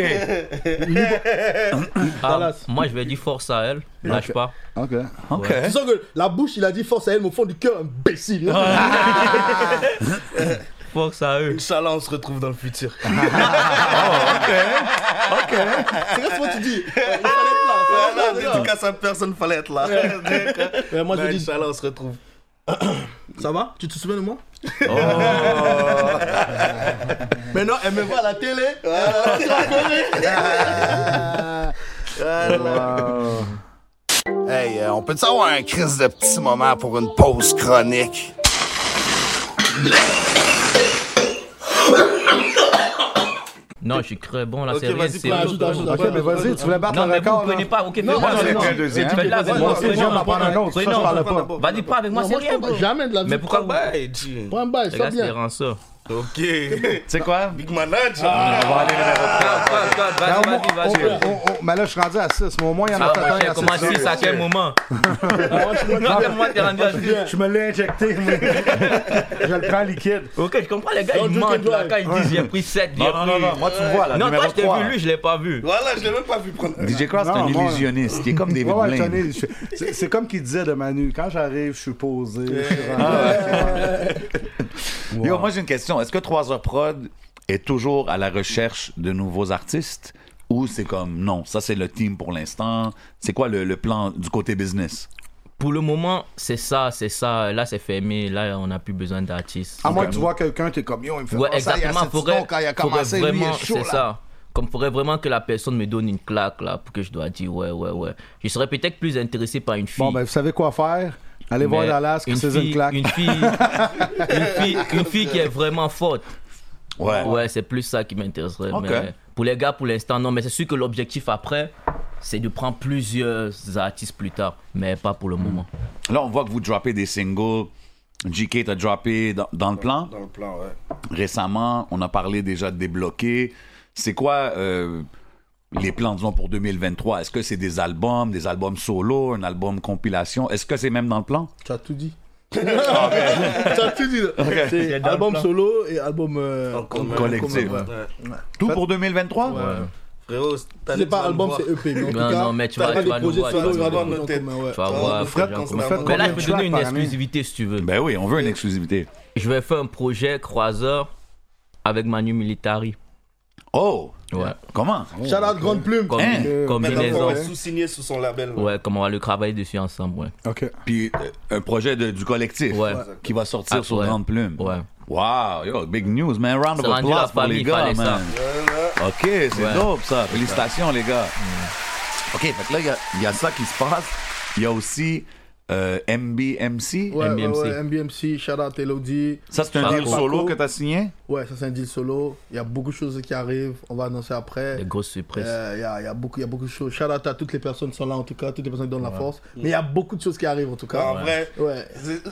Speaker 6: Ah,
Speaker 7: Dallas.
Speaker 6: moi, je vais dire force à elle. Lâche pas.
Speaker 2: Ok.
Speaker 3: OK.
Speaker 7: Tu sens que la bouche, il a dit force à elle, mais au fond du cœur, imbécile.
Speaker 6: Force à eux.
Speaker 4: Inch'Allah, on se retrouve dans le futur.
Speaker 7: C'est vrai, souvent tu dis, euh, il fallait être là, il fallait être là,
Speaker 4: Voilà,
Speaker 7: il
Speaker 4: en
Speaker 7: fallait
Speaker 4: tout
Speaker 7: être là.
Speaker 4: cas,
Speaker 7: Euh,
Speaker 4: sa personne fallait être là.
Speaker 7: Moi, je
Speaker 4: Ben,
Speaker 7: dis,
Speaker 4: Inch'Allah, on se retrouve.
Speaker 7: ça va Tu te souviens de moi
Speaker 6: Oh.
Speaker 7: Maintenant, elle me voit à la télé.
Speaker 8: Hey, euh, on peut-tu avoir un crise de petit moment pour une pause chronique?
Speaker 6: Non, je suis très bon, là. C'est
Speaker 4: Ok,
Speaker 6: rien.
Speaker 4: vas-y,
Speaker 6: C'est
Speaker 4: prends,
Speaker 6: autre
Speaker 4: ajoute,
Speaker 6: chose.
Speaker 7: ajoute,
Speaker 2: Ok, mais vas-y, tu voulais battre
Speaker 6: Non,
Speaker 2: le
Speaker 6: mais vous
Speaker 2: record.
Speaker 6: prenez
Speaker 2: là.
Speaker 6: pas. Ok,
Speaker 7: Non,
Speaker 6: fais-moi
Speaker 7: non,
Speaker 6: le
Speaker 7: non.
Speaker 6: nom.
Speaker 3: deuxième.
Speaker 6: Faites-la avec moi.
Speaker 2: Moi, c'est
Speaker 6: prenez-en,
Speaker 2: genre, on va prendre un
Speaker 6: prenez-en.
Speaker 2: autre. Ça, je parle
Speaker 6: Prenez-en.
Speaker 2: pas.
Speaker 6: Vas-y, pas avec moi,
Speaker 7: Non,
Speaker 6: c'est
Speaker 7: moi, je
Speaker 6: rien.
Speaker 7: prends pas, jamais de la vie.
Speaker 6: Mais pourquoi
Speaker 4: Bye,
Speaker 6: vous.
Speaker 4: bye, G.
Speaker 7: Prends un
Speaker 6: Les
Speaker 7: bail, sois
Speaker 6: gars, c'est
Speaker 7: bien.
Speaker 6: Rançon.
Speaker 4: Ok.
Speaker 3: Tu sais quoi?
Speaker 4: Big manager.
Speaker 3: On va aller vers-
Speaker 2: Ah, au moins,
Speaker 6: Vas-y, vas-y, vas-y.
Speaker 2: on- on- on- Mais là, je suis rendu à 6, mais au moins, il y en a
Speaker 6: Ah,
Speaker 2: peut-être un,
Speaker 6: mon
Speaker 2: il y
Speaker 6: cher,
Speaker 2: a
Speaker 6: comment
Speaker 2: six.
Speaker 6: tu sais à quel moment Non, mais moi, t'es rendu à six.
Speaker 2: Je me l'ai injecté. mais- Je le prends liquide.
Speaker 6: Ok, je comprends, les gars,
Speaker 7: Don't
Speaker 6: ils
Speaker 7: drink and
Speaker 6: mentent là.
Speaker 7: drive.
Speaker 6: Quand ils disent j'ai pris 7, j'ai
Speaker 3: Non, non, non,
Speaker 6: pris.
Speaker 3: non. Moi, tu me vois, là,
Speaker 6: Non, toi,
Speaker 3: numéro
Speaker 6: je t'ai vu,
Speaker 3: 3.
Speaker 6: lui, je l'ai pas vu.
Speaker 4: Voilà, je l'ai même pas vu prendre.
Speaker 3: DJ Cross, c'est
Speaker 2: Non,
Speaker 3: un
Speaker 2: moi-
Speaker 3: illusionniste. Il est comme David
Speaker 2: Ouais, ouais, j'en
Speaker 3: Blaine.
Speaker 2: ai- je- c'est- C'est comme qu'il disait de Manu. Quand j'arrive, je suis posé. je suis rendu-
Speaker 3: Yo, moi j'ai une question. Est-ce que 3 heures prod est toujours à la recherche de nouveaux artistes ou c'est comme non, ça c'est le team pour l'instant. C'est quoi le, le plan du côté business?
Speaker 6: Pour le moment, c'est ça, c'est ça. Là, c'est fermé. Là, on n'a plus besoin d'artistes.
Speaker 2: À moins que tu vois quelqu'un, t'es comme yo, il me fait
Speaker 6: Ouais,
Speaker 2: penser à
Speaker 6: exactement.
Speaker 2: Yacine
Speaker 6: Faudrait,
Speaker 2: Dutronc quand il a
Speaker 6: faudrait
Speaker 2: commencé, lui, il
Speaker 6: vraiment,
Speaker 2: est chaud, là.
Speaker 6: c'est ça. Comme faudrait vraiment que la personne me donne une claque là pour que je dois dire ouais, ouais, ouais. Je serais peut-être plus intéressé par une fille.
Speaker 2: Bon, ben, vous savez quoi faire. Allez voir
Speaker 6: mais
Speaker 2: Dallas, que c'est une
Speaker 6: fille-
Speaker 2: claque.
Speaker 6: Une fille, une fille, une fille qui est vraiment forte.
Speaker 3: Ouais.
Speaker 6: Ouais, c'est plus ça qui m'intéresserait.
Speaker 3: Ok.
Speaker 6: mais pour les gars, pour l'instant, non. Mais c'est sûr que l'objectif après, c'est de prendre plusieurs artistes plus tard, mais pas
Speaker 2: Hmm.
Speaker 6: pour le moment.
Speaker 3: Là, on voit que vous droppez des singles. JK t'a droppé dans, dans le plan.
Speaker 4: Dans le plan, ouais.
Speaker 3: Récemment, on a parlé déjà de débloquer. C'est quoi euh, les plans, disons, pour 2023? Est-ce que c'est des albums, des albums solo, un album compilation? Est-ce que c'est même dans le plan?
Speaker 7: Tu as tout dit. Tu as tout dit. C'est album solo et album euh,
Speaker 4: En commun.
Speaker 3: Collectif.
Speaker 7: commun, ouais.
Speaker 4: Ouais.
Speaker 3: Tout pour 2023?
Speaker 4: Frérot,
Speaker 7: Si c'est pas album, c'est EP. Mais en tout
Speaker 6: Non,
Speaker 7: cas,
Speaker 6: non, mais tu
Speaker 7: t'as
Speaker 6: vas-
Speaker 7: pas
Speaker 6: tu
Speaker 7: des
Speaker 6: vas nous
Speaker 7: projets
Speaker 6: voir,
Speaker 7: solo,
Speaker 6: tu vas
Speaker 7: il va y avoir
Speaker 4: nous
Speaker 7: des
Speaker 4: voir.
Speaker 7: trucs en commun, ouais.
Speaker 6: Tu vas
Speaker 4: on
Speaker 2: Euh,
Speaker 6: voir. faut
Speaker 4: nous
Speaker 6: que
Speaker 4: frappe
Speaker 6: j'en
Speaker 4: quand
Speaker 6: commence. Mais
Speaker 4: ça va.
Speaker 6: là, je
Speaker 2: Combien
Speaker 6: peux
Speaker 2: de
Speaker 6: donner
Speaker 2: tracks
Speaker 6: une
Speaker 2: par année
Speaker 6: exclusivité si tu veux.
Speaker 3: Ben oui, on veut une exclusivité.
Speaker 6: Je vais faire un projet croiseur avec Manu Militari.
Speaker 3: Oh!
Speaker 6: Ouais.
Speaker 3: Comment?
Speaker 7: Shout out Grande Plume.
Speaker 6: Comme,
Speaker 3: Hein?
Speaker 6: comme
Speaker 4: Mais
Speaker 6: les
Speaker 4: d'abord, on
Speaker 6: hommes.
Speaker 4: va sous-signer sous son label. ouais.
Speaker 6: Ouais, comme on va le travailler dessus ensemble, ouais.
Speaker 2: Ok.
Speaker 3: Puis euh, un projet de- du collectif
Speaker 6: Ouais.
Speaker 3: qui va sortir
Speaker 6: Ah,
Speaker 3: sur
Speaker 6: ouais.
Speaker 3: Grande Plume.
Speaker 6: Ouais.
Speaker 3: Wow, yo, big news, man. Round
Speaker 6: C'est
Speaker 3: of
Speaker 6: rendu la
Speaker 3: applause pour
Speaker 6: famille,
Speaker 3: les gars,
Speaker 6: fallait ça.
Speaker 3: man. OK, c'est
Speaker 6: Ouais.
Speaker 3: dope, ça. Félicitations, les gars. OK, fait que là, il y a- il y, a ça qui se passe. Il y a aussi euh, MBMC.
Speaker 7: Ouais, ouais,
Speaker 6: MBMC.
Speaker 7: ouais, MBMC, shout out Elodie.
Speaker 3: Ça, c'est un
Speaker 6: Paco.
Speaker 3: deal solo que t'as signé?
Speaker 7: Ouais, ça c'est un deal solo. Il y a beaucoup de choses qui arrivent. On va annoncer après.
Speaker 6: Des grosses surprises.
Speaker 7: Euh, Il y, a, il y a beaucoup il y a beaucoup de choses. Shout out à toutes les personnes qui sont là, en tout cas, toutes les personnes qui donnent la force. Mais il y a beaucoup de choses qui arrivent, en tout
Speaker 4: En
Speaker 7: cas.
Speaker 4: vrai,
Speaker 7: Ouais.
Speaker 4: c'est-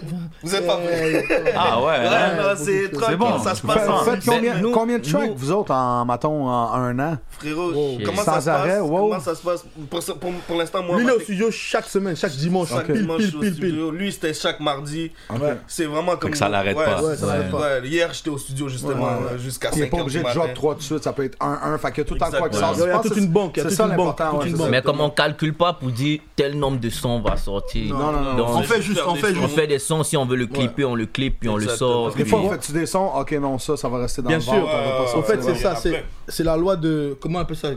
Speaker 4: vous êtes pas prêts.
Speaker 3: Ah ouais,
Speaker 4: Ouais,
Speaker 3: hein?
Speaker 4: non, c'est tranquille,
Speaker 3: bon.
Speaker 4: ça se passe
Speaker 3: Fais-
Speaker 4: en
Speaker 3: fais-
Speaker 9: Faites combien,
Speaker 6: Mais nous-
Speaker 9: combien de tracks,
Speaker 6: nous-
Speaker 9: vous autres, en, mettons, en un an?
Speaker 4: Frérot,
Speaker 6: Shit.
Speaker 4: comment,
Speaker 9: Sans
Speaker 4: ça se passe
Speaker 9: arrêt, wow.
Speaker 4: comment ça se passe Pour, ce- pour- pour l'instant, moi,
Speaker 7: Lui, il est
Speaker 4: ma
Speaker 7: au
Speaker 4: tech-
Speaker 7: studio chaque semaine, chaque dimanche.
Speaker 4: chaque
Speaker 7: Pile,
Speaker 4: dimanche, je suis
Speaker 7: pile,
Speaker 4: au
Speaker 7: pile, pile.
Speaker 4: studio. Lui, c'était chaque mardi.
Speaker 9: Ok.
Speaker 4: C'est vraiment comme.
Speaker 3: que ça l'arrête
Speaker 4: Ouais,
Speaker 3: pas.
Speaker 4: c'est
Speaker 7: Ouais, ça
Speaker 4: ça.
Speaker 7: l'arrête pas.
Speaker 4: Ouais, Hier, j'étais au studio justement
Speaker 9: Ouais, ouais.
Speaker 4: euh, jusqu'à 5
Speaker 9: Il
Speaker 4: h
Speaker 9: n'est pas obligé de
Speaker 4: matin.
Speaker 9: drop 3 de suite, ça peut être 1-1, fait qu'il y a tout le temps de quoi qui
Speaker 3: Exactement.
Speaker 9: sort.
Speaker 7: Il y a
Speaker 9: Je pense
Speaker 7: toute
Speaker 9: que
Speaker 7: une banque, il y a
Speaker 9: C'est
Speaker 7: toute
Speaker 9: ça
Speaker 7: une banque,
Speaker 9: l'important,
Speaker 7: toute
Speaker 9: ouais,
Speaker 7: une
Speaker 9: c'est
Speaker 7: banque.
Speaker 9: ça.
Speaker 6: Mais comme on calcule pas pour dire tel nombre de sons va sortir.
Speaker 9: Non, non, non,
Speaker 6: Donc,
Speaker 9: non.
Speaker 7: On fait juste, on fait
Speaker 6: on
Speaker 7: juste.
Speaker 6: fait des sons, si on veut le clipper, on le clip, puis on le
Speaker 4: Exactement.
Speaker 6: sort.
Speaker 9: Des
Speaker 6: puis-
Speaker 9: fois, vous faites-tu des sons? Ok, non, ça, ça va rester dans
Speaker 7: Bien
Speaker 9: le
Speaker 7: sûr.
Speaker 9: ventre, on va pas
Speaker 4: Ouais,
Speaker 7: En
Speaker 9: sortir.
Speaker 7: fait, c'est
Speaker 4: ouais,
Speaker 7: ça,
Speaker 4: ouais.
Speaker 7: c'est c'est la loi de. Comment on appelle ça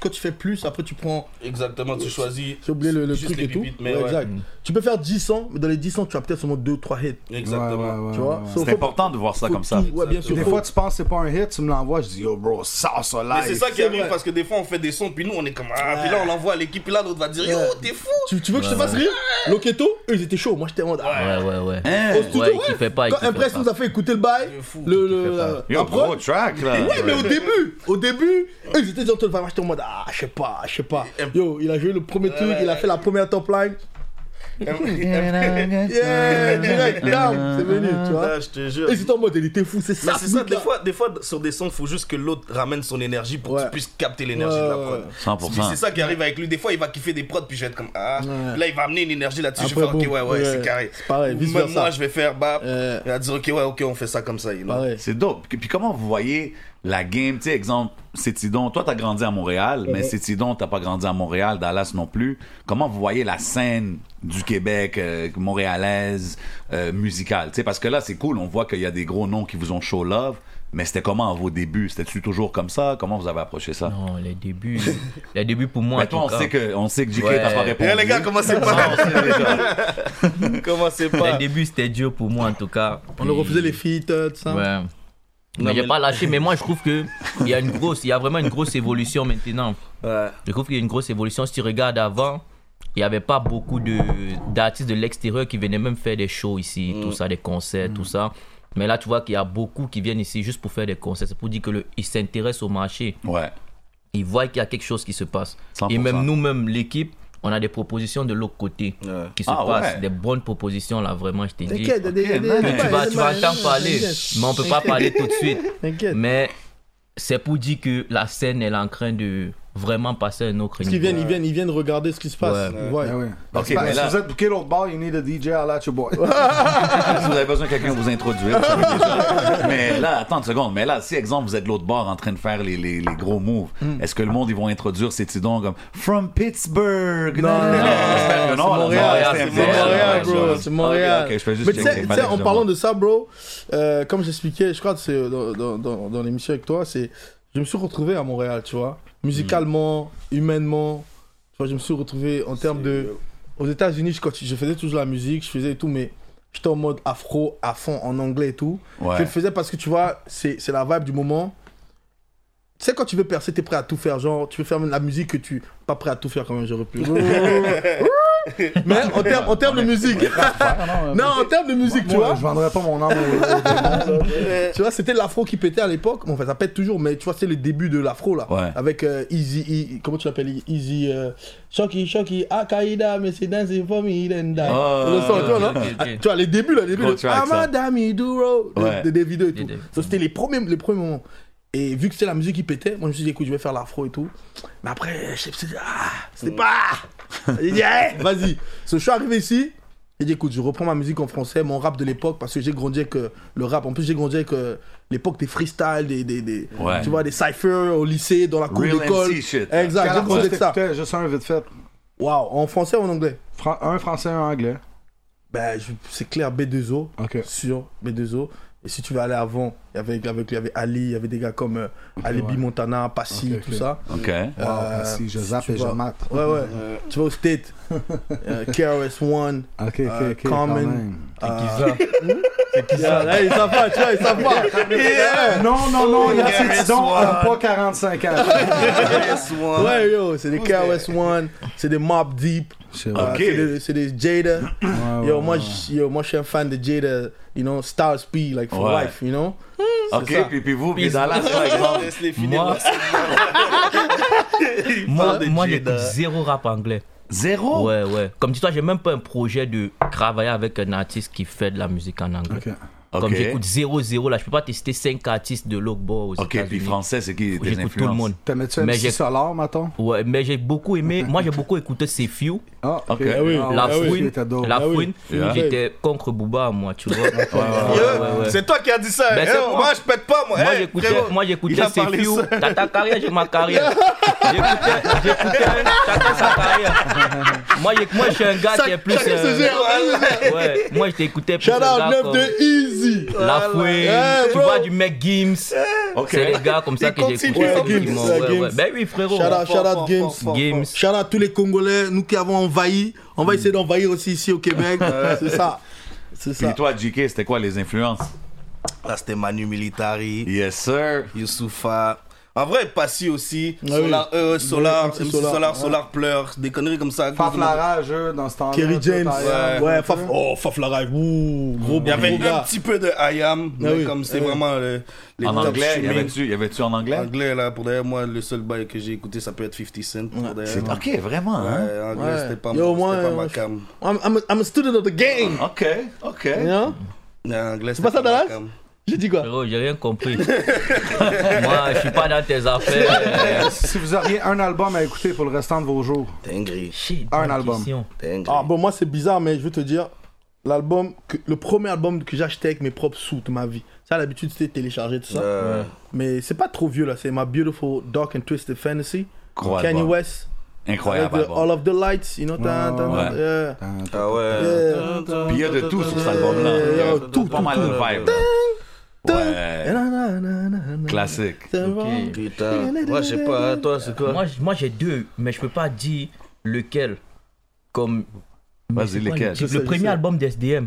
Speaker 7: Quand tu fais plus, après tu prends.
Speaker 4: Exactement, tu choisis.
Speaker 7: J'ai oublié le, le
Speaker 4: juste
Speaker 7: truc
Speaker 4: les
Speaker 7: et tout.
Speaker 4: pépites, mais
Speaker 7: Ouais,
Speaker 4: ouais.
Speaker 7: Exact. Tu peux faire 10 sons, mais dans les 10 sons, tu as peut-être seulement 2-3 hits.
Speaker 4: Exactement.
Speaker 9: Ouais, ouais, ouais,
Speaker 7: Tu vois
Speaker 9: ouais, ouais.
Speaker 7: Sauf
Speaker 3: C'est important de voir ça
Speaker 7: faut
Speaker 3: comme ça.
Speaker 7: tout- Ouais, bien sûr.
Speaker 9: Des
Speaker 7: faut-
Speaker 9: fois, tu penses que c'est pas un hit, tu me l'envoies, je dis yo bro, sors ça live.
Speaker 4: Mais c'est ça qui
Speaker 7: c'est
Speaker 4: arrive
Speaker 7: vrai.
Speaker 4: parce que des fois on fait des sons, puis nous on est comme ah, puis là on l'envoie à l'équipe, puis là l'autre va dire yo,
Speaker 7: Ouais.
Speaker 4: t'es fou!
Speaker 7: tu, tu veux que je te fasse rire Loketo, eux, ils étaient chauds. Moi, j'étais en mode. ah,
Speaker 6: Ouais, ouais, ouais.
Speaker 7: au
Speaker 3: Hein?
Speaker 7: studio,
Speaker 6: Ouais, il kiffait pas, il
Speaker 7: Quand
Speaker 6: kiffait
Speaker 7: Impress
Speaker 6: pas.
Speaker 7: nous a fait écouter le bail,
Speaker 4: fou,
Speaker 7: le.
Speaker 6: il
Speaker 7: le-
Speaker 6: kiffait pas.
Speaker 3: Yo,
Speaker 7: la prod,
Speaker 3: gros track, là.
Speaker 7: Ouais, mais au début, au début, eux, ils étaient dans tout le vibe. Moi, j'étais en mode, ah, je sais pas, je sais pas. Yo, il a joué le premier truc, il a fait la première top line. Yeah, direct, down, c'est venu, tu vois.
Speaker 4: Ah, je te jure.
Speaker 7: Et c'était en mode, il était fou, c'est
Speaker 4: Mais
Speaker 7: ça.
Speaker 4: c'est
Speaker 7: ce
Speaker 4: ça,
Speaker 7: beat-là.
Speaker 4: des fois, des fois sur des sons, faut juste que l'autre ramène son énergie pour que
Speaker 7: Ouais.
Speaker 4: tu puisses capter l'énergie de la
Speaker 7: Ouais, ouais,
Speaker 4: prod.
Speaker 7: ouais.
Speaker 3: 100%.
Speaker 4: Puis c'est ça qui arrive avec lui. Des fois, il va kiffer des prods, puis je vais être comme ah.
Speaker 7: Ouais.
Speaker 4: Là, il va amener une énergie là-dessus. Je vais
Speaker 7: Après,
Speaker 4: faire ok,
Speaker 7: boum.
Speaker 4: ouais, ouais,
Speaker 7: Ouais,
Speaker 4: c'est carré.
Speaker 7: c'est pareil,
Speaker 4: Ou
Speaker 7: vice
Speaker 4: Même
Speaker 7: versa.
Speaker 4: moi, je vais faire bah.
Speaker 7: Ouais.
Speaker 4: Il va dire ok, ouais, ok, on fait ça comme ça. you know.
Speaker 7: Pareil.
Speaker 3: C'est dope. Puis comment vous voyez la game, tu sais, exemple, Cétidon, toi t'as grandi à Montréal, mais Cétidon t'as pas grandi à Montréal, Dallas non plus. Comment vous voyez la scène du Québec euh, montréalaise euh, musicale, tu sais, parce que là c'est cool, on voit qu'il y a des gros noms qui vous ont show love, mais c'était comment à vos débuts, c'était-tu toujours comme ça, comment vous avez approché ça
Speaker 6: Non, les débuts. les débuts pour moi.
Speaker 3: Mais
Speaker 6: en
Speaker 3: toi
Speaker 6: tout
Speaker 3: on
Speaker 6: cas.
Speaker 3: sait que on sait que JK
Speaker 6: Ouais.
Speaker 3: t'as pas
Speaker 4: Eh,
Speaker 3: répondu. Ah,
Speaker 4: les gars, commencez pas. commencez
Speaker 6: Les
Speaker 4: pas.
Speaker 6: débuts, c'était dur pour moi, en tout cas.
Speaker 7: On leur refusait les filles, tout ça.
Speaker 6: Ouais. Mais j'ai pas lâché, mais moi je trouve que il y a une grosse, il y a vraiment une grosse évolution maintenant.
Speaker 4: Ouais.
Speaker 6: Je trouve qu'il y a une grosse évolution. Si tu regardes avant, il n'y avait pas beaucoup de, d'artistes de l'extérieur qui venaient même faire des shows ici, tout ça, des concerts, tout ça. Mais là, tu vois qu'il y a beaucoup qui viennent ici juste pour faire des concerts. C'est pour dire que le, ils s'intéressent au marché.
Speaker 3: ouais.
Speaker 6: Ils voient qu'il y a quelque chose qui se passe.
Speaker 3: 100%.
Speaker 6: Et même nous-mêmes, l'équipe, on a des propositions de l'autre côté qui se
Speaker 3: Ah,
Speaker 6: passent.
Speaker 3: ouais.
Speaker 6: Des bonnes propositions, là, vraiment, je t'ai dit.
Speaker 7: T'inquiète, des- des-
Speaker 3: man.
Speaker 7: des-
Speaker 6: Tu vas, tu vas entendre parler, mais on peut pas parler tout de suite.
Speaker 7: T'inquiète.
Speaker 6: Mais c'est pour dire que la scène, elle est en train de vraiment passer à un autre
Speaker 7: Parce qu'ils
Speaker 6: niveau.
Speaker 7: viennent, ils viennent, ils viennent regarder ce qui se passe.
Speaker 6: Ouais.
Speaker 7: Ouais.
Speaker 9: Ouais, ouais.
Speaker 3: Ok,
Speaker 9: Si
Speaker 3: mais là-
Speaker 9: vous êtes bouqué l'autre bar, you need a DJ, I'll let your boy.
Speaker 3: si vous avez besoin Ah, que quelqu'un vous introduire, vous savez déjà. mais là, attends une seconde. Mais là, si exemple, vous êtes de l'autre bord en train de faire les, les, les gros moves,
Speaker 7: Hmm.
Speaker 3: est-ce que le monde, ils vont introduire ces tidons comme From Pittsburgh?
Speaker 7: Non, non, non,
Speaker 3: j'espère que
Speaker 7: c'est
Speaker 3: non, là. Oh,
Speaker 7: Montréal,
Speaker 3: Non,
Speaker 7: c'est
Speaker 3: c'est
Speaker 7: Montréal,
Speaker 3: Montréal,
Speaker 7: bro,
Speaker 3: Montréal.
Speaker 7: c'est Montréal.
Speaker 3: Ok, ok, je fais juste
Speaker 7: Mais tu
Speaker 3: checker
Speaker 7: sais,
Speaker 3: les
Speaker 7: tu sais, en
Speaker 3: palettes,
Speaker 7: parlant
Speaker 3: je
Speaker 7: de ça, bro, euh, comme j'expliquais, je crois que c'est dans, dans- dans- dans l'émission avec toi, c'est je me suis retrouvé à Montréal, tu vois, musicalement, humainement, tu vois, je me suis retrouvé en termes de aux États-Unis, je, continue- je faisais toujours la musique, je faisais tout, mais j'étais en mode afro à fond en anglais et tout.
Speaker 3: Ouais.
Speaker 7: Je le faisais parce que tu vois, c'est c'est la vibe du moment. Tu sais, quand tu veux percer, t'es prêt à tout faire. Genre, tu veux faire même la musique que tu. Pas prêt à tout faire quand même, j'aurais pu. Mais en termes en termes de musique. non, en termes de musique, tu
Speaker 9: Moi,
Speaker 7: vois.
Speaker 9: je vendrais pas mon âme au- au- au-
Speaker 7: Tu vois, c'était l'afro qui pétait à l'époque. Bon, enfin, ça pète toujours, mais tu vois, c'est le début de l'afro là.
Speaker 3: Ouais.
Speaker 7: Avec euh, Easy, E- comment tu l'appelles Easy. Euh, Shocky, Shocky, Akaida, mais c'est dancing for me, then die.
Speaker 3: Oh,
Speaker 7: Tu le sens, tu vois, non
Speaker 6: ok, ok.
Speaker 7: Ah, Tu vois, les débuts là, les débuts.
Speaker 3: Gros
Speaker 7: de
Speaker 3: track, ça.
Speaker 7: Amadami Duro, de-
Speaker 3: Ouais.
Speaker 7: de- des vidéos et tout.
Speaker 6: Des- des-
Speaker 7: Ça, c'était les premiers, les premiers moments. Et vu que c'était la musique qui pétait, moi je me suis dit, écoute, je vais faire l'afro et tout. Mais après, je sais pas, ah, c'était
Speaker 3: Mm.
Speaker 7: pas. J'ai dit, hey, vas-y. So, je suis arrivé ici, j'ai dit, écoute, je reprends ma musique en français, mon rap de l'époque, parce que j'ai grandi avec euh, le rap. En plus, j'ai grandi avec euh, l'époque des freestyles, des, des, des-
Speaker 3: Ouais.
Speaker 7: tu vois, des cyphers au lycée, dans la cour
Speaker 3: Real
Speaker 7: d'école.
Speaker 3: MC shit.
Speaker 7: Exact,
Speaker 9: Quel
Speaker 7: j'ai grandi
Speaker 9: artiste
Speaker 7: avec ça.
Speaker 9: t'écoutais? Juste un vite fait.
Speaker 7: Waouh, en français ou en anglais
Speaker 9: Fran- Un français, un anglais.
Speaker 7: Ben, je- c'est clair, B2O.
Speaker 9: Ok.
Speaker 7: sur B2O. Et si tu veux aller avant, il y avait, avec lui, il y avait Ali, il y avait des gars comme euh, Ali B
Speaker 9: ouais.
Speaker 7: Montana, Passy,
Speaker 9: Ok, ok.
Speaker 7: tout ça.
Speaker 3: OK.
Speaker 9: Wow,
Speaker 7: Euh,
Speaker 9: merci, je
Speaker 7: si
Speaker 9: zappe
Speaker 7: tu
Speaker 9: et je
Speaker 7: vas-
Speaker 9: mate.
Speaker 7: Ouais, ouais. Tu vas au State, euh, KRS-One.
Speaker 9: Ok, ok,
Speaker 7: Euh,
Speaker 9: ok. quand
Speaker 7: Common.
Speaker 9: même.
Speaker 7: C'est qui Euh. ça Ils savent pas, tu vois, ils savent pas. Yeah.
Speaker 9: Non, non, non, il y a
Speaker 4: Yes,
Speaker 9: ces tidons
Speaker 4: one.
Speaker 9: à pas 45 ans.
Speaker 4: Yes, one.
Speaker 7: Ouais, yo, c'est des KRS-One, c'est des Mob Deep,
Speaker 9: C'est
Speaker 7: euh,
Speaker 9: vrai.
Speaker 3: Ok.
Speaker 7: c'est des- c'est des, Jada.
Speaker 9: Ouais, ouais,
Speaker 7: Ah, Yo,
Speaker 9: ouais.
Speaker 7: moi, je- yo, moi, je suis un fan de Jada, you know, Style Speed, like for
Speaker 3: Ouais.
Speaker 7: life, you know.
Speaker 3: OK, puis, puis vous, puis Dallas, par exemple.
Speaker 4: Laisse les filer.
Speaker 6: Moi,
Speaker 4: Parle
Speaker 6: moi,
Speaker 4: de
Speaker 6: moi
Speaker 4: Jada.
Speaker 6: j'écoute zéro rap anglais.
Speaker 9: Oh.
Speaker 3: Zéro?
Speaker 6: Ouais, ouais. Comme dis-toi, j'ai même pas un projet de travailler avec un artiste qui fait de la musique en anglais.
Speaker 3: OK.
Speaker 6: Comme j'écoute zéro, zéro, là, je peux pas tester cinq artistes de Lockbow aux
Speaker 7: Ah,
Speaker 3: OK, puis
Speaker 6: États-Unis.
Speaker 3: français, c'est qui tes
Speaker 6: J'écoute tout le
Speaker 3: influences?
Speaker 6: monde.
Speaker 9: T'aimais-tu
Speaker 6: Mais
Speaker 9: MC
Speaker 6: j'ai-
Speaker 9: Solar, mettons?
Speaker 6: Ouais, mais j'ai beaucoup aimé, moi j'ai beaucoup écouté ces few,
Speaker 9: Ah,
Speaker 3: OK. Ah oui.
Speaker 9: Ah
Speaker 6: La
Speaker 9: ouais, ouais,
Speaker 6: Fouine,
Speaker 9: c'était dope.
Speaker 6: La
Speaker 9: Ah oui.
Speaker 6: Fouine,
Speaker 3: Yeah.
Speaker 6: j'étais contre Booba, moi, tu vois. Ouais,
Speaker 4: Yo,
Speaker 6: ouais, ouais.
Speaker 4: C'est toi qui as dit ça.
Speaker 6: Ben,
Speaker 4: hein.
Speaker 6: c'est
Speaker 4: moi.
Speaker 6: moi.
Speaker 4: je pète pas, moi.
Speaker 6: Moi,
Speaker 4: Hey,
Speaker 6: j'écoutais,
Speaker 4: frérot.
Speaker 6: moi,
Speaker 4: Il a
Speaker 6: j'écoutais ses
Speaker 4: parlé
Speaker 6: few.
Speaker 4: ça.
Speaker 6: T'as ta carrière, j'ai ma carrière. J'écoutais, j'écoutais, chacun sa carrière. Moi, j'ai- moi, je suis un gars qui est plus.
Speaker 7: Chacun se
Speaker 6: euh,
Speaker 7: gère, hein,
Speaker 6: ouais, moi, je t'écoutais plus.
Speaker 7: Shout
Speaker 6: un
Speaker 7: out,
Speaker 6: gars
Speaker 7: 9
Speaker 6: comme
Speaker 7: de Easy.
Speaker 6: La Fouine,
Speaker 7: Ouais,
Speaker 6: tu
Speaker 7: bro.
Speaker 6: vois, du mec Gims.
Speaker 3: OK.
Speaker 6: C'est les gars comme ça que
Speaker 4: continue,
Speaker 6: j'écoute.
Speaker 7: ouais, Gims,
Speaker 6: effectivement,
Speaker 7: ouais,
Speaker 6: ouais, ouais.
Speaker 7: Gims.
Speaker 6: Ben oui, frérot.
Speaker 7: Shout out, shout out,
Speaker 4: fort,
Speaker 7: Games.
Speaker 4: fort, fort.
Speaker 6: Games.
Speaker 7: Shout out tous les Congolais, nous qui avons envahi. On va essayer d'envahir aussi ici au Québec. C'est ça. C'est ça.
Speaker 3: Puis toi, JK, c'était quoi les influences?
Speaker 4: Là, c'était Manu Militari,
Speaker 3: Yes, sir.
Speaker 4: Youssoufa. En vrai, Passy aussi.
Speaker 7: Ah oui.
Speaker 4: Solar, euh, Solar,
Speaker 7: Oui,
Speaker 4: MC
Speaker 7: Solar,
Speaker 4: Solar, Solar,
Speaker 7: ouais.
Speaker 4: pleure. Des conneries comme ça.
Speaker 9: Faf la rage, eux, dans ce temps-là.
Speaker 7: Kerry
Speaker 9: tout
Speaker 7: James.
Speaker 9: ailleurs.
Speaker 7: Ouais, Faf. Oh, Faf la rave. Ouh, gros
Speaker 4: Il y avait
Speaker 7: gros gars.
Speaker 4: un petit peu de I am, mais
Speaker 7: oui.
Speaker 4: comme c'est
Speaker 7: Ah oui.
Speaker 4: vraiment le- les
Speaker 3: En
Speaker 4: top
Speaker 3: anglais, y
Speaker 4: streaming.
Speaker 3: avait-tu y avait-tu en anglais?
Speaker 4: Anglais, là, pour d'ailleurs, moi, le seul bail que j'ai écouté, ça peut être 50 Cent. Pour d'ailleurs.
Speaker 3: C'est- OK, vraiment, hein?
Speaker 4: Ouais, anglais,
Speaker 7: Ouais.
Speaker 4: c'était pas,
Speaker 7: Yo,
Speaker 4: mon-
Speaker 7: moi,
Speaker 4: c'était pas
Speaker 7: euh,
Speaker 4: ma
Speaker 7: je-
Speaker 4: cam.
Speaker 7: I'm, I'm, a, I'm a student of the game.
Speaker 3: OK, OK.
Speaker 7: You know?
Speaker 4: Ouais, Anglais,
Speaker 7: pas ça,
Speaker 4: c'était ma
Speaker 7: Dallas
Speaker 4: cam.
Speaker 7: J'ai dit quoi
Speaker 6: Frérot, j'ai rien compris. Moi, je suis pas dans tes affaires.
Speaker 9: Si vous auriez un album à écouter pour le restant de vos jours,
Speaker 4: T'es angry.
Speaker 6: Shit,
Speaker 9: Un
Speaker 6: bonne
Speaker 9: album.
Speaker 6: question.
Speaker 4: T'es angry.
Speaker 7: Ah bon, moi c'est bizarre, mais je veux te dire, l'album, que- le premier album que j'ai acheté avec mes propres sous de ma vie. Ça, à l'habitude, c'était téléchargé tout ça.
Speaker 4: Euh,
Speaker 7: Mais c'est pas trop vieux là, c'est My Beautiful Dark and Twisted Fantasy.
Speaker 3: Gros
Speaker 7: Kanye
Speaker 3: album.
Speaker 7: West. Avec
Speaker 3: Incroyable.
Speaker 7: the,
Speaker 3: album.
Speaker 7: All of the Lights, you know. ta- ta- ta-
Speaker 3: Ouais.
Speaker 7: euh,
Speaker 4: Ah ouais.
Speaker 7: euh,
Speaker 3: Puis il y a de tout sur cet album-là. Il y a
Speaker 7: Tout, tout,
Speaker 3: pas mal de
Speaker 7: tout.
Speaker 3: vibes. là.
Speaker 7: Et
Speaker 3: Ouais.
Speaker 7: na- na- na- na- na-
Speaker 3: Classique.
Speaker 7: na-
Speaker 6: Ok.
Speaker 4: Putain. Moi, je sais pas, hein, toi, c'est quoi
Speaker 6: Moi, j- moi j'ai deux, mais je peux pas dire lequel. Comme. mais
Speaker 3: Vas-y,
Speaker 6: c'est quoi
Speaker 3: lesquels
Speaker 6: le-
Speaker 3: Je
Speaker 6: Le,
Speaker 7: sais, je sais.
Speaker 6: premier album d'SDM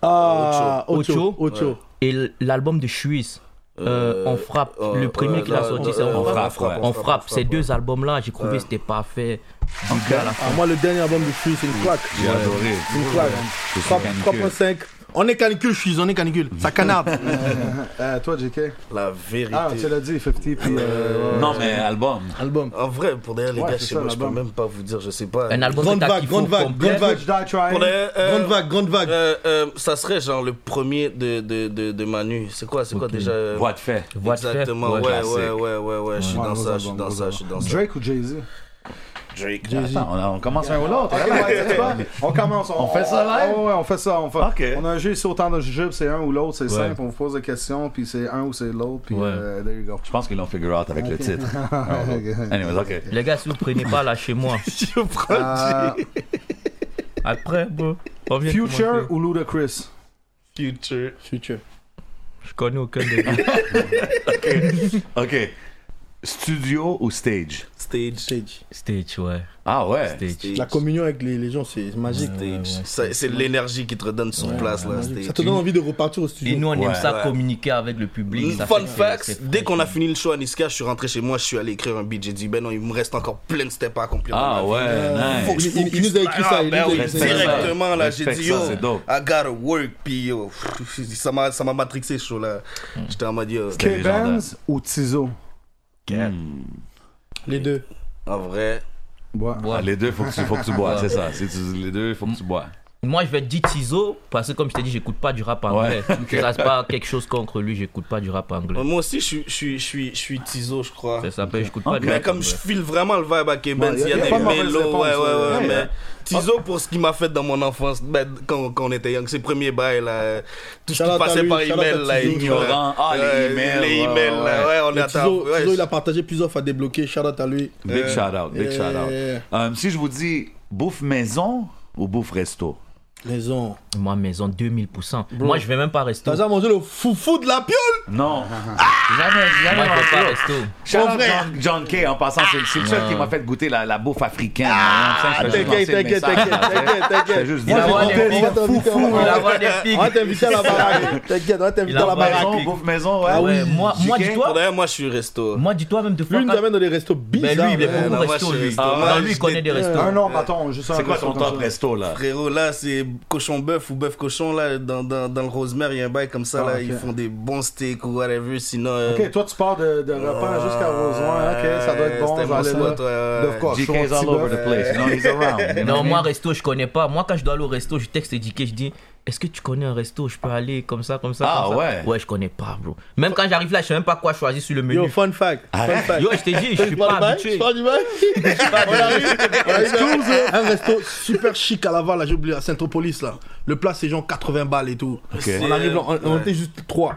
Speaker 7: Ah, Ocho.
Speaker 6: Ocho.
Speaker 7: Ocho.
Speaker 6: et l'album de Shuiz. euh, on frappe.
Speaker 4: euh,
Speaker 6: le premier
Speaker 4: euh,
Speaker 6: qu'il a
Speaker 4: non,
Speaker 6: sorti,
Speaker 4: euh,
Speaker 6: c'est
Speaker 4: euh,
Speaker 6: On
Speaker 3: on
Speaker 6: frappe.
Speaker 3: frappe, ouais.
Speaker 6: On frappe. Ces deux albums-là, j'ai trouvé que c'était parfait. Du gars, là.
Speaker 7: Ah, moi, le dernier album de Fury, c'est une claque.
Speaker 3: J'ai adoré.
Speaker 7: C'est une claque.
Speaker 3: Je suis
Speaker 7: Trois-
Speaker 3: canicule.
Speaker 7: 3.5. On est canicule, je suis, on est canicule. Ça canarde.
Speaker 9: Euh, toi, JK.
Speaker 4: La
Speaker 9: Ah, tu
Speaker 4: vérité.
Speaker 9: l'as dit, 50. Puis, euh, ouais.
Speaker 3: Non, mais album.
Speaker 7: Album.
Speaker 4: En vrai, pour d'ailleurs, les
Speaker 9: Ouais,
Speaker 4: gars,
Speaker 9: c'est
Speaker 4: je sais
Speaker 9: ça,
Speaker 4: pas, je peux
Speaker 9: l'album.
Speaker 4: même pas vous dire, je sais pas.
Speaker 6: Un album
Speaker 7: Grande
Speaker 6: que t'as
Speaker 7: vague,
Speaker 6: kiffé
Speaker 7: grande
Speaker 6: au
Speaker 7: vague,
Speaker 6: complet.
Speaker 7: grande vague.
Speaker 9: Rich Die Trying.
Speaker 4: Pour d'ailleurs, euh,
Speaker 7: Grande vague, grande vague.
Speaker 4: euh, euh, ça serait genre le premier de, de, de, de Manu. C'est quoi, c'est quoi déjà euh,
Speaker 3: Voix de fait.
Speaker 6: Voix de fait.
Speaker 4: Exactement,
Speaker 6: Ouais.
Speaker 4: ouais, ouais,
Speaker 3: classique.
Speaker 4: ouais, ouais, ouais, je suis
Speaker 9: Ouais,
Speaker 4: dans
Speaker 9: gros
Speaker 4: ça, je suis
Speaker 9: album,
Speaker 4: dans
Speaker 9: gros
Speaker 4: ça, je suis dans ça.
Speaker 9: Drake ou Jay-Z
Speaker 4: Drake.
Speaker 3: Attends, on, Eh, on commence un ou l'autre.
Speaker 9: Ok, ouais, c'est quoi? On commence. On, Ah,
Speaker 3: fait ça live?
Speaker 9: Ouais, ouais, on fait ça. On, fait-
Speaker 3: Ok.
Speaker 9: on a un jeu ici autant de jujubes, c'est un ou l'autre, c'est
Speaker 6: Ouais.
Speaker 9: simple. On vous pose des questions, puis c'est un ou c'est l'autre, puis
Speaker 6: Ouais.
Speaker 9: euh, there you go. Ah,
Speaker 3: Je pense qu'ils l'ont figure out avec le titre. Anyways, OK.
Speaker 6: Les gars, si vous prenez pas, lâchez-moi.
Speaker 9: Euh,
Speaker 6: Après, bro. on vient de
Speaker 9: Future
Speaker 6: commencer.
Speaker 9: ou Ludacris?
Speaker 4: Future.
Speaker 7: Future.
Speaker 6: Je connais aucun des deux.
Speaker 3: OK. Studio ou stage?
Speaker 4: Stage.
Speaker 7: Stage.
Speaker 6: Stage, ouais.
Speaker 3: Ah ouais.
Speaker 6: Stage.
Speaker 7: La communion avec les, les gens, c'est magique.
Speaker 4: Stage. Ça- C'est l'énergie qui te redonne sur place, là,
Speaker 7: Ça
Speaker 4: stage.
Speaker 7: te donne envie de repartir au
Speaker 6: Et
Speaker 7: studio.
Speaker 6: nous, on
Speaker 3: Ouais.
Speaker 6: aime ça
Speaker 4: Ouais.
Speaker 6: communiquer avec le public. ça fait
Speaker 4: Fun
Speaker 6: que
Speaker 4: fact,
Speaker 6: c'est-
Speaker 4: dès qu'on a fini le show à Niska, je suis rentré chez moi, je suis allé écrire un beat. J'ai dit, ben non, il me reste encore plein de steps à accomplir. dans ma
Speaker 3: Ah
Speaker 4: vie.
Speaker 3: ouais,
Speaker 7: Faut-
Speaker 3: nice.
Speaker 7: il, il- il nous a écrit ça. Il nous
Speaker 4: ben
Speaker 7: a
Speaker 4: oui,
Speaker 7: écrit ça.
Speaker 3: Respect ça.
Speaker 4: directement là, j'ai
Speaker 3: Respect
Speaker 4: dit
Speaker 3: ça,
Speaker 4: yo,
Speaker 3: c'est dope.
Speaker 4: I gotta work, puis yo, ça m'a, ça m'a matrixé chaud là.
Speaker 3: Hmm.
Speaker 4: J'étais en mode yo,
Speaker 3: C'était légendaire.
Speaker 9: K-Benz ou Tizo?
Speaker 3: Hmm.
Speaker 7: Les deux.
Speaker 4: en vrai,
Speaker 9: Ouais.
Speaker 3: Ah, les deux, faut que tu, faut que tu bois, c'est ça. Si tu- les deux, faut que tu bois.
Speaker 6: Moi, je vais te dire Tizo, parce que comme je t'ai dit, j'écoute pas du rap anglais. Ça, c'est pas quelque chose contre lui, j'écoute pas du rap anglais.
Speaker 4: moi aussi je suis, je suis, je suis, je suis tiso, je crois.
Speaker 6: Ça s'appelle, j'écoute pas du
Speaker 4: Mais
Speaker 6: rap
Speaker 4: comme je
Speaker 6: anglais.
Speaker 4: file vraiment le vibe à Québec,
Speaker 9: Bon,
Speaker 4: il y a,
Speaker 9: y a
Speaker 4: des
Speaker 9: pas de mauvaise
Speaker 4: mélos,
Speaker 9: réponse,
Speaker 4: ouais, ouais,
Speaker 9: euh,
Speaker 4: ouais,
Speaker 9: ouais,
Speaker 4: mais
Speaker 9: ouais.
Speaker 4: Tizo pour ce qui m'a fait dans mon enfance, ben, quand, quand on était young, ses premiers bails là, euh, tout
Speaker 7: Shout
Speaker 4: ce
Speaker 7: out
Speaker 4: qui
Speaker 7: à
Speaker 4: passait
Speaker 7: lui,
Speaker 4: par
Speaker 7: shout out
Speaker 4: email
Speaker 7: à
Speaker 4: là,
Speaker 7: Tizo.
Speaker 4: il-
Speaker 3: Ignorant. Ah, les
Speaker 4: Ouais,
Speaker 3: emails,
Speaker 4: les
Speaker 3: ouais,
Speaker 4: emails là,
Speaker 3: ouais.
Speaker 4: ouais, on est
Speaker 7: Et
Speaker 4: à ta-
Speaker 7: Tizo,
Speaker 4: ouais,
Speaker 7: Tizo, il a partagé plusieurs fois débloqué. Shout out à lui.
Speaker 3: Big shout out, big
Speaker 7: euh,
Speaker 3: shout out.
Speaker 7: euh,
Speaker 3: Euh, si je vous dis bouffe maison ou bouffe resto?
Speaker 7: Maison.
Speaker 6: Moi, maison, 2000%. Moi, je vais même pas rester.
Speaker 7: T'as
Speaker 6: Moi,
Speaker 7: déjà mangé le foufou de la piole
Speaker 3: Non. Jamais, jamais.
Speaker 6: je
Speaker 3: en
Speaker 6: vais
Speaker 3: plus.
Speaker 6: pas rester.
Speaker 3: Shout out
Speaker 7: frère.
Speaker 3: John, John Kay en passant, c'est c'est le seul qui m'a fait goûter la, la bouffe africaine. hein. Je sais, je vais
Speaker 7: T'inquiète,
Speaker 3: juste lancer le message, là, tu sais. J'étais juste
Speaker 7: t'inquiète, t'inquiète, t'inquiète, t'inquiète.
Speaker 3: dit,
Speaker 7: Moi,
Speaker 3: la
Speaker 7: j'ai
Speaker 6: Moi,
Speaker 3: bouffe-
Speaker 6: j'ai
Speaker 7: compté, on va t'inviter,
Speaker 6: Il a des
Speaker 7: on va- on va
Speaker 6: pics.
Speaker 7: t'inviter à la baraque. T'inquiète, on va t'inviter
Speaker 6: Il
Speaker 7: à la
Speaker 6: envoie des
Speaker 7: baraque.
Speaker 3: maison, bouffe maison, ouais.
Speaker 6: Ah ouais, moi, moi,
Speaker 3: JK?
Speaker 4: Pour
Speaker 6: dis-toi,
Speaker 4: d'ailleurs, moi je suis resto.
Speaker 6: moi, dis-toi même de fois.
Speaker 7: Lui, il nous
Speaker 6: quand-
Speaker 7: amène dans des restos
Speaker 6: Ben,
Speaker 7: bizarres.
Speaker 6: lui, il est
Speaker 7: man.
Speaker 6: beaucoup
Speaker 4: non, moi,
Speaker 6: resto,
Speaker 4: je suis
Speaker 6: lui.
Speaker 4: resto.
Speaker 6: Non,
Speaker 4: Moi,
Speaker 6: lui, il
Speaker 4: je
Speaker 6: connaît des
Speaker 4: déteste.
Speaker 6: restos.
Speaker 9: Un nom, bâton, juste un
Speaker 3: C'est quoi
Speaker 9: resto
Speaker 3: ton
Speaker 9: comme
Speaker 3: top
Speaker 9: ça.
Speaker 3: resto là?
Speaker 4: Frérot, là, c'est cochon bœuf ou bœuf cochon, là, dans, dans, dans le rosemary, il y a un bail comme ça, là,
Speaker 9: Ah, ok.
Speaker 4: ils font des bons steaks, musique ou whatever, sinon. euh,
Speaker 2: Ok, toi, tu pars de, de Repent jusqu'à Rosemont. Ok, ça doit être bon.
Speaker 4: C'était
Speaker 2: genre
Speaker 4: mon
Speaker 2: ça.
Speaker 4: spot, ouais, ouais.
Speaker 2: Of course, je suis
Speaker 3: GK's
Speaker 2: un
Speaker 3: all
Speaker 2: petit
Speaker 3: over
Speaker 2: bœuf.
Speaker 3: the place. You know, he's around. you know
Speaker 6: Non,
Speaker 3: what I
Speaker 6: moi,
Speaker 3: mean?
Speaker 6: resto, je connais pas. Moi, quand je dois aller au resto, je texte Dicky, je dis Est-ce que tu connais un resto Je peux aller comme ça, comme ça.
Speaker 3: Ah,
Speaker 6: comme ça.
Speaker 3: ouais.
Speaker 6: Ouais, je connais pas, bro. Même quand j'arrive là, je sais même pas quoi choisir sur le menu.
Speaker 7: Yo,
Speaker 6: Yo,
Speaker 7: fun fact. Fun fact.
Speaker 6: je t'ai dit, je suis pas
Speaker 7: Je
Speaker 6: habitué.
Speaker 7: parle du bail. On arrive, on arrive à un resto super chic à Laval, là, j'ai oublié, à Saint-Opolis, là. Le plat, c'est genre 80 balles et tout.
Speaker 4: C'est-
Speaker 7: On arrive, là, on, on
Speaker 4: ouais.
Speaker 7: était juste trois.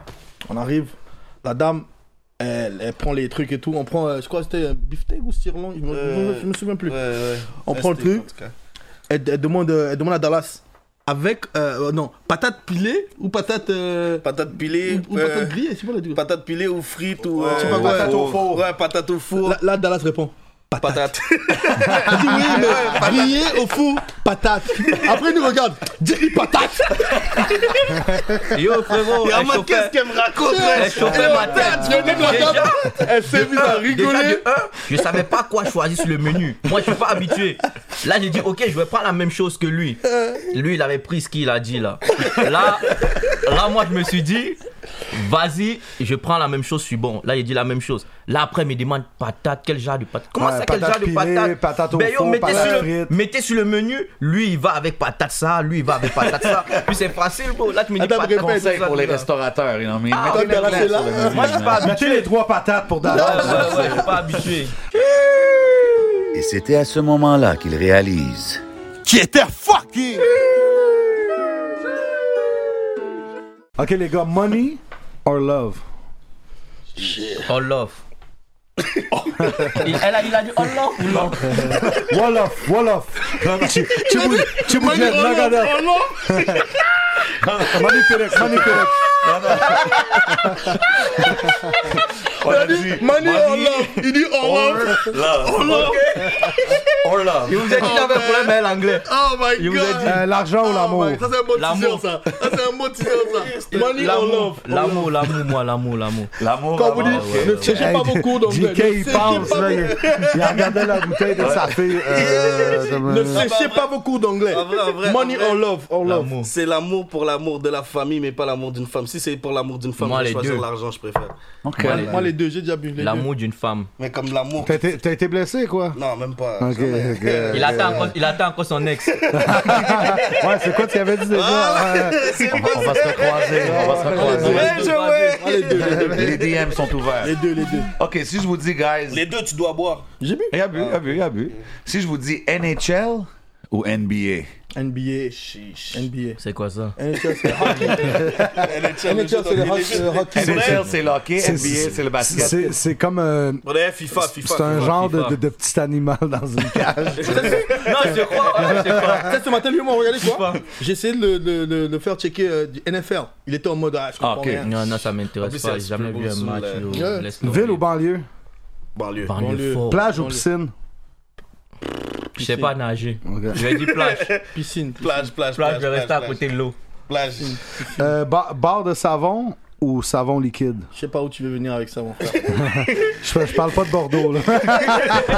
Speaker 7: On arrive, la dame, elle, elle prend les trucs et tout. On prend, euh, je crois que c'était un beefsteak ou sirloin, je, me-
Speaker 4: Euh,
Speaker 7: je me souviens plus.
Speaker 4: Ouais, ouais.
Speaker 7: On prend le
Speaker 4: C'était,
Speaker 7: truc.
Speaker 4: en tout cas.
Speaker 7: Elle, elle demande, euh, elle demande à Dallas, avec, euh, euh, non, patate pilée ou patate... euh,
Speaker 4: Patate pilée.
Speaker 7: ou, ou
Speaker 4: euh,
Speaker 7: patate grillée, c'est pas la
Speaker 4: patate pilée ou frites ou.
Speaker 2: Ouais,
Speaker 4: euh,
Speaker 2: ouais, Oh, patate au
Speaker 4: ouais.
Speaker 2: four.
Speaker 4: Ouais, patate au four.
Speaker 7: Là, là, Dallas répond. Patate.
Speaker 4: Patate.
Speaker 7: Elle dit oui, mais grillé au four, patate. Après, il nous regarde. Dis-lui patate.
Speaker 6: Yo, frérot,
Speaker 4: Et en
Speaker 6: elle
Speaker 4: mode, qu'est-ce
Speaker 6: chauffait,
Speaker 4: qu'elle me raconte,
Speaker 6: elle
Speaker 4: wesh
Speaker 6: chauffait ma tête. Déjà,
Speaker 7: Elle s'est mise à
Speaker 6: déjà de un, je savais pas quoi choisir sur le menu. Moi, je suis pas habitué. Là, j'ai dit, ok, je vais prendre la même chose que lui. Lui, il avait pris ce qu'il a dit là. Là, là, moi, je me suis dit, vas-y, je prends la même chose, je suis bon. Là, il dit la même chose. Là, après, il me demande patate, quel genre de patate Comment
Speaker 2: Ouais,
Speaker 6: ça, quel
Speaker 2: patate
Speaker 6: genre de
Speaker 2: pilée,
Speaker 6: patate
Speaker 2: patate au
Speaker 6: Ben, yo,
Speaker 2: four,
Speaker 6: mettez,
Speaker 2: patate
Speaker 6: sur le,
Speaker 2: frite.
Speaker 6: mettez sur le menu, lui, il va avec patate ça, lui, il va avec patate ça. Puis c'est facile, bro. Là, tu me dis
Speaker 7: Attends,
Speaker 6: patate
Speaker 7: répète,
Speaker 6: ça,
Speaker 3: Conseil pour les
Speaker 6: là.
Speaker 3: restaurateurs, you know what I mean? Mettez
Speaker 7: ouais,
Speaker 3: de la
Speaker 7: là,
Speaker 3: glace
Speaker 7: c'est
Speaker 3: sur
Speaker 7: là.
Speaker 3: le menu,
Speaker 6: Moi, je suis
Speaker 3: man.
Speaker 6: pas
Speaker 2: Mettez les trois patates pour Dallas.
Speaker 6: Ouais, ouais, je suis pas habitué.
Speaker 10: Et c'était à ce moment-là qu'il réalise
Speaker 11: Qui était fucké!
Speaker 2: Ok, les gars, money or love?
Speaker 6: On love. Il- elle a, il a dit on love ou love
Speaker 2: Wolof, Wolof. Chibu- Chibujet, Nagadel. Money correct, money correct.
Speaker 3: On a dit,
Speaker 7: Money or
Speaker 3: money
Speaker 7: love oh Il dit or love.
Speaker 3: Love. Or love.
Speaker 6: Il vous a dit qu'il avait un problème avec l'anglais.
Speaker 7: Oh my
Speaker 6: Il vous a
Speaker 7: god.
Speaker 6: dit oh,
Speaker 2: Euh, L'argent
Speaker 7: Ah,
Speaker 2: ou l'amour?
Speaker 7: Ça, c'est un mot de
Speaker 6: L'amour.
Speaker 7: teaser, ça. Ça, c'est un mot de teaser, ça. Money or
Speaker 6: l'amour,
Speaker 7: love.
Speaker 6: l'amour, l'amour, moi, l'amour, l'amour.
Speaker 3: L'amour.
Speaker 7: Quand vous
Speaker 3: l'amour,
Speaker 7: dites,
Speaker 3: ouais,
Speaker 7: ne
Speaker 3: ouais, ouais.
Speaker 7: cherchez pas
Speaker 2: Hey,
Speaker 7: beaucoup d'anglais.
Speaker 2: JK, il pense, là, il, il regardait la bouteille de sa fille. euh, de-
Speaker 7: Ne cherchez pas beaucoup d'anglais.
Speaker 4: En vrai, en vrai,
Speaker 7: Money
Speaker 4: en vrai.
Speaker 7: or love, or love.
Speaker 6: L'amour.
Speaker 4: C'est l'amour pour l'amour de la famille, mais pas l'amour d'une femme. Si c'est pour l'amour d'une femme,
Speaker 6: Moi,
Speaker 4: je vais
Speaker 6: les
Speaker 4: choisir
Speaker 6: deux.
Speaker 4: l'argent, je préfère.
Speaker 3: Ok.
Speaker 6: Moi, les-
Speaker 7: Moi, les deux, j'ai déjà bu les deux.
Speaker 6: L'amour d'une femme.
Speaker 4: Mais comme l'amour.
Speaker 2: T'as été- T'as été blessé, quoi?
Speaker 4: Non, même pas.
Speaker 2: Ok,
Speaker 4: Jamais.
Speaker 2: ok.
Speaker 6: Il attend, encore, il attend encore son ex.
Speaker 2: Ouais, c'est quoi tu avais dit déjà? euh,
Speaker 3: On va- on va se recroiser. On va se recroiser.
Speaker 6: Ouais, je ouais.
Speaker 7: Moi, les deux, les
Speaker 3: Les
Speaker 7: deux.
Speaker 3: DM sont ouverts.
Speaker 7: Les deux, les deux.
Speaker 3: Ok, si je vous dis, guys,
Speaker 4: Les deux, tu dois boire.
Speaker 7: J'ai bu.
Speaker 3: Il a bu, il a bu, il a bu. Si je vous dis NHL ou NBA,
Speaker 7: NBA. NBA.
Speaker 6: C'est quoi ça
Speaker 7: NHL, c'est hockey. NHL, c'est le hockey- le hockey.
Speaker 3: NHL c'est le hockey,
Speaker 2: C'est-
Speaker 3: NBA c'est le basket.
Speaker 2: C'est c'est comme euh,
Speaker 4: On est FIFA, FIFA.
Speaker 2: c'est un
Speaker 4: FIFA.
Speaker 2: genre de,
Speaker 6: FIFA.
Speaker 2: de- de petit animal dans une cage.
Speaker 6: Non, je crois, ouais, je crois.
Speaker 7: Ça, ce matin, lui, m'a regardé quoi J'ai essayé de le, de- de- de faire checker euh, du NFL. Il était en mode, ah, je comprends
Speaker 3: Ah, ok.
Speaker 7: rien.
Speaker 6: Non, non, ça
Speaker 4: En plus,
Speaker 6: m'intéresse
Speaker 4: c'est
Speaker 6: pas.
Speaker 4: un
Speaker 6: J'ai jamais
Speaker 4: Super Bowl
Speaker 6: vu un
Speaker 4: sous
Speaker 6: match.
Speaker 4: la-
Speaker 6: yo.
Speaker 7: Yeah.
Speaker 6: Laisse tomber.
Speaker 2: Ville ou banlieue?
Speaker 4: Banlieue.
Speaker 6: Banlieue fort.
Speaker 2: Plage ou
Speaker 7: bah, Banlieue.
Speaker 2: piscine?
Speaker 6: Je sais pas nager. Je vais dire plage.
Speaker 7: Piscine.
Speaker 4: Plage,
Speaker 6: Plage,
Speaker 4: plage, plage.
Speaker 6: je vais rester à
Speaker 4: plage,
Speaker 6: côté de l'eau.
Speaker 4: Plage.
Speaker 2: Euh, ba- barre de savon ou savon liquide?
Speaker 7: Je sais pas où tu veux venir avec ça, mon frère.
Speaker 2: Je, je parle pas de Bordeaux, là.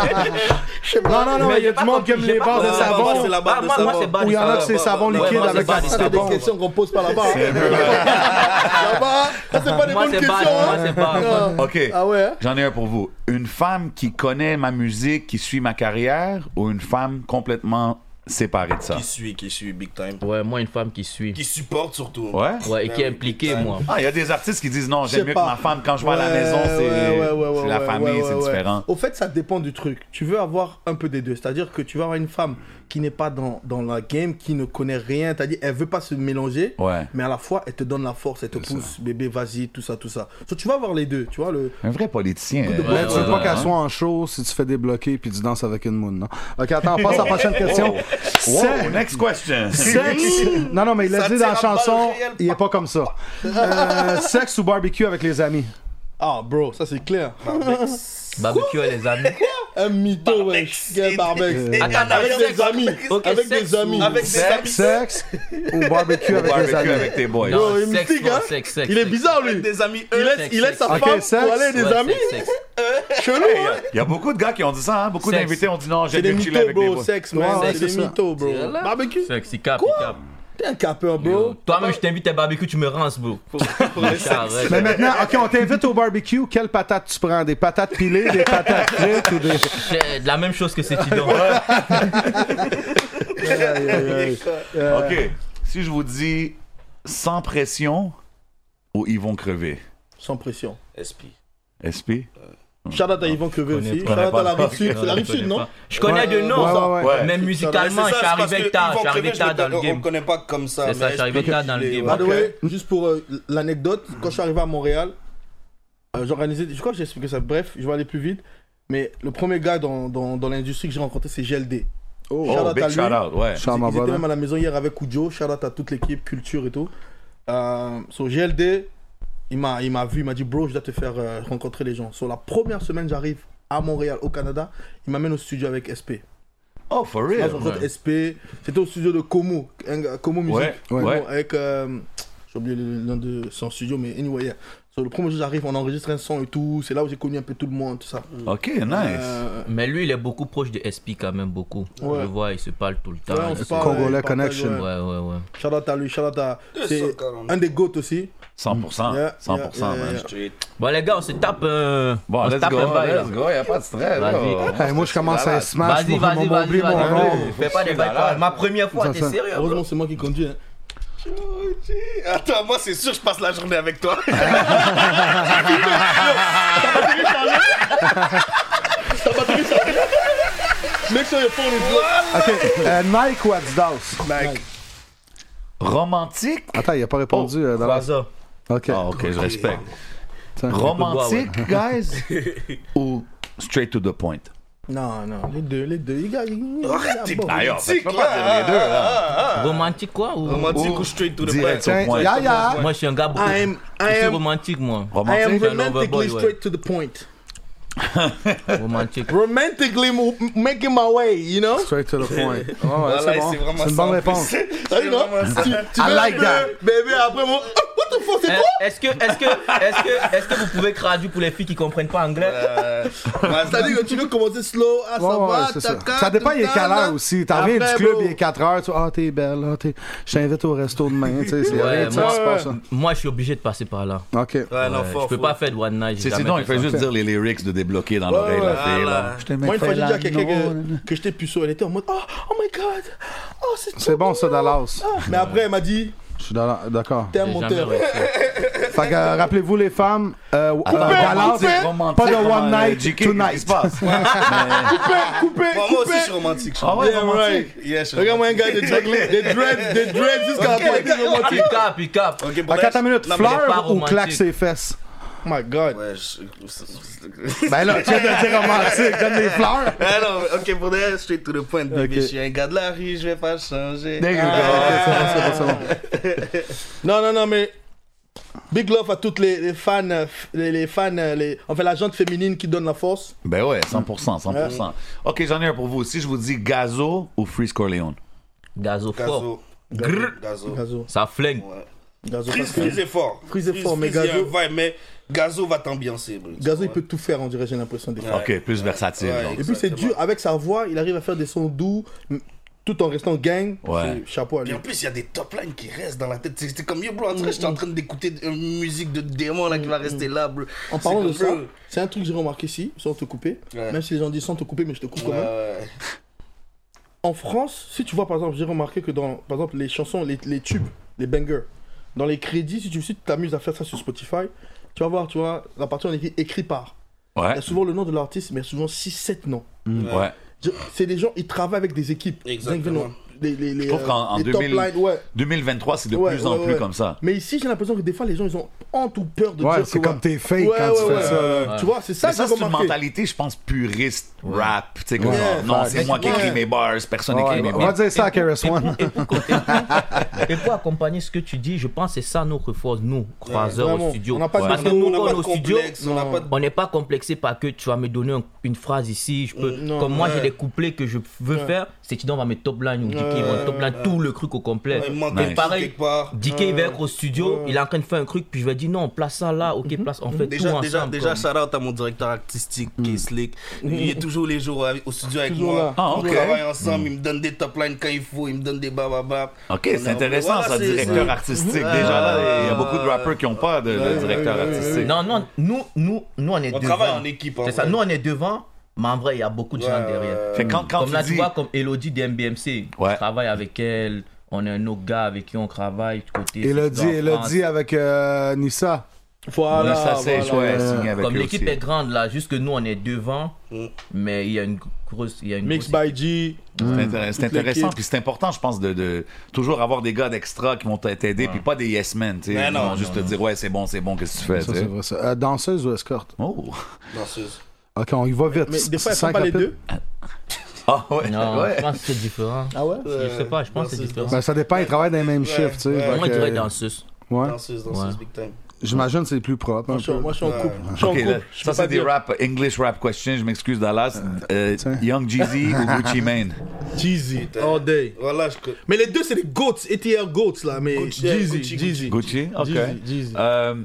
Speaker 2: non, non, non,
Speaker 6: Mais
Speaker 2: il y
Speaker 6: j'ai
Speaker 2: a
Speaker 6: pas
Speaker 2: du monde
Speaker 6: compris,
Speaker 2: qui aime
Speaker 6: j'ai
Speaker 2: les
Speaker 6: pas
Speaker 2: barres de
Speaker 6: compris.
Speaker 4: savon.
Speaker 2: savon.
Speaker 4: Moi, c'est la barre
Speaker 6: Ah,
Speaker 4: de
Speaker 6: moi, moi,
Speaker 4: savon.
Speaker 6: c'est barre
Speaker 2: Ou
Speaker 6: de
Speaker 2: il y en a
Speaker 6: savon.
Speaker 2: que c'est savon
Speaker 6: Ouais, moi,
Speaker 2: liquide
Speaker 6: c'est
Speaker 2: avec
Speaker 6: barre
Speaker 2: un
Speaker 6: de
Speaker 2: petit
Speaker 7: C'est des
Speaker 6: savon.
Speaker 7: questions qu'on pose par là-bas. hein. Là-bas, ça, c'est pas des
Speaker 6: Moi,
Speaker 7: bonnes
Speaker 6: c'est
Speaker 7: questions.
Speaker 6: barre, moi,
Speaker 7: hein.
Speaker 6: c'est barre.
Speaker 7: Ah.
Speaker 3: Ok,
Speaker 7: Ah ouais hein
Speaker 3: j'en ai un pour vous. Une femme qui connaît ma musique, qui suit ma carrière, ou une femme complètement séparée de ça.
Speaker 4: Qui suit, qui suit, big time.
Speaker 6: Ouais, moi, une femme qui suit.
Speaker 4: Qui supporte surtout.
Speaker 3: Ouais.
Speaker 6: Ouais, et qui est impliquée, moi.
Speaker 3: Ah, il y a des artistes qui disent non,
Speaker 7: Je
Speaker 3: j'aime
Speaker 7: sais
Speaker 3: mieux
Speaker 7: pas.
Speaker 3: que ma femme quand je vais à la
Speaker 7: Ouais,
Speaker 3: maison, c'est
Speaker 7: ouais, ouais, ouais,
Speaker 3: c'est la
Speaker 7: ouais,
Speaker 3: famille,
Speaker 7: ouais,
Speaker 3: c'est
Speaker 7: ouais, ouais.
Speaker 3: différent.
Speaker 7: Au fait, ça dépend du truc. Tu veux avoir un peu des deux. C'est-à-dire que tu vas avoir une femme qui n'est pas dans, dans la game, qui ne connaît rien. C'est-à-dire, elle veut pas se mélanger.
Speaker 3: Ouais.
Speaker 7: Mais à la fois, elle te donne la force, elle te pousse, bébé, vas-y, tout ça, tout ça. So, tu vas avoir les deux, tu vois. Le...
Speaker 3: Un vrai politicien. euh,
Speaker 2: Mais tu veux
Speaker 3: ouais,
Speaker 2: pas
Speaker 3: ouais,
Speaker 2: qu'elle
Speaker 3: hein.
Speaker 2: soit en show si tu fais débloquer puis tu danses avec une moon, non? Ok, attends, on passe à la prochaine question.
Speaker 3: Wow,
Speaker 2: Sexe-
Speaker 3: next question.
Speaker 2: Sexe. Non, non, mais il l'a
Speaker 4: Ça
Speaker 2: dit
Speaker 4: tire
Speaker 2: dans la
Speaker 4: à balle
Speaker 2: chanson,
Speaker 4: réelle.
Speaker 2: il est pas comme ça. Euh, sexe ou barbecue avec les amis?
Speaker 7: Ah, bro, ça c'est clair.
Speaker 6: Barbecue et les amis.
Speaker 7: un mytho, wesh. Quel barbec.
Speaker 6: Attends,
Speaker 7: Avec des amis.
Speaker 6: Ok,
Speaker 7: Avec
Speaker 6: sexe
Speaker 7: des amis.
Speaker 6: ou-
Speaker 4: Avec des amis.
Speaker 2: Sexe ou barbecue avec les
Speaker 3: Barbecue
Speaker 2: amis?
Speaker 3: avec tes boys.
Speaker 6: Non,
Speaker 7: il me
Speaker 6: sexe,
Speaker 7: pique,
Speaker 6: non,
Speaker 7: hein.
Speaker 6: sexe, sexe,
Speaker 7: Il est
Speaker 6: sexe.
Speaker 7: bizarre,
Speaker 4: Avec
Speaker 7: lui.
Speaker 4: des amis,
Speaker 7: Il
Speaker 4: eux.
Speaker 7: laisse, il laisse sa
Speaker 2: Ok,
Speaker 7: femme
Speaker 2: sexe.
Speaker 7: pour aller avec des
Speaker 6: Ouais,
Speaker 7: amis.
Speaker 6: sexe, sexe.
Speaker 7: Chelou, hein.
Speaker 3: Il y a beaucoup de gars qui ont dit ça, hein? beaucoup
Speaker 6: Sexe.
Speaker 3: d'invités ont dit non,
Speaker 7: C'est
Speaker 3: j'aime
Speaker 7: des
Speaker 3: mieux chiller
Speaker 7: mythos,
Speaker 3: avec des
Speaker 7: bro.
Speaker 3: boys.
Speaker 7: Sexe, man.
Speaker 2: Ouais,
Speaker 7: C'est
Speaker 2: c'est
Speaker 7: des
Speaker 2: ça.
Speaker 7: mythos, bro. Barbecue.
Speaker 6: Sexe, il capte, il capte.
Speaker 7: T'es un capeur, bro.
Speaker 6: Toi-même, je t'invite à barbecue, tu me rinces, bro. Arrête.
Speaker 2: Mais maintenant, ok, on t'invite au barbecue. Quelle patate tu prends Des patates pilées, des patates frites ou des.
Speaker 6: C'est la même chose que c'est Tidon.
Speaker 3: Ok, si je vous dis sans pression ou ils vont crever.
Speaker 7: Sans pression.
Speaker 4: SP.
Speaker 3: SP
Speaker 7: Shout out à Yvon Crevé
Speaker 6: connais
Speaker 7: aussi. Shout
Speaker 6: pas.
Speaker 7: out à la
Speaker 3: Connais
Speaker 7: rive sud.
Speaker 6: pas.
Speaker 7: C'est la rive sud, non
Speaker 6: Je connais de nom,
Speaker 2: ouais,
Speaker 6: ça.
Speaker 2: ouais,
Speaker 3: ouais.
Speaker 6: mais musicalement,
Speaker 4: C'est
Speaker 6: je suis
Speaker 4: ça, c'est parce
Speaker 6: arrivé
Speaker 4: que
Speaker 6: tard. Je
Speaker 4: Yvon
Speaker 6: suis arrivé
Speaker 4: Crevé, je
Speaker 6: tard
Speaker 4: le
Speaker 6: dans le
Speaker 4: connais- On
Speaker 6: game.
Speaker 7: oh,
Speaker 4: le connaît pas comme ça.
Speaker 6: C'est ça,
Speaker 4: mais
Speaker 6: je suis arrivé
Speaker 4: SP,
Speaker 6: tard dans le
Speaker 4: il est-
Speaker 6: game.
Speaker 7: By the
Speaker 4: Ok.
Speaker 7: way, juste pour euh, l'anecdote, quand je suis arrivé à Montréal, euh, j'organisais. Je crois que j'ai expliqué ça. Bref, je vais aller plus vite. Mais le premier gars dans, dans, dans l'industrie que j'ai rencontré, c'est GLD.
Speaker 3: Oh,
Speaker 7: Shout out
Speaker 3: big
Speaker 7: à lui.
Speaker 3: shout out, ouais.
Speaker 7: Ils,
Speaker 2: Ciao, ma hein.
Speaker 7: ils étaient
Speaker 2: brother.
Speaker 7: même à la maison hier avec Kujo. Shout out à toute l'équipe, culture et tout. Euh, so GLD, il m'a, il m'a vu, il m'a dit Bro, je dois te faire euh, rencontrer les gens. So la première semaine, j'arrive à Montréal, au Canada. Il m'amène au studio avec SP.
Speaker 3: Oh, for
Speaker 7: Là,
Speaker 3: real.
Speaker 7: je rencontre SP. C'était au studio de Como, un gars- Como Music.
Speaker 3: Ouais, ouais.
Speaker 7: Como Avec, euh, j'ai oublié le nom de son studio, mais anyway, yeah. So, le premier jour, j'arrive, on enregistre un son et tout. C'est là où j'ai connu un peu tout le monde, tout ça.
Speaker 3: Ok, nice.
Speaker 7: Euh,
Speaker 6: Mais lui, il est beaucoup proche de SP quand même, beaucoup.
Speaker 7: Ouais.
Speaker 6: Je vois, il se parle tout le temps.
Speaker 7: ouais, on
Speaker 6: Il
Speaker 7: se
Speaker 6: se-
Speaker 7: parle,
Speaker 2: Congolais
Speaker 7: on partage,
Speaker 2: Connection.
Speaker 7: ouais.
Speaker 6: Ouais, ouais, ouais.
Speaker 7: Shout out à lui, shout out à. C'est
Speaker 4: 240.
Speaker 7: un des GOAT aussi.
Speaker 3: 100%.
Speaker 7: Yeah,
Speaker 3: 100%,
Speaker 7: yeah, yeah,
Speaker 3: man.
Speaker 7: yeah.
Speaker 6: Bon, les gars, on se tape, euh,
Speaker 3: Bon,
Speaker 6: on se
Speaker 3: let's
Speaker 6: tape
Speaker 3: go,
Speaker 6: un bail. là.
Speaker 3: let's go, y a pas de stress. là.
Speaker 6: Vas-y.
Speaker 2: Hey, moi, je commence à smash.
Speaker 6: Vas-y,
Speaker 2: mon-
Speaker 6: vas-y,
Speaker 2: mon- mon-
Speaker 6: vas-y,
Speaker 2: oublie mon nom.
Speaker 6: vas-y. Fais pas des bails. toi. Ma première fois, t'es
Speaker 2: ça.
Speaker 6: sérieux bro.
Speaker 7: Heureusement, c'est moi qui conduis. hein.
Speaker 4: Attends, moi c'est sûr, que je passe la journée avec toi.
Speaker 7: Make sure your phone is locked.
Speaker 2: Ok, euh, Nike ou Adidas
Speaker 3: Romantique.
Speaker 7: Ah,
Speaker 2: Attends, il a pas répondu euh, dans la.
Speaker 6: Vas-y.
Speaker 2: Ok.
Speaker 3: Ah, ok, je respecte.
Speaker 2: Tiens.
Speaker 3: Romantique, guys, ou straight to the point?
Speaker 7: Non, non, les deux, les deux. Les gars, ils-
Speaker 4: Arrête,
Speaker 7: bon.
Speaker 3: D'ailleurs, je peux
Speaker 4: Romantique,
Speaker 3: pas dire les deux, là.
Speaker 6: Romantique quoi ou-
Speaker 4: Romantique
Speaker 3: Ou-
Speaker 4: ou straight to the
Speaker 3: Direct
Speaker 4: point.
Speaker 3: au point.
Speaker 2: Ya, ya.
Speaker 6: Moi, je suis un gars beaucoup.
Speaker 7: Ah, I am-
Speaker 6: je suis
Speaker 7: I am-
Speaker 6: romantique, moi.
Speaker 7: I am
Speaker 3: Romantique?
Speaker 6: un
Speaker 7: romantically
Speaker 6: overboy, ouais.
Speaker 7: straight to the point.
Speaker 6: Romantique.
Speaker 7: Romantically mo- making my way, you know?
Speaker 2: Straight to the point. Ouais, ouais, c'est bon.
Speaker 4: c'est vraiment
Speaker 2: C'est une
Speaker 4: ça,
Speaker 2: bonne
Speaker 4: en
Speaker 2: réponse.
Speaker 7: Ah, you know? Tu- tu
Speaker 2: I
Speaker 7: veux
Speaker 2: like
Speaker 7: que-
Speaker 2: that.
Speaker 7: Bébé, après moi. Ah, What the fuck, c'est toi?
Speaker 6: Eh, Est-ce que, est-ce que, est-ce que, est-ce que vous pouvez traduire pour les filles qui comprennent pas anglais
Speaker 4: Euh, Mazda.
Speaker 7: C'est-à-dire que tu veux commencer slow, ah, ça
Speaker 2: Ouais, ouais,
Speaker 7: va,
Speaker 2: c'est ça.
Speaker 7: taca,
Speaker 2: Ça dépend, il est
Speaker 7: taca,
Speaker 2: quelle
Speaker 7: là. Ah, ben,
Speaker 2: heure aussi. T'en viens du
Speaker 7: Après,
Speaker 2: club,
Speaker 7: bro.
Speaker 2: il est 4 heures. tu- Ah, t'es belle. ah, t'es- Je t'invite au resto demain. Tu sais, c'est
Speaker 6: Ouais,
Speaker 2: rien de ça
Speaker 6: moi,
Speaker 2: qui se passe. hein.
Speaker 6: Moi, je suis obligé de passer par là.
Speaker 2: Ok.
Speaker 4: Ouais, Ah non,
Speaker 6: Ouais,
Speaker 4: fort,
Speaker 6: je peux
Speaker 4: fort.
Speaker 6: pas faire de one night. j'ai
Speaker 3: C'est
Speaker 6: jamais
Speaker 3: sinon, il
Speaker 6: fait
Speaker 3: faut
Speaker 6: ça.
Speaker 3: juste dire les lyrics de débloquer dans l'oreille la fille. là.
Speaker 4: Voilà.
Speaker 7: Moi, une fois, j'ai dit à quelqu'un que, que j'étais puceau, elle était en mode Oh, oh my god, oh, c'est
Speaker 2: C'est
Speaker 7: trop
Speaker 2: bon, ça,
Speaker 7: mignon.
Speaker 2: Dallas.
Speaker 7: Ah, Mais après, elle m'a dit
Speaker 2: Je suis dans- d'accord.
Speaker 7: T'es un
Speaker 6: J'ai jamais
Speaker 7: menteur.
Speaker 6: réussi.
Speaker 2: Fait que, euh, rappelez-vous, les femmes, euh,
Speaker 3: Attends,
Speaker 2: euh, Dallas,
Speaker 3: romantique, romantique,
Speaker 2: pas de
Speaker 3: comment,
Speaker 2: one
Speaker 3: euh,
Speaker 2: night,
Speaker 3: JK, qu'est-ce qui se
Speaker 2: tonight.
Speaker 3: passe?
Speaker 7: Coupé,
Speaker 4: Bon, Moi aussi, je
Speaker 7: coupé.
Speaker 4: suis romantique.
Speaker 3: Ah ouais, romantique.
Speaker 4: Yes, je suis
Speaker 7: Regarde-moi un gars de dread, des dreads, des dreads jusqu'à la pointe.
Speaker 6: Pick up, pick up, pick up.
Speaker 4: Ok, pour
Speaker 2: À 4 minutes,
Speaker 4: Non, mais
Speaker 6: il est pas
Speaker 2: fleur ou
Speaker 6: romantique.
Speaker 2: claque ses fesses?
Speaker 7: Oh my god.
Speaker 4: Ouais, je-
Speaker 2: Ben là, tu viens de dire romantique, donne des fleurs.
Speaker 4: Ah non, ok, pour d'ailleurs, straight to the point, bébé,
Speaker 2: Ok.
Speaker 4: je suis un gars de la rue, je vais pas changer.
Speaker 2: There you go. Ok, Ah, c'est bon, c'est bon, c'est bon.
Speaker 7: Non, non, non, mais. Big love à toutes les, les fans, euh, f- les, les fans, euh, les... enfin la gente féminine qui donne la force.
Speaker 3: Ben ouais, 100%, 100%. Ok, j'en ai un pour vous. Si je vous dis Gazo ou Freeze Corleone?
Speaker 6: Gazo fort.
Speaker 4: Gazo. Gazo. Gazo.
Speaker 7: Gazo,
Speaker 6: Ça flingue.
Speaker 7: Gazo, parce
Speaker 4: Freeze,
Speaker 7: que
Speaker 4: freeze est fort.
Speaker 7: Freeze est fort, mais
Speaker 4: Freeze, il y a
Speaker 7: Gazo-
Speaker 4: un vibe, mais Gazo va t'ambiancer, bro.
Speaker 7: Gazo il peut tout faire, on dirait, j'ai l'impression des fois.
Speaker 3: Ok, plus versatile.
Speaker 4: Ouais.
Speaker 3: genre.
Speaker 7: Et puis c'est
Speaker 4: Exactement.
Speaker 7: dur, avec sa voix, il arrive à faire des sons doux, m- tout en restant gang.
Speaker 3: Ouais.
Speaker 7: C'est- Chapeau à
Speaker 4: Et
Speaker 7: lui.
Speaker 4: en plus, il y a des top lines qui restent dans la tête. C'est c'est comme yo, bro. En tout cas, je suis en train d'écouter une musique de démon là qui va rester là, bro.
Speaker 7: En
Speaker 4: C'est
Speaker 7: parlant de
Speaker 4: comme,
Speaker 7: ça,
Speaker 4: bro,
Speaker 7: c'est un truc que j'ai remarqué ici, sans te couper.
Speaker 4: Ouais.
Speaker 7: Même si les gens disent sans te couper, mais je te coupe quand même.
Speaker 4: euh,
Speaker 7: En France, si tu vois par exemple, j'ai remarqué que dans par exemple les chansons, les, les tubes, les bangers, dans les crédits, si tu si tu t'amuses à faire ça sur Spotify, tu vas voir, tu vois, la partie où on écrit écrit par. Il y
Speaker 3: Ouais,
Speaker 7: a souvent le nom de l'artiste, mais il y a souvent 6-7 noms.
Speaker 3: ouais.
Speaker 7: Je- C'est des gens, ils travaillent avec des équipes.
Speaker 4: Exactement.
Speaker 7: Les, les, les,
Speaker 3: Je trouve
Speaker 7: euh,
Speaker 3: qu'en en
Speaker 7: les top
Speaker 3: 2000
Speaker 7: line, ouais.
Speaker 3: 2023, c'est de
Speaker 7: Ouais,
Speaker 3: plus
Speaker 7: ouais,
Speaker 3: en
Speaker 7: ouais.
Speaker 3: plus comme ça.
Speaker 7: Mais ici, j'ai l'impression que des fois, les gens, ils ont honte ou peur de
Speaker 2: Ouais,
Speaker 7: dire
Speaker 2: c'est
Speaker 7: que,
Speaker 2: comme t'es fake
Speaker 7: ouais,
Speaker 2: quand tu
Speaker 7: ouais,
Speaker 2: fais
Speaker 7: ouais.
Speaker 2: ça. là.
Speaker 7: Tu vois, c'est ça
Speaker 3: Mais
Speaker 7: que j'ai
Speaker 3: ça, c'est une
Speaker 7: remarqué.
Speaker 3: mentalité, je pense, puriste, rap. Tu sais, comme
Speaker 7: Yeah.
Speaker 3: genre, non, c'est
Speaker 7: Facts.
Speaker 3: moi qui écris
Speaker 7: Ouais.
Speaker 3: mes bars, personne
Speaker 2: Ouais,
Speaker 3: n'écrit mes
Speaker 2: on va
Speaker 3: bars.
Speaker 2: dire ça à
Speaker 6: Et pour-
Speaker 2: KRS-One.
Speaker 6: et pour- et pour- Et pour accompagner ce que tu dis, je pense que c'est ça notre force, nous, croiseurs
Speaker 7: vraiment.
Speaker 6: au studio.
Speaker 7: On n'a pas de
Speaker 6: Parce que
Speaker 7: tabou,
Speaker 6: nous,
Speaker 4: on n'a
Speaker 6: quand on
Speaker 4: pas
Speaker 6: est
Speaker 4: de
Speaker 6: au studio,
Speaker 4: complexe, on n'a pas de.
Speaker 6: on n'est pas complexé par que tu vas me donner un- une phrase ici. Je peux,
Speaker 4: Euh,
Speaker 7: Non,
Speaker 6: comme moi,
Speaker 7: ouais.
Speaker 6: j'ai des couplets que je veux faire. C'est Tidon va me top line ou
Speaker 7: Ouais,
Speaker 6: qui vont top là, tout le truc au complet.
Speaker 4: Il manque quelque
Speaker 6: Pareil,
Speaker 4: quelque part.
Speaker 6: DK
Speaker 2: Euh,
Speaker 6: il va être au studio, il est en train de faire un truc, puis je vais dire non, place ça là,
Speaker 2: Mhm.
Speaker 6: ok, place, on fait tout
Speaker 4: Déjà,
Speaker 6: ensemble.
Speaker 4: déjà, déjà
Speaker 6: comme-
Speaker 4: shout out à mon directeur artistique, Kay Slick. Il est toujours les jours avec- au studio avec
Speaker 7: Toujours là.
Speaker 4: moi.
Speaker 3: Ah,
Speaker 4: on
Speaker 3: ok.
Speaker 4: travaille ensemble, il me donne des top lines quand il faut, il me donne des bababab.
Speaker 3: Ok,
Speaker 4: On
Speaker 3: c'est
Speaker 4: est-
Speaker 3: intéressant
Speaker 4: voilà,
Speaker 3: ça,
Speaker 4: c'est-
Speaker 3: directeur
Speaker 4: c'est-
Speaker 3: artistique.
Speaker 4: Ouais.
Speaker 3: Déjà là, il y a beaucoup de rappers qui n'ont pas de, de directeur artistique.
Speaker 6: Non, non, nous, nous, nous on est
Speaker 4: On
Speaker 6: devant.
Speaker 4: travaille en équipe, hein, en
Speaker 6: C'est ça,
Speaker 4: vrai.
Speaker 6: nous on est devant, mais en vrai, il y a beaucoup de gens derrière.
Speaker 3: Fait que quand, quand
Speaker 6: comme
Speaker 3: tu
Speaker 6: là,
Speaker 3: dis-
Speaker 6: tu vois, comme Elodie d'MBMC,
Speaker 3: Ouais.
Speaker 6: je travaille avec elle, on a nos gars avec qui on travaille, du côté.
Speaker 2: Elodie,
Speaker 6: en France.
Speaker 2: Elodie avec euh, Nissa.
Speaker 7: Voilà.
Speaker 3: ça c'est
Speaker 7: voilà.
Speaker 3: ouais, signé avec
Speaker 6: Comme
Speaker 3: eux
Speaker 6: l'équipe
Speaker 3: aussi.
Speaker 6: est grande là, juste que nous on est devant,
Speaker 4: Mm.
Speaker 6: mais il y a une grosse. Il y a une
Speaker 7: Mix
Speaker 6: grosse-
Speaker 7: by G.
Speaker 2: Hmm.
Speaker 3: C'est intér- c'est
Speaker 7: Toute
Speaker 3: intéressant,
Speaker 7: l'équipe.
Speaker 3: puis c'est important, je pense, de, de toujours avoir des gars d'extra qui vont t'a- t'aider, puis pas des yes men, tu sais,
Speaker 4: Mais
Speaker 3: qui
Speaker 4: non,
Speaker 3: vont juste te dire ouais c'est bon, c'est bon, qu'est-ce que tu fais,
Speaker 2: Ça,
Speaker 3: tu sais.
Speaker 2: c'est vrai, ça. Euh, danseuse ou escorte?
Speaker 3: Oh,
Speaker 4: Danseuse.
Speaker 2: Ok, on y va vite.
Speaker 7: Mais des fois, elles font
Speaker 2: Cinq
Speaker 7: pas les
Speaker 2: rapides.
Speaker 7: deux.
Speaker 3: ah ouais,
Speaker 6: Non,
Speaker 3: ouais.
Speaker 6: je pense que c'est différent.
Speaker 2: Ah ouais?
Speaker 6: Je sais pas, je pense que c'est
Speaker 4: Danseuse,
Speaker 6: différent.
Speaker 2: Ben, ça dépend, ils travaillent dans les mêmes
Speaker 4: Ouais,
Speaker 2: chiffres, tu sais.
Speaker 4: ouais.
Speaker 2: fait
Speaker 6: Moi je
Speaker 2: que-
Speaker 6: dirais danseuse.
Speaker 2: Ouais.
Speaker 4: Danseuse, danseuse, big time.
Speaker 2: J'imagine que c'est plus propre. un
Speaker 7: Moi, je suis en-
Speaker 2: peu.
Speaker 7: moi, je suis en couple. Je suis en
Speaker 3: Ok, là,
Speaker 7: couple. Je
Speaker 3: ça
Speaker 7: peux pas
Speaker 3: c'est des
Speaker 7: dire.
Speaker 3: rap, English rap questions, je m'excuse Dallas, Euh,
Speaker 2: tiens.
Speaker 3: Young Jeezy ou Gucci Mane?
Speaker 7: Jeezy. All day.
Speaker 4: Voilà, je. co-
Speaker 7: Mais les deux, c'est les GOATs, ETR GOATs là. Mais
Speaker 4: Gucci,
Speaker 7: Jeezy,
Speaker 4: Gucci,
Speaker 7: Jeezy.
Speaker 3: Gucci, ok.
Speaker 7: Jeezy, Jeezy.
Speaker 3: Euh,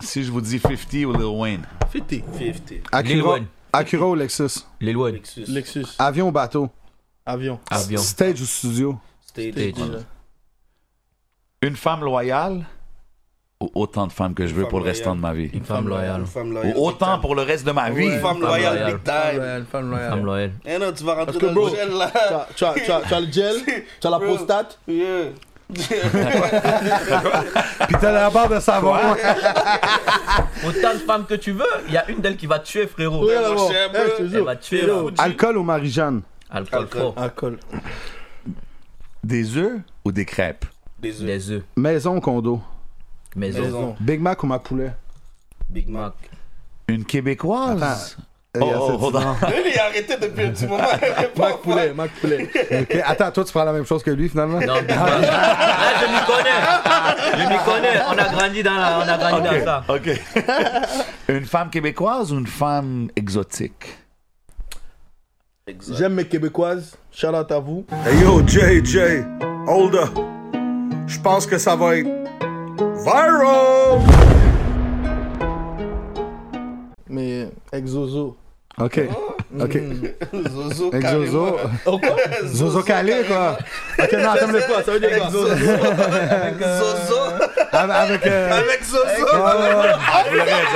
Speaker 3: si je vous dis 50 ou Lil Wayne,
Speaker 7: Fifty.
Speaker 4: 50.
Speaker 2: Acura,
Speaker 6: Lil Wayne.
Speaker 2: Acura ou Lexus?
Speaker 6: Les lois,
Speaker 4: Lexus.
Speaker 7: Lexus.
Speaker 2: Avion ou bateau?
Speaker 7: Avion.
Speaker 6: avion.
Speaker 2: Stage ou studio?
Speaker 4: Stage.
Speaker 6: Stage.
Speaker 3: une femme loyale ou autant de femmes que je veux
Speaker 4: Femme
Speaker 3: pour le restant de ma vie?
Speaker 6: Une femme loyale.
Speaker 4: Une femme
Speaker 3: Ou
Speaker 4: loyale. big
Speaker 3: autant
Speaker 4: time.
Speaker 3: pour le reste de ma vie?
Speaker 4: Une femme loyale, big time.
Speaker 7: Femme
Speaker 6: Femme loyale.
Speaker 4: Eh non, tu vas rentrer
Speaker 7: que,
Speaker 4: dans
Speaker 7: bro,
Speaker 4: le gel
Speaker 7: Tu
Speaker 4: là.
Speaker 7: as- tu as, tu as- tu as le gel, tu as la
Speaker 4: Bro.
Speaker 7: prostate.
Speaker 4: Yeah.
Speaker 2: Puis t'as la barre de savon.
Speaker 6: Autant de femmes que tu veux, il y a une d'elles qui va te tuer, frérot.
Speaker 7: Ouais, là, bon.
Speaker 4: cher,
Speaker 7: Eh,
Speaker 4: bro.
Speaker 7: je te
Speaker 6: Elle
Speaker 7: jure.
Speaker 6: va te tuer, là.
Speaker 2: Alcool ou Marie-Jeanne?
Speaker 6: Alcool fort.
Speaker 7: Alcool.
Speaker 3: Des œufs ou des crêpes?
Speaker 4: Des œufs.
Speaker 6: Les œufs.
Speaker 2: Maison ou condo?
Speaker 6: Maison.
Speaker 4: Maison.
Speaker 2: Big Mac ou ma poulet?
Speaker 4: Big Mac.
Speaker 6: Mac.
Speaker 3: Une québécoise?
Speaker 2: Eh,
Speaker 3: Oh,
Speaker 2: yes,
Speaker 3: oh,
Speaker 2: c'est
Speaker 3: hold on.
Speaker 4: Lui, il a arrêté depuis un petit moment.
Speaker 7: Mac poulet, Mac poulet.
Speaker 2: Ok, Attends, toi, tu prends la même chose que lui, finalement?
Speaker 6: Non, Big Mac. Là, je m'y connais. Je m'y connais. On a grandi dans, la- on a grandi dans ça.
Speaker 3: OK. une femme québécoise ou une femme exotique?
Speaker 7: J'aime mes Québécoises. Shout out à vous.
Speaker 2: Hey yo, JJ, hold up. Je pense que ça va être viral.
Speaker 7: Mes ex-zozo.
Speaker 2: Ok, ok.
Speaker 4: Zozo.
Speaker 2: Avec Zozo.
Speaker 4: carrément.
Speaker 2: Oh, Zozo calé, quoi. Ok, non, attends, mais quoi?
Speaker 7: Ça veut dire quoi euh,
Speaker 4: Zozo.
Speaker 2: Avec. avec euh,
Speaker 4: Avec Zozo.
Speaker 2: euh,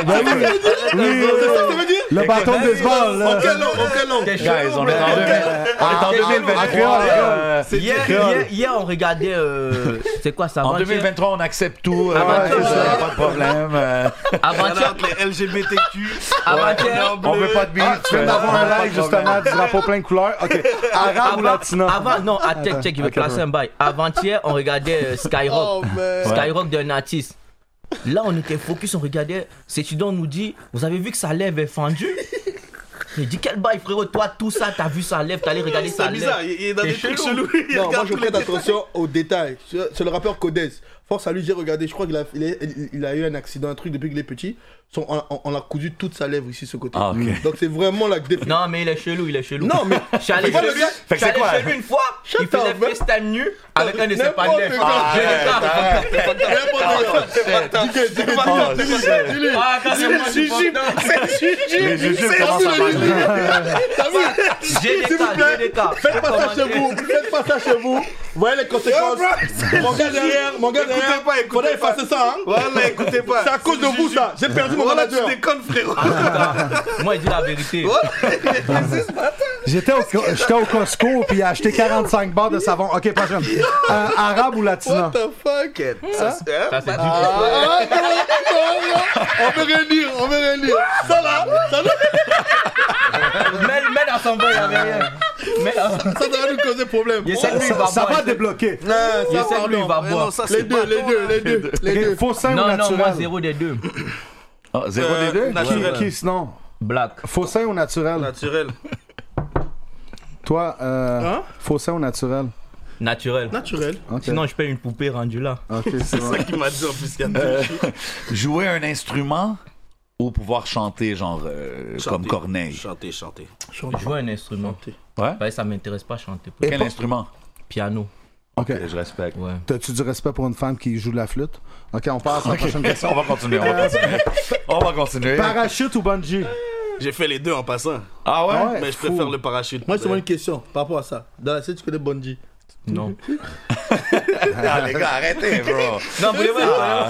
Speaker 2: oui, oui, oui. Le bâton de baseball, là.
Speaker 7: Quel nom Quel nom
Speaker 6: T'es
Speaker 3: Guys,
Speaker 6: chelou,
Speaker 3: on est
Speaker 6: bro.
Speaker 3: en 2000.
Speaker 2: Ah,
Speaker 3: on est en
Speaker 2: ah,
Speaker 3: 2023.
Speaker 2: ah,
Speaker 3: euh,
Speaker 6: Hier, hier, hier, on regardait. euh, c'est quoi ça
Speaker 3: en
Speaker 6: avant-hier
Speaker 3: 2023, on accepte tout. euh,
Speaker 6: Ah,
Speaker 3: ouais,
Speaker 6: ouais.
Speaker 3: ça, pas de problème. euh,
Speaker 6: Avant-hier,
Speaker 4: Les LGBTQ.
Speaker 6: avant-hier,
Speaker 3: on veut Ah, pas de beat.
Speaker 2: Tu viens d'avoir un live, justement, du drapeau plein de couleurs. Ok. Arabe ou
Speaker 6: avant,
Speaker 2: latino?
Speaker 6: avant- non, à check, check, il veut
Speaker 2: Attends,
Speaker 6: placer un bail. Avant-hier, on regardait euh, Skyrock.
Speaker 7: Oh, man.
Speaker 6: Skyrock d'un artiste. Là, on était focus, on regardait. étudiant nous dit Vous avez vu que sa lèvre est fendue Il dit Quel bail, frérot Toi, tout ça, t'as vu sa lèvre, t'allais regarder sa
Speaker 4: C'est
Speaker 6: lèvre.
Speaker 4: bizarre, il il est dans
Speaker 6: T'es
Speaker 4: des trucs
Speaker 6: chelou.
Speaker 4: chelous. Il
Speaker 7: Non, moi
Speaker 4: regarde
Speaker 7: je
Speaker 4: tous les
Speaker 7: prête attention aux détails. C'est c'est le rappeur Codez. Force à lui, j'ai regardé, je crois qu'il a, il a- il a eu un accident, un truc depuis qu'il est petit. Son- on, on- on a cousu toute sa lèvre ici, ce côté. Mm.
Speaker 3: Ah, ok.
Speaker 7: Donc c'est vraiment la définition.
Speaker 6: Non, mais il est chelou, il est chelou.
Speaker 7: Non, mais-
Speaker 6: Je suis allé
Speaker 7: Fait que
Speaker 6: chez
Speaker 7: c'est
Speaker 6: lui,
Speaker 7: quoi,
Speaker 6: je suis allé
Speaker 3: quoi
Speaker 6: chez lui une fois, il
Speaker 7: Shut
Speaker 6: faisait
Speaker 7: up, man.
Speaker 6: freestyle nu avec un de ses
Speaker 7: N'importe
Speaker 6: pas de lèvres.
Speaker 7: quoi.
Speaker 6: Ah, j'ai le cas.
Speaker 3: Oh, shit.
Speaker 6: Ah, quand c'est moi, je porte-
Speaker 3: Les jujubes commencent à parler.
Speaker 6: J'ai des cas, j'ai des cas.
Speaker 7: Faites pas ça chez vous, faites pas ça chez vous. Voyez les conséquences. Mon gars derrière, mon gars derrière.
Speaker 4: pas, écoutez
Speaker 7: Faudrait
Speaker 4: pas.
Speaker 7: effacer ça, hein.
Speaker 4: Voilà, écoutez pas.
Speaker 7: C'est à cause de vous, ça. J'ai perdu mon
Speaker 4: Voilà, tu
Speaker 7: manager. Ah,
Speaker 4: déconnes, frérot.
Speaker 6: Moi, je dis la vérité.
Speaker 2: J'étais au, j'étais au Costco puis il a acheté 45 barres de savon. Ok, prochaine. Euh, arabe ou latino?
Speaker 4: the fuck? Ça, c'est- hein?
Speaker 6: Ça, c'est du
Speaker 7: Ah. On veut réunir, on veut réunir.
Speaker 4: Ah.
Speaker 7: Ça là, ça là,
Speaker 6: Mets, mets dans son bain, il y avait rien. Mets dans son
Speaker 7: ça va nous causer problème. Oh.
Speaker 6: Il essaie de lui, il
Speaker 2: Ça,
Speaker 6: va
Speaker 2: ça
Speaker 6: boire.
Speaker 2: va débloquer.
Speaker 6: Il essaie de lui, il va
Speaker 4: Mais
Speaker 6: boire.
Speaker 4: non, ça,
Speaker 7: Les
Speaker 4: c'est
Speaker 7: deux,
Speaker 4: pas
Speaker 7: les
Speaker 4: ton,
Speaker 7: deux,
Speaker 4: hein.
Speaker 7: les deux, les
Speaker 2: Ok,
Speaker 7: deux.
Speaker 2: Faux sein ou
Speaker 6: Non, non, moi,
Speaker 2: naturel?
Speaker 6: zéro des deux.
Speaker 3: Ah, Zéro des deux?
Speaker 4: Euh,
Speaker 2: qui,
Speaker 4: naturel.
Speaker 2: qui sinon?
Speaker 6: Black.
Speaker 2: Faux sein ou naturel?
Speaker 4: Naturel.
Speaker 2: Toi, euh,
Speaker 7: Hein?
Speaker 2: faux sein ou naturel?
Speaker 6: Naturel.
Speaker 7: Naturel.
Speaker 4: Ah,
Speaker 2: Ok.
Speaker 6: Sinon, je paye une poupée rendue là.
Speaker 2: Ok, c'est bon.
Speaker 4: Il m'a dit en plus qu'il y a
Speaker 3: Euh,
Speaker 4: deux.
Speaker 3: Jouer un instrument ou pouvoir chanter, genre, euh, comme
Speaker 4: Chanter.
Speaker 3: Corneille?
Speaker 4: Chanter, chanter.
Speaker 6: Jouer un instrument.
Speaker 3: Ouais?
Speaker 6: Ouais, ça m'intéresse pas chanter.
Speaker 3: Quel instrument?
Speaker 6: Piano.
Speaker 2: Ok.
Speaker 3: Je respecte.
Speaker 6: Ouais.
Speaker 2: T'as-tu du respect pour une femme qui joue de la flûte? Ok, on passe à la
Speaker 3: Ok,
Speaker 2: prochaine question.
Speaker 3: on va continuer, on va
Speaker 2: Euh,
Speaker 3: continuer. On va continuer.
Speaker 2: Parachute ou bungee?
Speaker 4: J'ai fait les deux en passant.
Speaker 3: Ah ouais?
Speaker 4: Mais je
Speaker 2: fou.
Speaker 4: préfère le parachute.
Speaker 7: Moi, je te demande une question par rapport à ça. Dans la scène, tu connais Bungie.
Speaker 6: Non.
Speaker 3: Ah, les gars, arrêtez, bro.
Speaker 6: Non, voulez hein.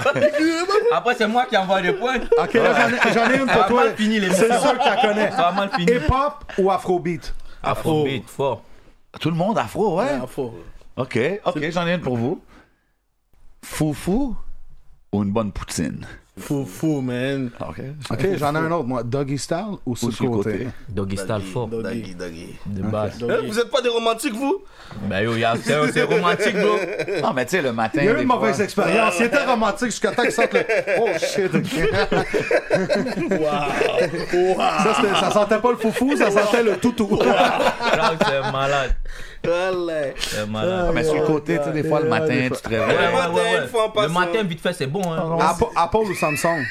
Speaker 6: Après, c'est moi qui envoie des points.
Speaker 2: Ok, là, j'en ai- j'en ai, une
Speaker 4: Ah,
Speaker 2: pour
Speaker 6: Ça va
Speaker 2: toi.
Speaker 6: mal finir, les
Speaker 2: C'est
Speaker 6: mots.
Speaker 2: sûr que tu la connais.
Speaker 6: Ça va mal finir.
Speaker 2: Hip-hop ou afrobeat?
Speaker 6: Afrobeat, fort.
Speaker 3: Tout le monde afro, ouais.
Speaker 7: Ah, faux.
Speaker 3: Ok, ok, j'en ai une pour vous. Foufou ou une bonne poutine? Ah,
Speaker 7: Faux, faux, man.
Speaker 4: Ah,
Speaker 3: Ok.
Speaker 2: Ok, j'en ai un autre, moi. Doggy style ou sur
Speaker 3: Ou
Speaker 2: le côté?
Speaker 6: Doggy style fort,
Speaker 4: Doggy, doggy.
Speaker 6: de base.
Speaker 4: Hein, vous êtes pas des romantiques, vous
Speaker 6: Ben yo, y'a- c'est c'est romantique, bro.
Speaker 3: Non, mais tu sais, le matin.
Speaker 2: Il y a eu
Speaker 3: des
Speaker 2: une mauvaise
Speaker 3: fois-
Speaker 2: expérience. Il était romantique jusqu'à temps qu'il sente le. Oh shit, ok. Ça, c'était- ça sentait pas le foufou, ça sentait le toutou.
Speaker 6: Là, c'est malade. C'est malade.
Speaker 3: Ah, mais sur le côté, tu sais, des fois, le matin, tu te réveilles.
Speaker 4: matin, une fois en
Speaker 6: Le
Speaker 4: passant.
Speaker 6: matin, vite fait, c'est bon. Hein.
Speaker 2: Apple, Apple ou Samsung?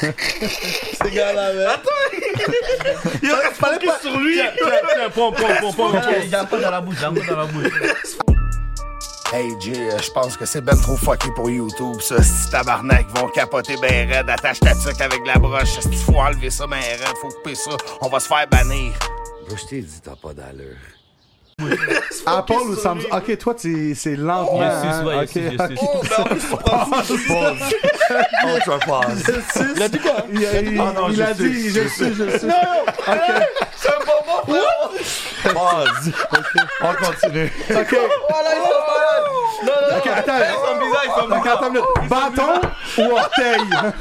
Speaker 4: Ces gars-là, man. Attends, il reste pas sur lui.
Speaker 6: J'ai un peu dans la bouche, j'ai un peu dans la bouche.
Speaker 8: Hey Jay, euh, je pense que c'est ben trop fucké pour YouTube, ça. Si tabarnak ils vont capoter ben raide, attache ta tuque avec la broche. Si faut enlever ça ben raide, faut couper ça, on va se faire bannir.
Speaker 12: Bro, je t'ai dit, t'as pas d'allure.
Speaker 2: Apple ou Samsung? Ok, toi, tu- c'est lentement.
Speaker 6: Je
Speaker 2: hein.
Speaker 6: suce, ouais, je
Speaker 2: Ok,
Speaker 6: suce, je
Speaker 2: ok.
Speaker 6: suce.
Speaker 2: Il a dit quoi Il a, il-
Speaker 3: Ah non,
Speaker 2: il
Speaker 3: je
Speaker 2: a
Speaker 3: sais,
Speaker 2: dit,
Speaker 3: je
Speaker 2: je suis, je suis.
Speaker 3: Pause. On continue.
Speaker 2: Ok. Ok, attends. Ok, attends une minute. Bâton ou orteil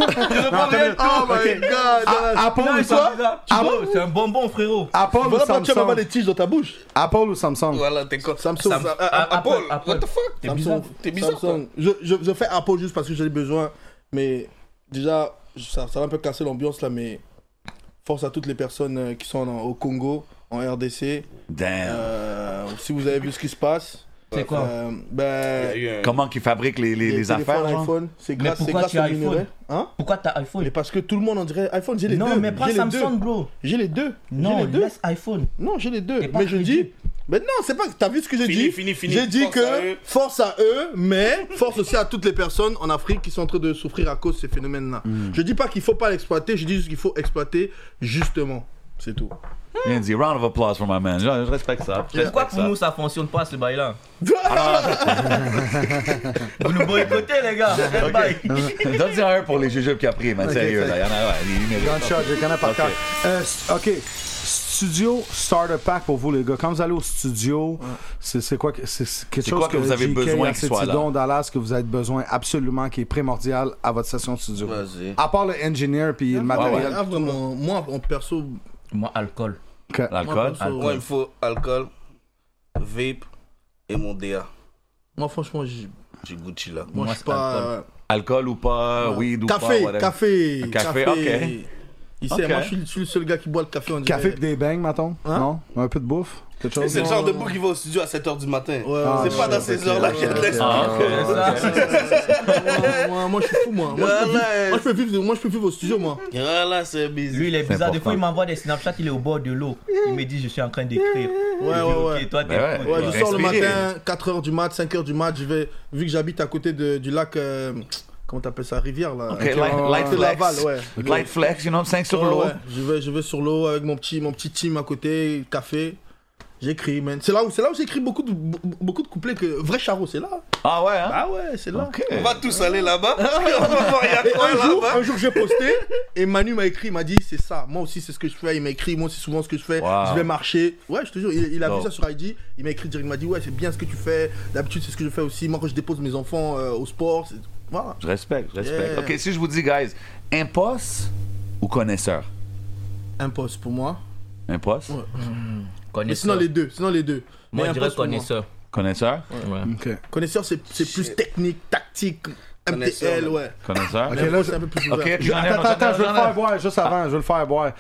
Speaker 2: Non, attends une minute.
Speaker 7: Oh my
Speaker 2: Ok.
Speaker 7: god.
Speaker 4: Ah,
Speaker 2: A- Apple
Speaker 6: Non,
Speaker 2: ou
Speaker 6: ils sont
Speaker 2: Samsung
Speaker 6: bizarres. Tu vois, C'est un bonbon, frérot.
Speaker 2: Apple ou
Speaker 7: Voilà, pourquoi tu vas
Speaker 2: Samsung
Speaker 7: pas des tiges dans ta bouche.
Speaker 2: Apple ou Samsung
Speaker 4: Voilà, t'es con.
Speaker 7: Samsung.
Speaker 4: Sam-
Speaker 7: Sam-
Speaker 4: euh,
Speaker 6: Apple,
Speaker 4: Apple,
Speaker 6: Apple.
Speaker 4: what the fuck
Speaker 6: T'es bizarre.
Speaker 7: Samsung.
Speaker 4: T'es bizarre,
Speaker 7: Samsung. Je, je, je fais Apple juste parce que j'en ai besoin. Mais déjà, ça, ça va un peu casser l'ambiance là. Mais force à toutes les personnes euh, qui sont en- au Congo, en RDC.
Speaker 3: Damn.
Speaker 7: Euh, si vous avez vu ce qui se passe.
Speaker 6: C'est quoi
Speaker 7: euh, ben,
Speaker 3: Comment qu'ils fabriquent les, les,
Speaker 7: les
Speaker 3: les
Speaker 7: téléphones
Speaker 3: affaires, genre?
Speaker 7: iPhone, c'est
Speaker 6: hein. Mais
Speaker 7: grâce, c'est
Speaker 6: pourquoi
Speaker 7: grâce
Speaker 6: tu as
Speaker 7: au minerai.
Speaker 6: iPhone
Speaker 7: Hein
Speaker 6: Pourquoi t'as iPhone
Speaker 7: Mais parce que tout le monde en dirait iPhone, j'ai les deux.
Speaker 6: Non, mais prends
Speaker 7: j'ai les
Speaker 6: Samsung,
Speaker 7: deux.
Speaker 6: bro.
Speaker 7: J'ai les deux.
Speaker 6: Non,
Speaker 7: j'ai les deux.
Speaker 6: laisse iPhone.
Speaker 7: Non, j'ai les deux.
Speaker 6: pas
Speaker 7: Mais je
Speaker 6: crédible.
Speaker 7: dis. Mais non, c'est pas. T'as vu ce que j'ai
Speaker 4: Fini,
Speaker 7: dit
Speaker 4: fini, fini.
Speaker 7: J'ai dit
Speaker 4: Force à
Speaker 7: que
Speaker 4: eux.
Speaker 7: force à eux, mais force aussi à toutes les personnes en Afrique qui sont en train de souffrir à cause de ces phénomènes-là. Je dis pas qu'il faut pas l'exploiter, je dis juste qu'il faut exploiter justement. C'est tout.
Speaker 3: Bien dit. Round of applause for my man. Je, je respecte ça. Je
Speaker 6: Pourquoi
Speaker 3: respecte
Speaker 6: pour
Speaker 3: ça.
Speaker 6: nous ça fonctionne pas ce bail là Vous nous boycottez les gars c'est le bail.
Speaker 3: Donne-y un pour les jujubes qu'il a pris, man. Sérieux, là. Il y en a, ouais, il mérite.
Speaker 2: Gunshot, je connais par
Speaker 3: Ok.
Speaker 2: cœur. Euh, st- ok. Studio Starter Pack pour vous, les gars. Quand vous allez au studio, c'est c'est quoi que- c'est- c'est quelque
Speaker 3: C'est
Speaker 2: chose
Speaker 3: quoi que vous avez
Speaker 2: JK
Speaker 3: besoin qu'il soit
Speaker 2: Lacétidon, Dallas, que vous avez besoin absolument, qui est primordial à votre session de studio.
Speaker 4: Vas-y.
Speaker 2: À part le engineer puis le matériel.
Speaker 7: Ah, vraiment, moi en perso,
Speaker 6: Moi alcool.
Speaker 2: que-
Speaker 7: moi,
Speaker 3: L'alcool.
Speaker 7: perso,
Speaker 4: Moi, il me faut alcool, vape et mon DA.
Speaker 7: moi, franchement, j'ai-
Speaker 4: J'ai Gucci là.
Speaker 6: Moi,
Speaker 7: moi, je suis
Speaker 6: c'est
Speaker 7: pas. euh,
Speaker 3: Alcool ou pas, weed ou pas,
Speaker 7: Café,
Speaker 3: whatever.
Speaker 7: café,
Speaker 3: Café, ok.
Speaker 7: Il sait,
Speaker 3: Ok.
Speaker 7: moi je suis, je suis le seul gars qui boit le café en
Speaker 2: Café
Speaker 7: direct.
Speaker 2: pis des bangs, mettons?
Speaker 7: Hein?
Speaker 2: Non? Un peu de bouffe? Quelque chose?
Speaker 4: C'est le genre de bouc qui va au studio à 7h du matin.
Speaker 7: Ouais,
Speaker 2: Ah,
Speaker 4: C'est pas
Speaker 2: ouais,
Speaker 4: dans ces
Speaker 2: ok,
Speaker 4: heures-là
Speaker 2: ouais,
Speaker 4: qu'il y a de
Speaker 2: ok.
Speaker 4: l'esprit.
Speaker 3: Ah, ok.
Speaker 7: Moi, moi, moi, je suis fou, moi. Moi, je peux vivre- moi, je peux vivre, moi, je peux vivre au studio, moi.
Speaker 4: Voilà, c'est bizarre.
Speaker 6: Lui il est bizarre, des
Speaker 3: important.
Speaker 6: fois il m'envoie des snapchats, il est au bord de l'eau. Il me dit je suis en train d'écrire.
Speaker 7: Ouais,
Speaker 6: Je dis,
Speaker 7: ouais,
Speaker 6: ok,
Speaker 7: ouais.
Speaker 6: toi t'es
Speaker 3: Ben ouais.
Speaker 6: fou,
Speaker 7: Ouais,
Speaker 6: toi.
Speaker 7: je sors le
Speaker 3: Inspiré.
Speaker 7: matin, 4h du mat, 5h du mat, je vais, vu que j'habite à côté de- du lac, euh, comment t'appelles ça, rivière là
Speaker 3: Ok, light, light
Speaker 7: C'est
Speaker 3: flex.
Speaker 7: Laval, ouais.
Speaker 3: Light flex, you know, 5 sur
Speaker 7: Ouais,
Speaker 3: l'eau.
Speaker 7: ouais. Je vais, je vais sur l'eau avec mon petit, mon petit team à côté, café. J'écris, man. C'est là où, c'est là où j'écris beaucoup de, be- beaucoup de couplets que vrai charro, c'est là.
Speaker 3: Ah ouais, hein?
Speaker 7: Ah ouais, c'est là.
Speaker 3: Ok.
Speaker 4: On va tous aller là-bas. On va voir, il y a
Speaker 7: Et
Speaker 4: quoi
Speaker 7: un jour,
Speaker 4: là-bas.
Speaker 7: un jour j'ai posté et Manu m'a écrit, il m'a dit c'est ça, moi aussi c'est ce que je fais, il m'a écrit, moi c'est souvent ce que je fais,
Speaker 3: Wow.
Speaker 7: je vais marcher. Ouais, je te jure, il, il a
Speaker 3: Dope.
Speaker 7: vu ça sur ID, il m'a écrit direct, il m'a dit ouais c'est bien ce que tu fais, d'habitude c'est ce que je fais aussi, moi quand je dépose mes enfants euh, au sport, c'est- voilà.
Speaker 3: Je respecte, je respecte.
Speaker 7: Yeah.
Speaker 3: Ok, si je vous dis, guys, imposte ou connaisseur?
Speaker 7: Imposte pour moi.
Speaker 3: Imposte?
Speaker 7: Ouais. Mais
Speaker 6: Connaisseur.
Speaker 7: sinon les deux, sinon les deux.
Speaker 6: Moi
Speaker 7: Mais
Speaker 6: je dirais
Speaker 7: imposte pour moi.
Speaker 6: connaisseur.
Speaker 3: Connaisseur?
Speaker 6: Ouais.
Speaker 2: Ok.
Speaker 7: Connaisseur c'est c'est plus technique, tactique,
Speaker 4: Connaisseur,
Speaker 7: MTL,
Speaker 4: là.
Speaker 7: ouais.
Speaker 3: Connaisseur?
Speaker 2: Ok,
Speaker 7: Mais
Speaker 2: là,
Speaker 7: c'est un peu plus
Speaker 3: Ok,
Speaker 7: ouvert.
Speaker 3: j'en ai un,
Speaker 2: Attends,
Speaker 3: j'en ai
Speaker 2: attends,
Speaker 3: un,
Speaker 2: je vais
Speaker 3: j'en
Speaker 2: le
Speaker 3: ai un.
Speaker 2: faire boire, juste avant, je vais le faire boire.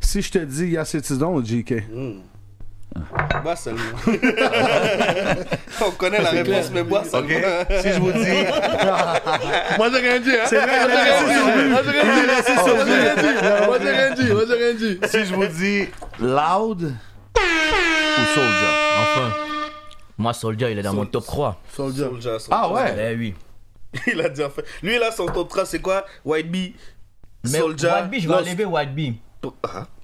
Speaker 2: Si je te dis Yacétidon ou JK?
Speaker 7: Mm.
Speaker 4: Bois Bah, seulement. On connaît la réponse, mais bois seulement.
Speaker 3: Ok, si je vous dis,
Speaker 7: Moi j'ai rien dit, hein. C'est vrai, moi j'ai rien dit. Moi j'ai rien dit, moi j'ai rien dit, moi j'ai rien dit.
Speaker 3: si je vous dis loud ou soldier?
Speaker 6: Enfin. Moi, Soldier, il est dans mon top 3.
Speaker 7: Soldier.
Speaker 3: Ah ouais?
Speaker 6: Eh oui.
Speaker 4: il a déjà fait. Lui, là, son top 3, c'est quoi White Bee,
Speaker 6: Mais
Speaker 4: Soldier.
Speaker 6: White Bee, je vais
Speaker 4: Lost-
Speaker 6: enlever White Bee.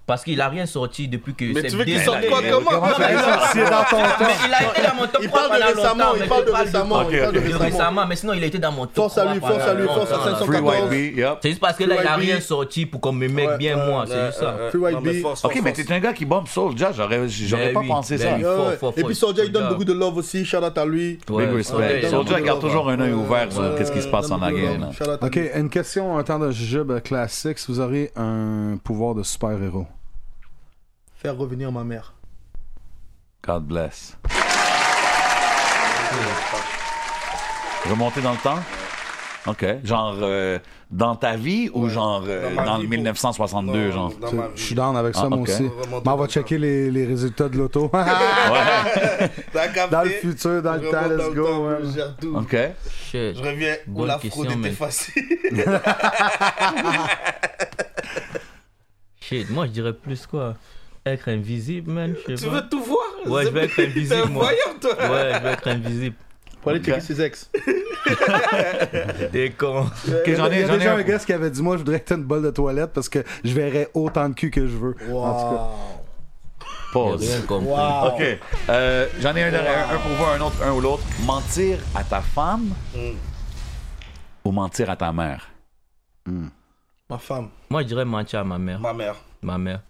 Speaker 6: Parce qu'il a rien sorti depuis que.
Speaker 4: ah. Mais
Speaker 6: c'est
Speaker 4: tu veux qu'il
Speaker 6: bien
Speaker 4: sorte
Speaker 6: arrivé.
Speaker 4: quoi Comment
Speaker 6: Non, mais-
Speaker 2: Ah, C'est dans ton
Speaker 6: Ah, Mais
Speaker 2: temps.
Speaker 6: il a été dans mon top
Speaker 7: Ah, Il
Speaker 6: 3
Speaker 7: parle de
Speaker 6: pendant
Speaker 7: récemment,
Speaker 6: longtemps.
Speaker 7: il
Speaker 6: mais
Speaker 7: parle
Speaker 6: je
Speaker 7: de
Speaker 6: parle
Speaker 7: récemment, il parle de
Speaker 6: de
Speaker 7: récemment.
Speaker 6: récemment, mais sinon il a été dans mon top
Speaker 7: Force à
Speaker 6: 3
Speaker 7: lui,
Speaker 6: pendant
Speaker 7: force à lui, force à
Speaker 6: longtemps, là.
Speaker 7: 500.
Speaker 3: Ah, Free White
Speaker 7: 14.
Speaker 3: Bee, yep.
Speaker 6: C'est juste parce que là, il a
Speaker 7: Free YB.
Speaker 6: rien sorti pour qu'on me mec
Speaker 7: Ouais,
Speaker 6: bien
Speaker 7: ouais,
Speaker 6: moi, c'est juste ça.
Speaker 7: Free White
Speaker 4: Non, mais
Speaker 7: Bee.
Speaker 4: force,
Speaker 3: Ok,
Speaker 4: force,
Speaker 3: mais
Speaker 4: force.
Speaker 3: t'es un gars qui bombe Soulja, j'aurais j'aurais
Speaker 6: Ben
Speaker 3: pas
Speaker 6: oui,
Speaker 3: pensé
Speaker 6: ben
Speaker 3: ça.
Speaker 6: oui.
Speaker 7: Ouais,
Speaker 6: Fort,
Speaker 7: ouais.
Speaker 6: fort,
Speaker 7: Et
Speaker 6: fort,
Speaker 7: puis Soldier, il donne
Speaker 6: Soulja.
Speaker 7: beaucoup de love aussi. Shout out à lui.
Speaker 3: Big
Speaker 6: Ouais, Soulja, il
Speaker 3: respect.
Speaker 6: est dans mon
Speaker 3: Soulja
Speaker 6: top
Speaker 3: garde toujours un œil ouvert sur
Speaker 7: Ouais,
Speaker 3: qu'est-ce qui se passe
Speaker 7: donne
Speaker 3: en
Speaker 7: beaucoup de
Speaker 3: arrière.
Speaker 7: love.
Speaker 3: là.
Speaker 7: Shout out à
Speaker 2: Ok,
Speaker 7: lui.
Speaker 2: une question, un temps de jujube classique. Si vous auriez un pouvoir de super-héros,
Speaker 7: Faire revenir ma mère.
Speaker 3: God bless. Remonter dans le temps? Ok. Genre euh, dans ta vie ou genre euh,
Speaker 4: ma
Speaker 3: dans
Speaker 4: vie,
Speaker 3: le
Speaker 4: pour-
Speaker 3: 1962,
Speaker 4: Non,
Speaker 3: genre?
Speaker 4: dans ma vie.
Speaker 2: je suis down avec ça,
Speaker 3: Ah,
Speaker 2: moi
Speaker 3: ok.
Speaker 2: aussi.
Speaker 4: Remonter
Speaker 2: Mais on
Speaker 4: dans
Speaker 2: va
Speaker 4: le
Speaker 2: checker les, les résultats de l'auto.
Speaker 4: T'as capté
Speaker 2: Dans le futur, dans le
Speaker 4: Je
Speaker 2: temps,
Speaker 4: remonte
Speaker 2: let's
Speaker 4: dans le
Speaker 2: go,
Speaker 4: temps,
Speaker 2: man.
Speaker 4: Je gère tout.
Speaker 3: Ok.
Speaker 6: Shit.
Speaker 4: Je reviens où
Speaker 6: Bonne
Speaker 4: la
Speaker 6: question,
Speaker 4: fraude est
Speaker 6: mais-
Speaker 4: effacée.
Speaker 6: Shit, moi je dirais plus quoi Être invisible, man, je
Speaker 4: Tu
Speaker 6: sais pas.
Speaker 4: veux tout voir
Speaker 6: Ouais, je
Speaker 4: C'est-
Speaker 6: vais être invisible,
Speaker 4: T'es un
Speaker 6: moi.
Speaker 4: voyeur, toi
Speaker 6: Ouais, je veux être invisible.
Speaker 7: Pour aller checker ses ex.
Speaker 6: T'es con.
Speaker 3: Ok, j'en
Speaker 2: Il y
Speaker 3: ai,
Speaker 2: a
Speaker 3: Ah, j'en ai
Speaker 2: déjà un
Speaker 3: un.
Speaker 2: gars qui avait dit Moi, je voudrais être une bolle de toilette parce que je verrais autant de cul que je veux.
Speaker 7: Wow.
Speaker 2: En tout cas.
Speaker 6: Rien
Speaker 3: Pause.
Speaker 6: compris.
Speaker 2: Ah,
Speaker 7: Wow.
Speaker 3: Ah, Ok. Euh, j'en ai un derrière, un pour voir, un autre, un ou l'autre. Mentir à ta femme
Speaker 2: Hmm.
Speaker 3: ou mentir à ta mère?
Speaker 7: Ma femme.
Speaker 6: Moi je dirais mentir à ma mère.
Speaker 4: Ma mère.
Speaker 6: Ma mère.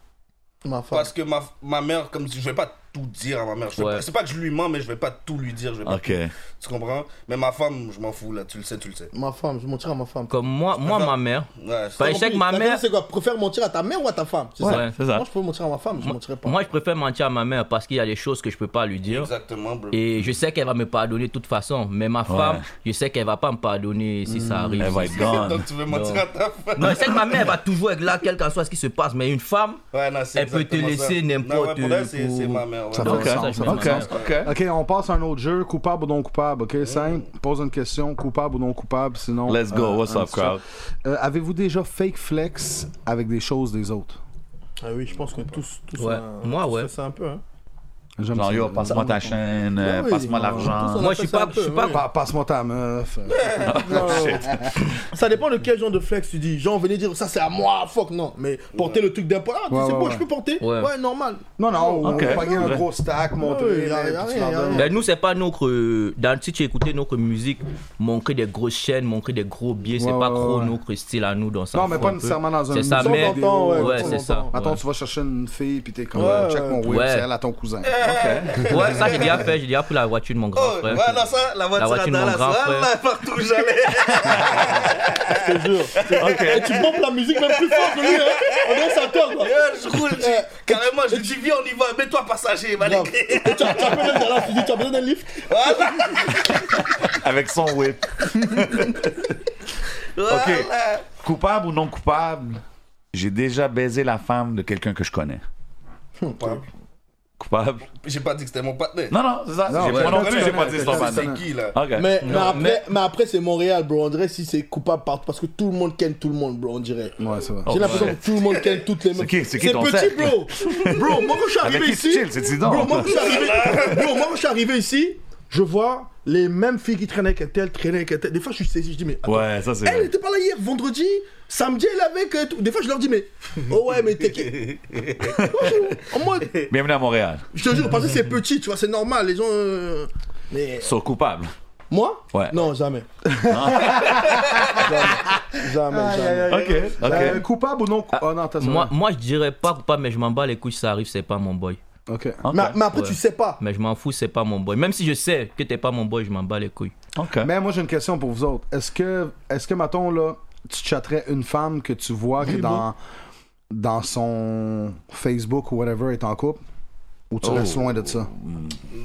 Speaker 7: Ma femme.
Speaker 4: Parce que ma, ma mère, comme si je vais pas tout dire à ma mère. Je vais
Speaker 6: Ouais.
Speaker 4: pas- C'est pas que je lui mens, mais je vais pas tout lui dire. Je vais pas
Speaker 3: Ok.
Speaker 4: tout- Tu comprends Mais ma femme, je m'en fous là. Tu le sais, tu le sais.
Speaker 7: Ma femme. Je mentirai à ma femme.
Speaker 6: Comme moi, moi ma mère.
Speaker 4: Ouais, c'est-
Speaker 6: Par échec, ma
Speaker 7: La
Speaker 6: mère.
Speaker 7: question, C'est quoi Préfère mentir à ta mère ou à ta femme C'est ça
Speaker 6: Ouais,
Speaker 3: c'est ça.
Speaker 7: Moi, je peux mentir à ma femme, je
Speaker 6: Moi,
Speaker 7: mentirai pas.
Speaker 6: moi, je préfère mentir à ma mère parce qu'il y a des choses que je peux pas lui dire.
Speaker 4: Exactement, bro.
Speaker 6: Et je sais qu'elle va me pardonner de toute façon. Mais ma femme, je sais qu'elle va pas me pardonner si ça arrive.
Speaker 3: Elle va être
Speaker 6: Ah,
Speaker 3: gone.
Speaker 4: Donc tu veux mentir à ta femme
Speaker 6: Non, je sais que ma mère va toujours être là, quel qu'en soit ce qui se passe. Mais une femme,
Speaker 4: Ouais, non, c'est
Speaker 6: Elle peut te
Speaker 4: exactement ça.
Speaker 6: laisser n'importe
Speaker 4: Non, ouais, pour elle, c'est
Speaker 6: où.
Speaker 4: c'est ma mère. ouais.
Speaker 2: Ça
Speaker 4: Donc,
Speaker 2: fait
Speaker 6: ça,
Speaker 2: sens,
Speaker 6: je
Speaker 2: ça
Speaker 6: mets
Speaker 2: fait
Speaker 6: ma
Speaker 2: sens.
Speaker 6: main.
Speaker 3: Hein? Ok.
Speaker 2: Ok, on passe à un autre jeu, coupable ou non coupable, ok? Simple, pose une question, coupable ou non coupable, sinon... euh,
Speaker 3: Let's go, what's
Speaker 2: un
Speaker 3: up,
Speaker 2: petit
Speaker 3: crowd?
Speaker 2: shot. Euh, Avez-vous déjà fake flex avec des choses des autres?
Speaker 7: Ah oui, je pense que tous. tous
Speaker 6: Ouais.
Speaker 7: on a-
Speaker 6: Moi,
Speaker 7: tous
Speaker 6: ouais.
Speaker 7: fait ça un peu. Hein.
Speaker 2: J'aime
Speaker 3: Genre,
Speaker 2: ça.
Speaker 3: yo, passe-moi ta chaîne, euh,
Speaker 7: Oui,
Speaker 3: passe-moi
Speaker 7: on-
Speaker 3: l'argent.
Speaker 7: tous, on a
Speaker 6: Moi,
Speaker 7: fait
Speaker 6: je suis
Speaker 7: ça
Speaker 6: pas-
Speaker 7: un peu,
Speaker 6: je suis pas-
Speaker 7: oui.
Speaker 2: Pa- passe-moi ta meuf.
Speaker 7: Ça dépend de quel genre de flex tu dis. Genre, venez dire ça, c'est à moi, fuck, non. Mais porter le truc d'un poids, ah, tu
Speaker 2: Ouais,
Speaker 7: sais
Speaker 2: ouais,
Speaker 7: quoi,
Speaker 2: ouais.
Speaker 7: je peux porter
Speaker 6: Ouais.
Speaker 7: Ouais, normal.
Speaker 2: Non, non,
Speaker 3: Ok.
Speaker 2: on va gagner un gros stack, monter
Speaker 7: Ouais,
Speaker 2: les
Speaker 7: y a rien,
Speaker 2: mains, puis tu
Speaker 7: y a
Speaker 2: leur donnes.
Speaker 7: rien.
Speaker 6: Ben, nous, c'est pas notre. euh, Dans, si tu écoutais notre musique, montrer des grosses chaînes, montrer des gros biais, c'est
Speaker 2: Ouais,
Speaker 6: pas
Speaker 2: ouais,
Speaker 6: trop
Speaker 2: ouais.
Speaker 6: notre style à nous dans ça.
Speaker 2: Non, mais pas nécessairement dans un
Speaker 6: C'est ça,
Speaker 2: musée.
Speaker 6: mais.
Speaker 7: De temps en temps, ouais,
Speaker 6: Ouais,
Speaker 7: de temps en
Speaker 6: c'est ça.
Speaker 7: temps.
Speaker 2: Attends,
Speaker 6: ouais.
Speaker 2: tu vas chercher une fille, puis t'es comme,
Speaker 7: Ouais,
Speaker 2: euh, check mon
Speaker 7: ouais.
Speaker 2: whip,
Speaker 6: Ouais.
Speaker 2: c'est elle à ton cousin.
Speaker 6: Ouais, ça, j'ai déjà fait. J'ai déjà pris la voiture de mon grand
Speaker 4: Oh, ouais,
Speaker 6: frère.
Speaker 4: non, ça, la voiture,
Speaker 6: voiture de
Speaker 4: à
Speaker 6: mon
Speaker 4: Dallas,
Speaker 6: grand
Speaker 4: là,
Speaker 6: frère.
Speaker 4: là, partout où j'allais.
Speaker 7: Je te jure. Et tu bombes la musique même plus fort que lui, hein. On dirait sa tort, quoi.
Speaker 4: Yo, je roule, je-
Speaker 6: Eh,
Speaker 4: carrément, je dis, viens, on y va, mets-toi passager, va
Speaker 7: Grave. Et tu as tu as besoin d'un là, tu dis, tu as besoin d'un lift
Speaker 3: Avec son whip.
Speaker 2: Ah,
Speaker 3: Ok. Coupable ou non coupable, j'ai déjà baisé la femme de quelqu'un que je connais. Coupable?
Speaker 4: J'ai pas dit que c'était mon partenaire.
Speaker 3: Non, non, c'est ça.
Speaker 2: Non,
Speaker 3: j'ai-
Speaker 2: ouais,
Speaker 3: moi non
Speaker 2: ouais,
Speaker 3: plus,
Speaker 2: ouais,
Speaker 3: j'ai pas
Speaker 2: ouais,
Speaker 3: dit
Speaker 2: ouais,
Speaker 3: son
Speaker 2: ouais,
Speaker 3: bandit.
Speaker 4: C'est qui, là
Speaker 6: Ah.
Speaker 3: Ok.
Speaker 7: Mais, mais,
Speaker 6: Non,
Speaker 7: après,
Speaker 6: mais-
Speaker 7: mais après, c'est Montréal, bro. On dirait si c'est coupable partout. Parce que tout le monde ken tout le monde, bro. On dirait.
Speaker 2: Ouais, c'est vrai.
Speaker 6: Oh.
Speaker 7: J'ai l'impression
Speaker 3: shit.
Speaker 7: que tout le monde ken toutes les meufs.
Speaker 3: qui- c'est qui ton
Speaker 7: petit,
Speaker 3: cercle
Speaker 7: bro. Bro, moi quand je suis
Speaker 3: Avec
Speaker 7: arrivé
Speaker 3: qui tu
Speaker 7: ici.
Speaker 3: chill, c'est Tidon.
Speaker 7: Bro, moi quand je suis arrivé- bro, moi, quand je suis arrivé ici, je vois les mêmes filles qui traînaient avec un tel, traînaient avec un tel. Des fois, je suis saisi, je dis, mais. attends,
Speaker 3: Ouais, ça c'est
Speaker 7: Elle
Speaker 3: vrai.
Speaker 7: n'était pas là hier, vendredi, samedi, elle avait que tout. Des fois, je leur dis, mais. Oh ouais, mais t'es qui Bonjour. En mode,
Speaker 3: Bienvenue à Montréal.
Speaker 7: je te jure, parce que c'est petit, tu vois, c'est normal, les gens. euh, Mais.
Speaker 3: Sauf coupable.
Speaker 7: Moi
Speaker 3: Ouais.
Speaker 7: Non, jamais. jamais. Jamais, jamais.
Speaker 3: Ok,
Speaker 2: Euh,
Speaker 3: ok.
Speaker 2: coupable ou non coupable? Ah non, t'as ça.
Speaker 6: Moi, moi, je dirais pas coupable, mais je m'en bats les couilles, ça arrive, c'est pas mon boy.
Speaker 2: Ok.
Speaker 7: Mais, mais après,
Speaker 6: Ouais.
Speaker 7: tu sais pas.
Speaker 6: Mais je m'en fous, c'est pas mon boy. Même si je sais que t'es pas mon boy, je m'en bats les couilles.
Speaker 3: Ok.
Speaker 2: Mais moi, j'ai une question pour vous autres. Est-ce que, est-ce que, mettons, là, tu chatterais une femme que tu vois que dans, dans son Facebook ou whatever est en couple? Ou
Speaker 6: Oh.
Speaker 2: tu restes loin de ça?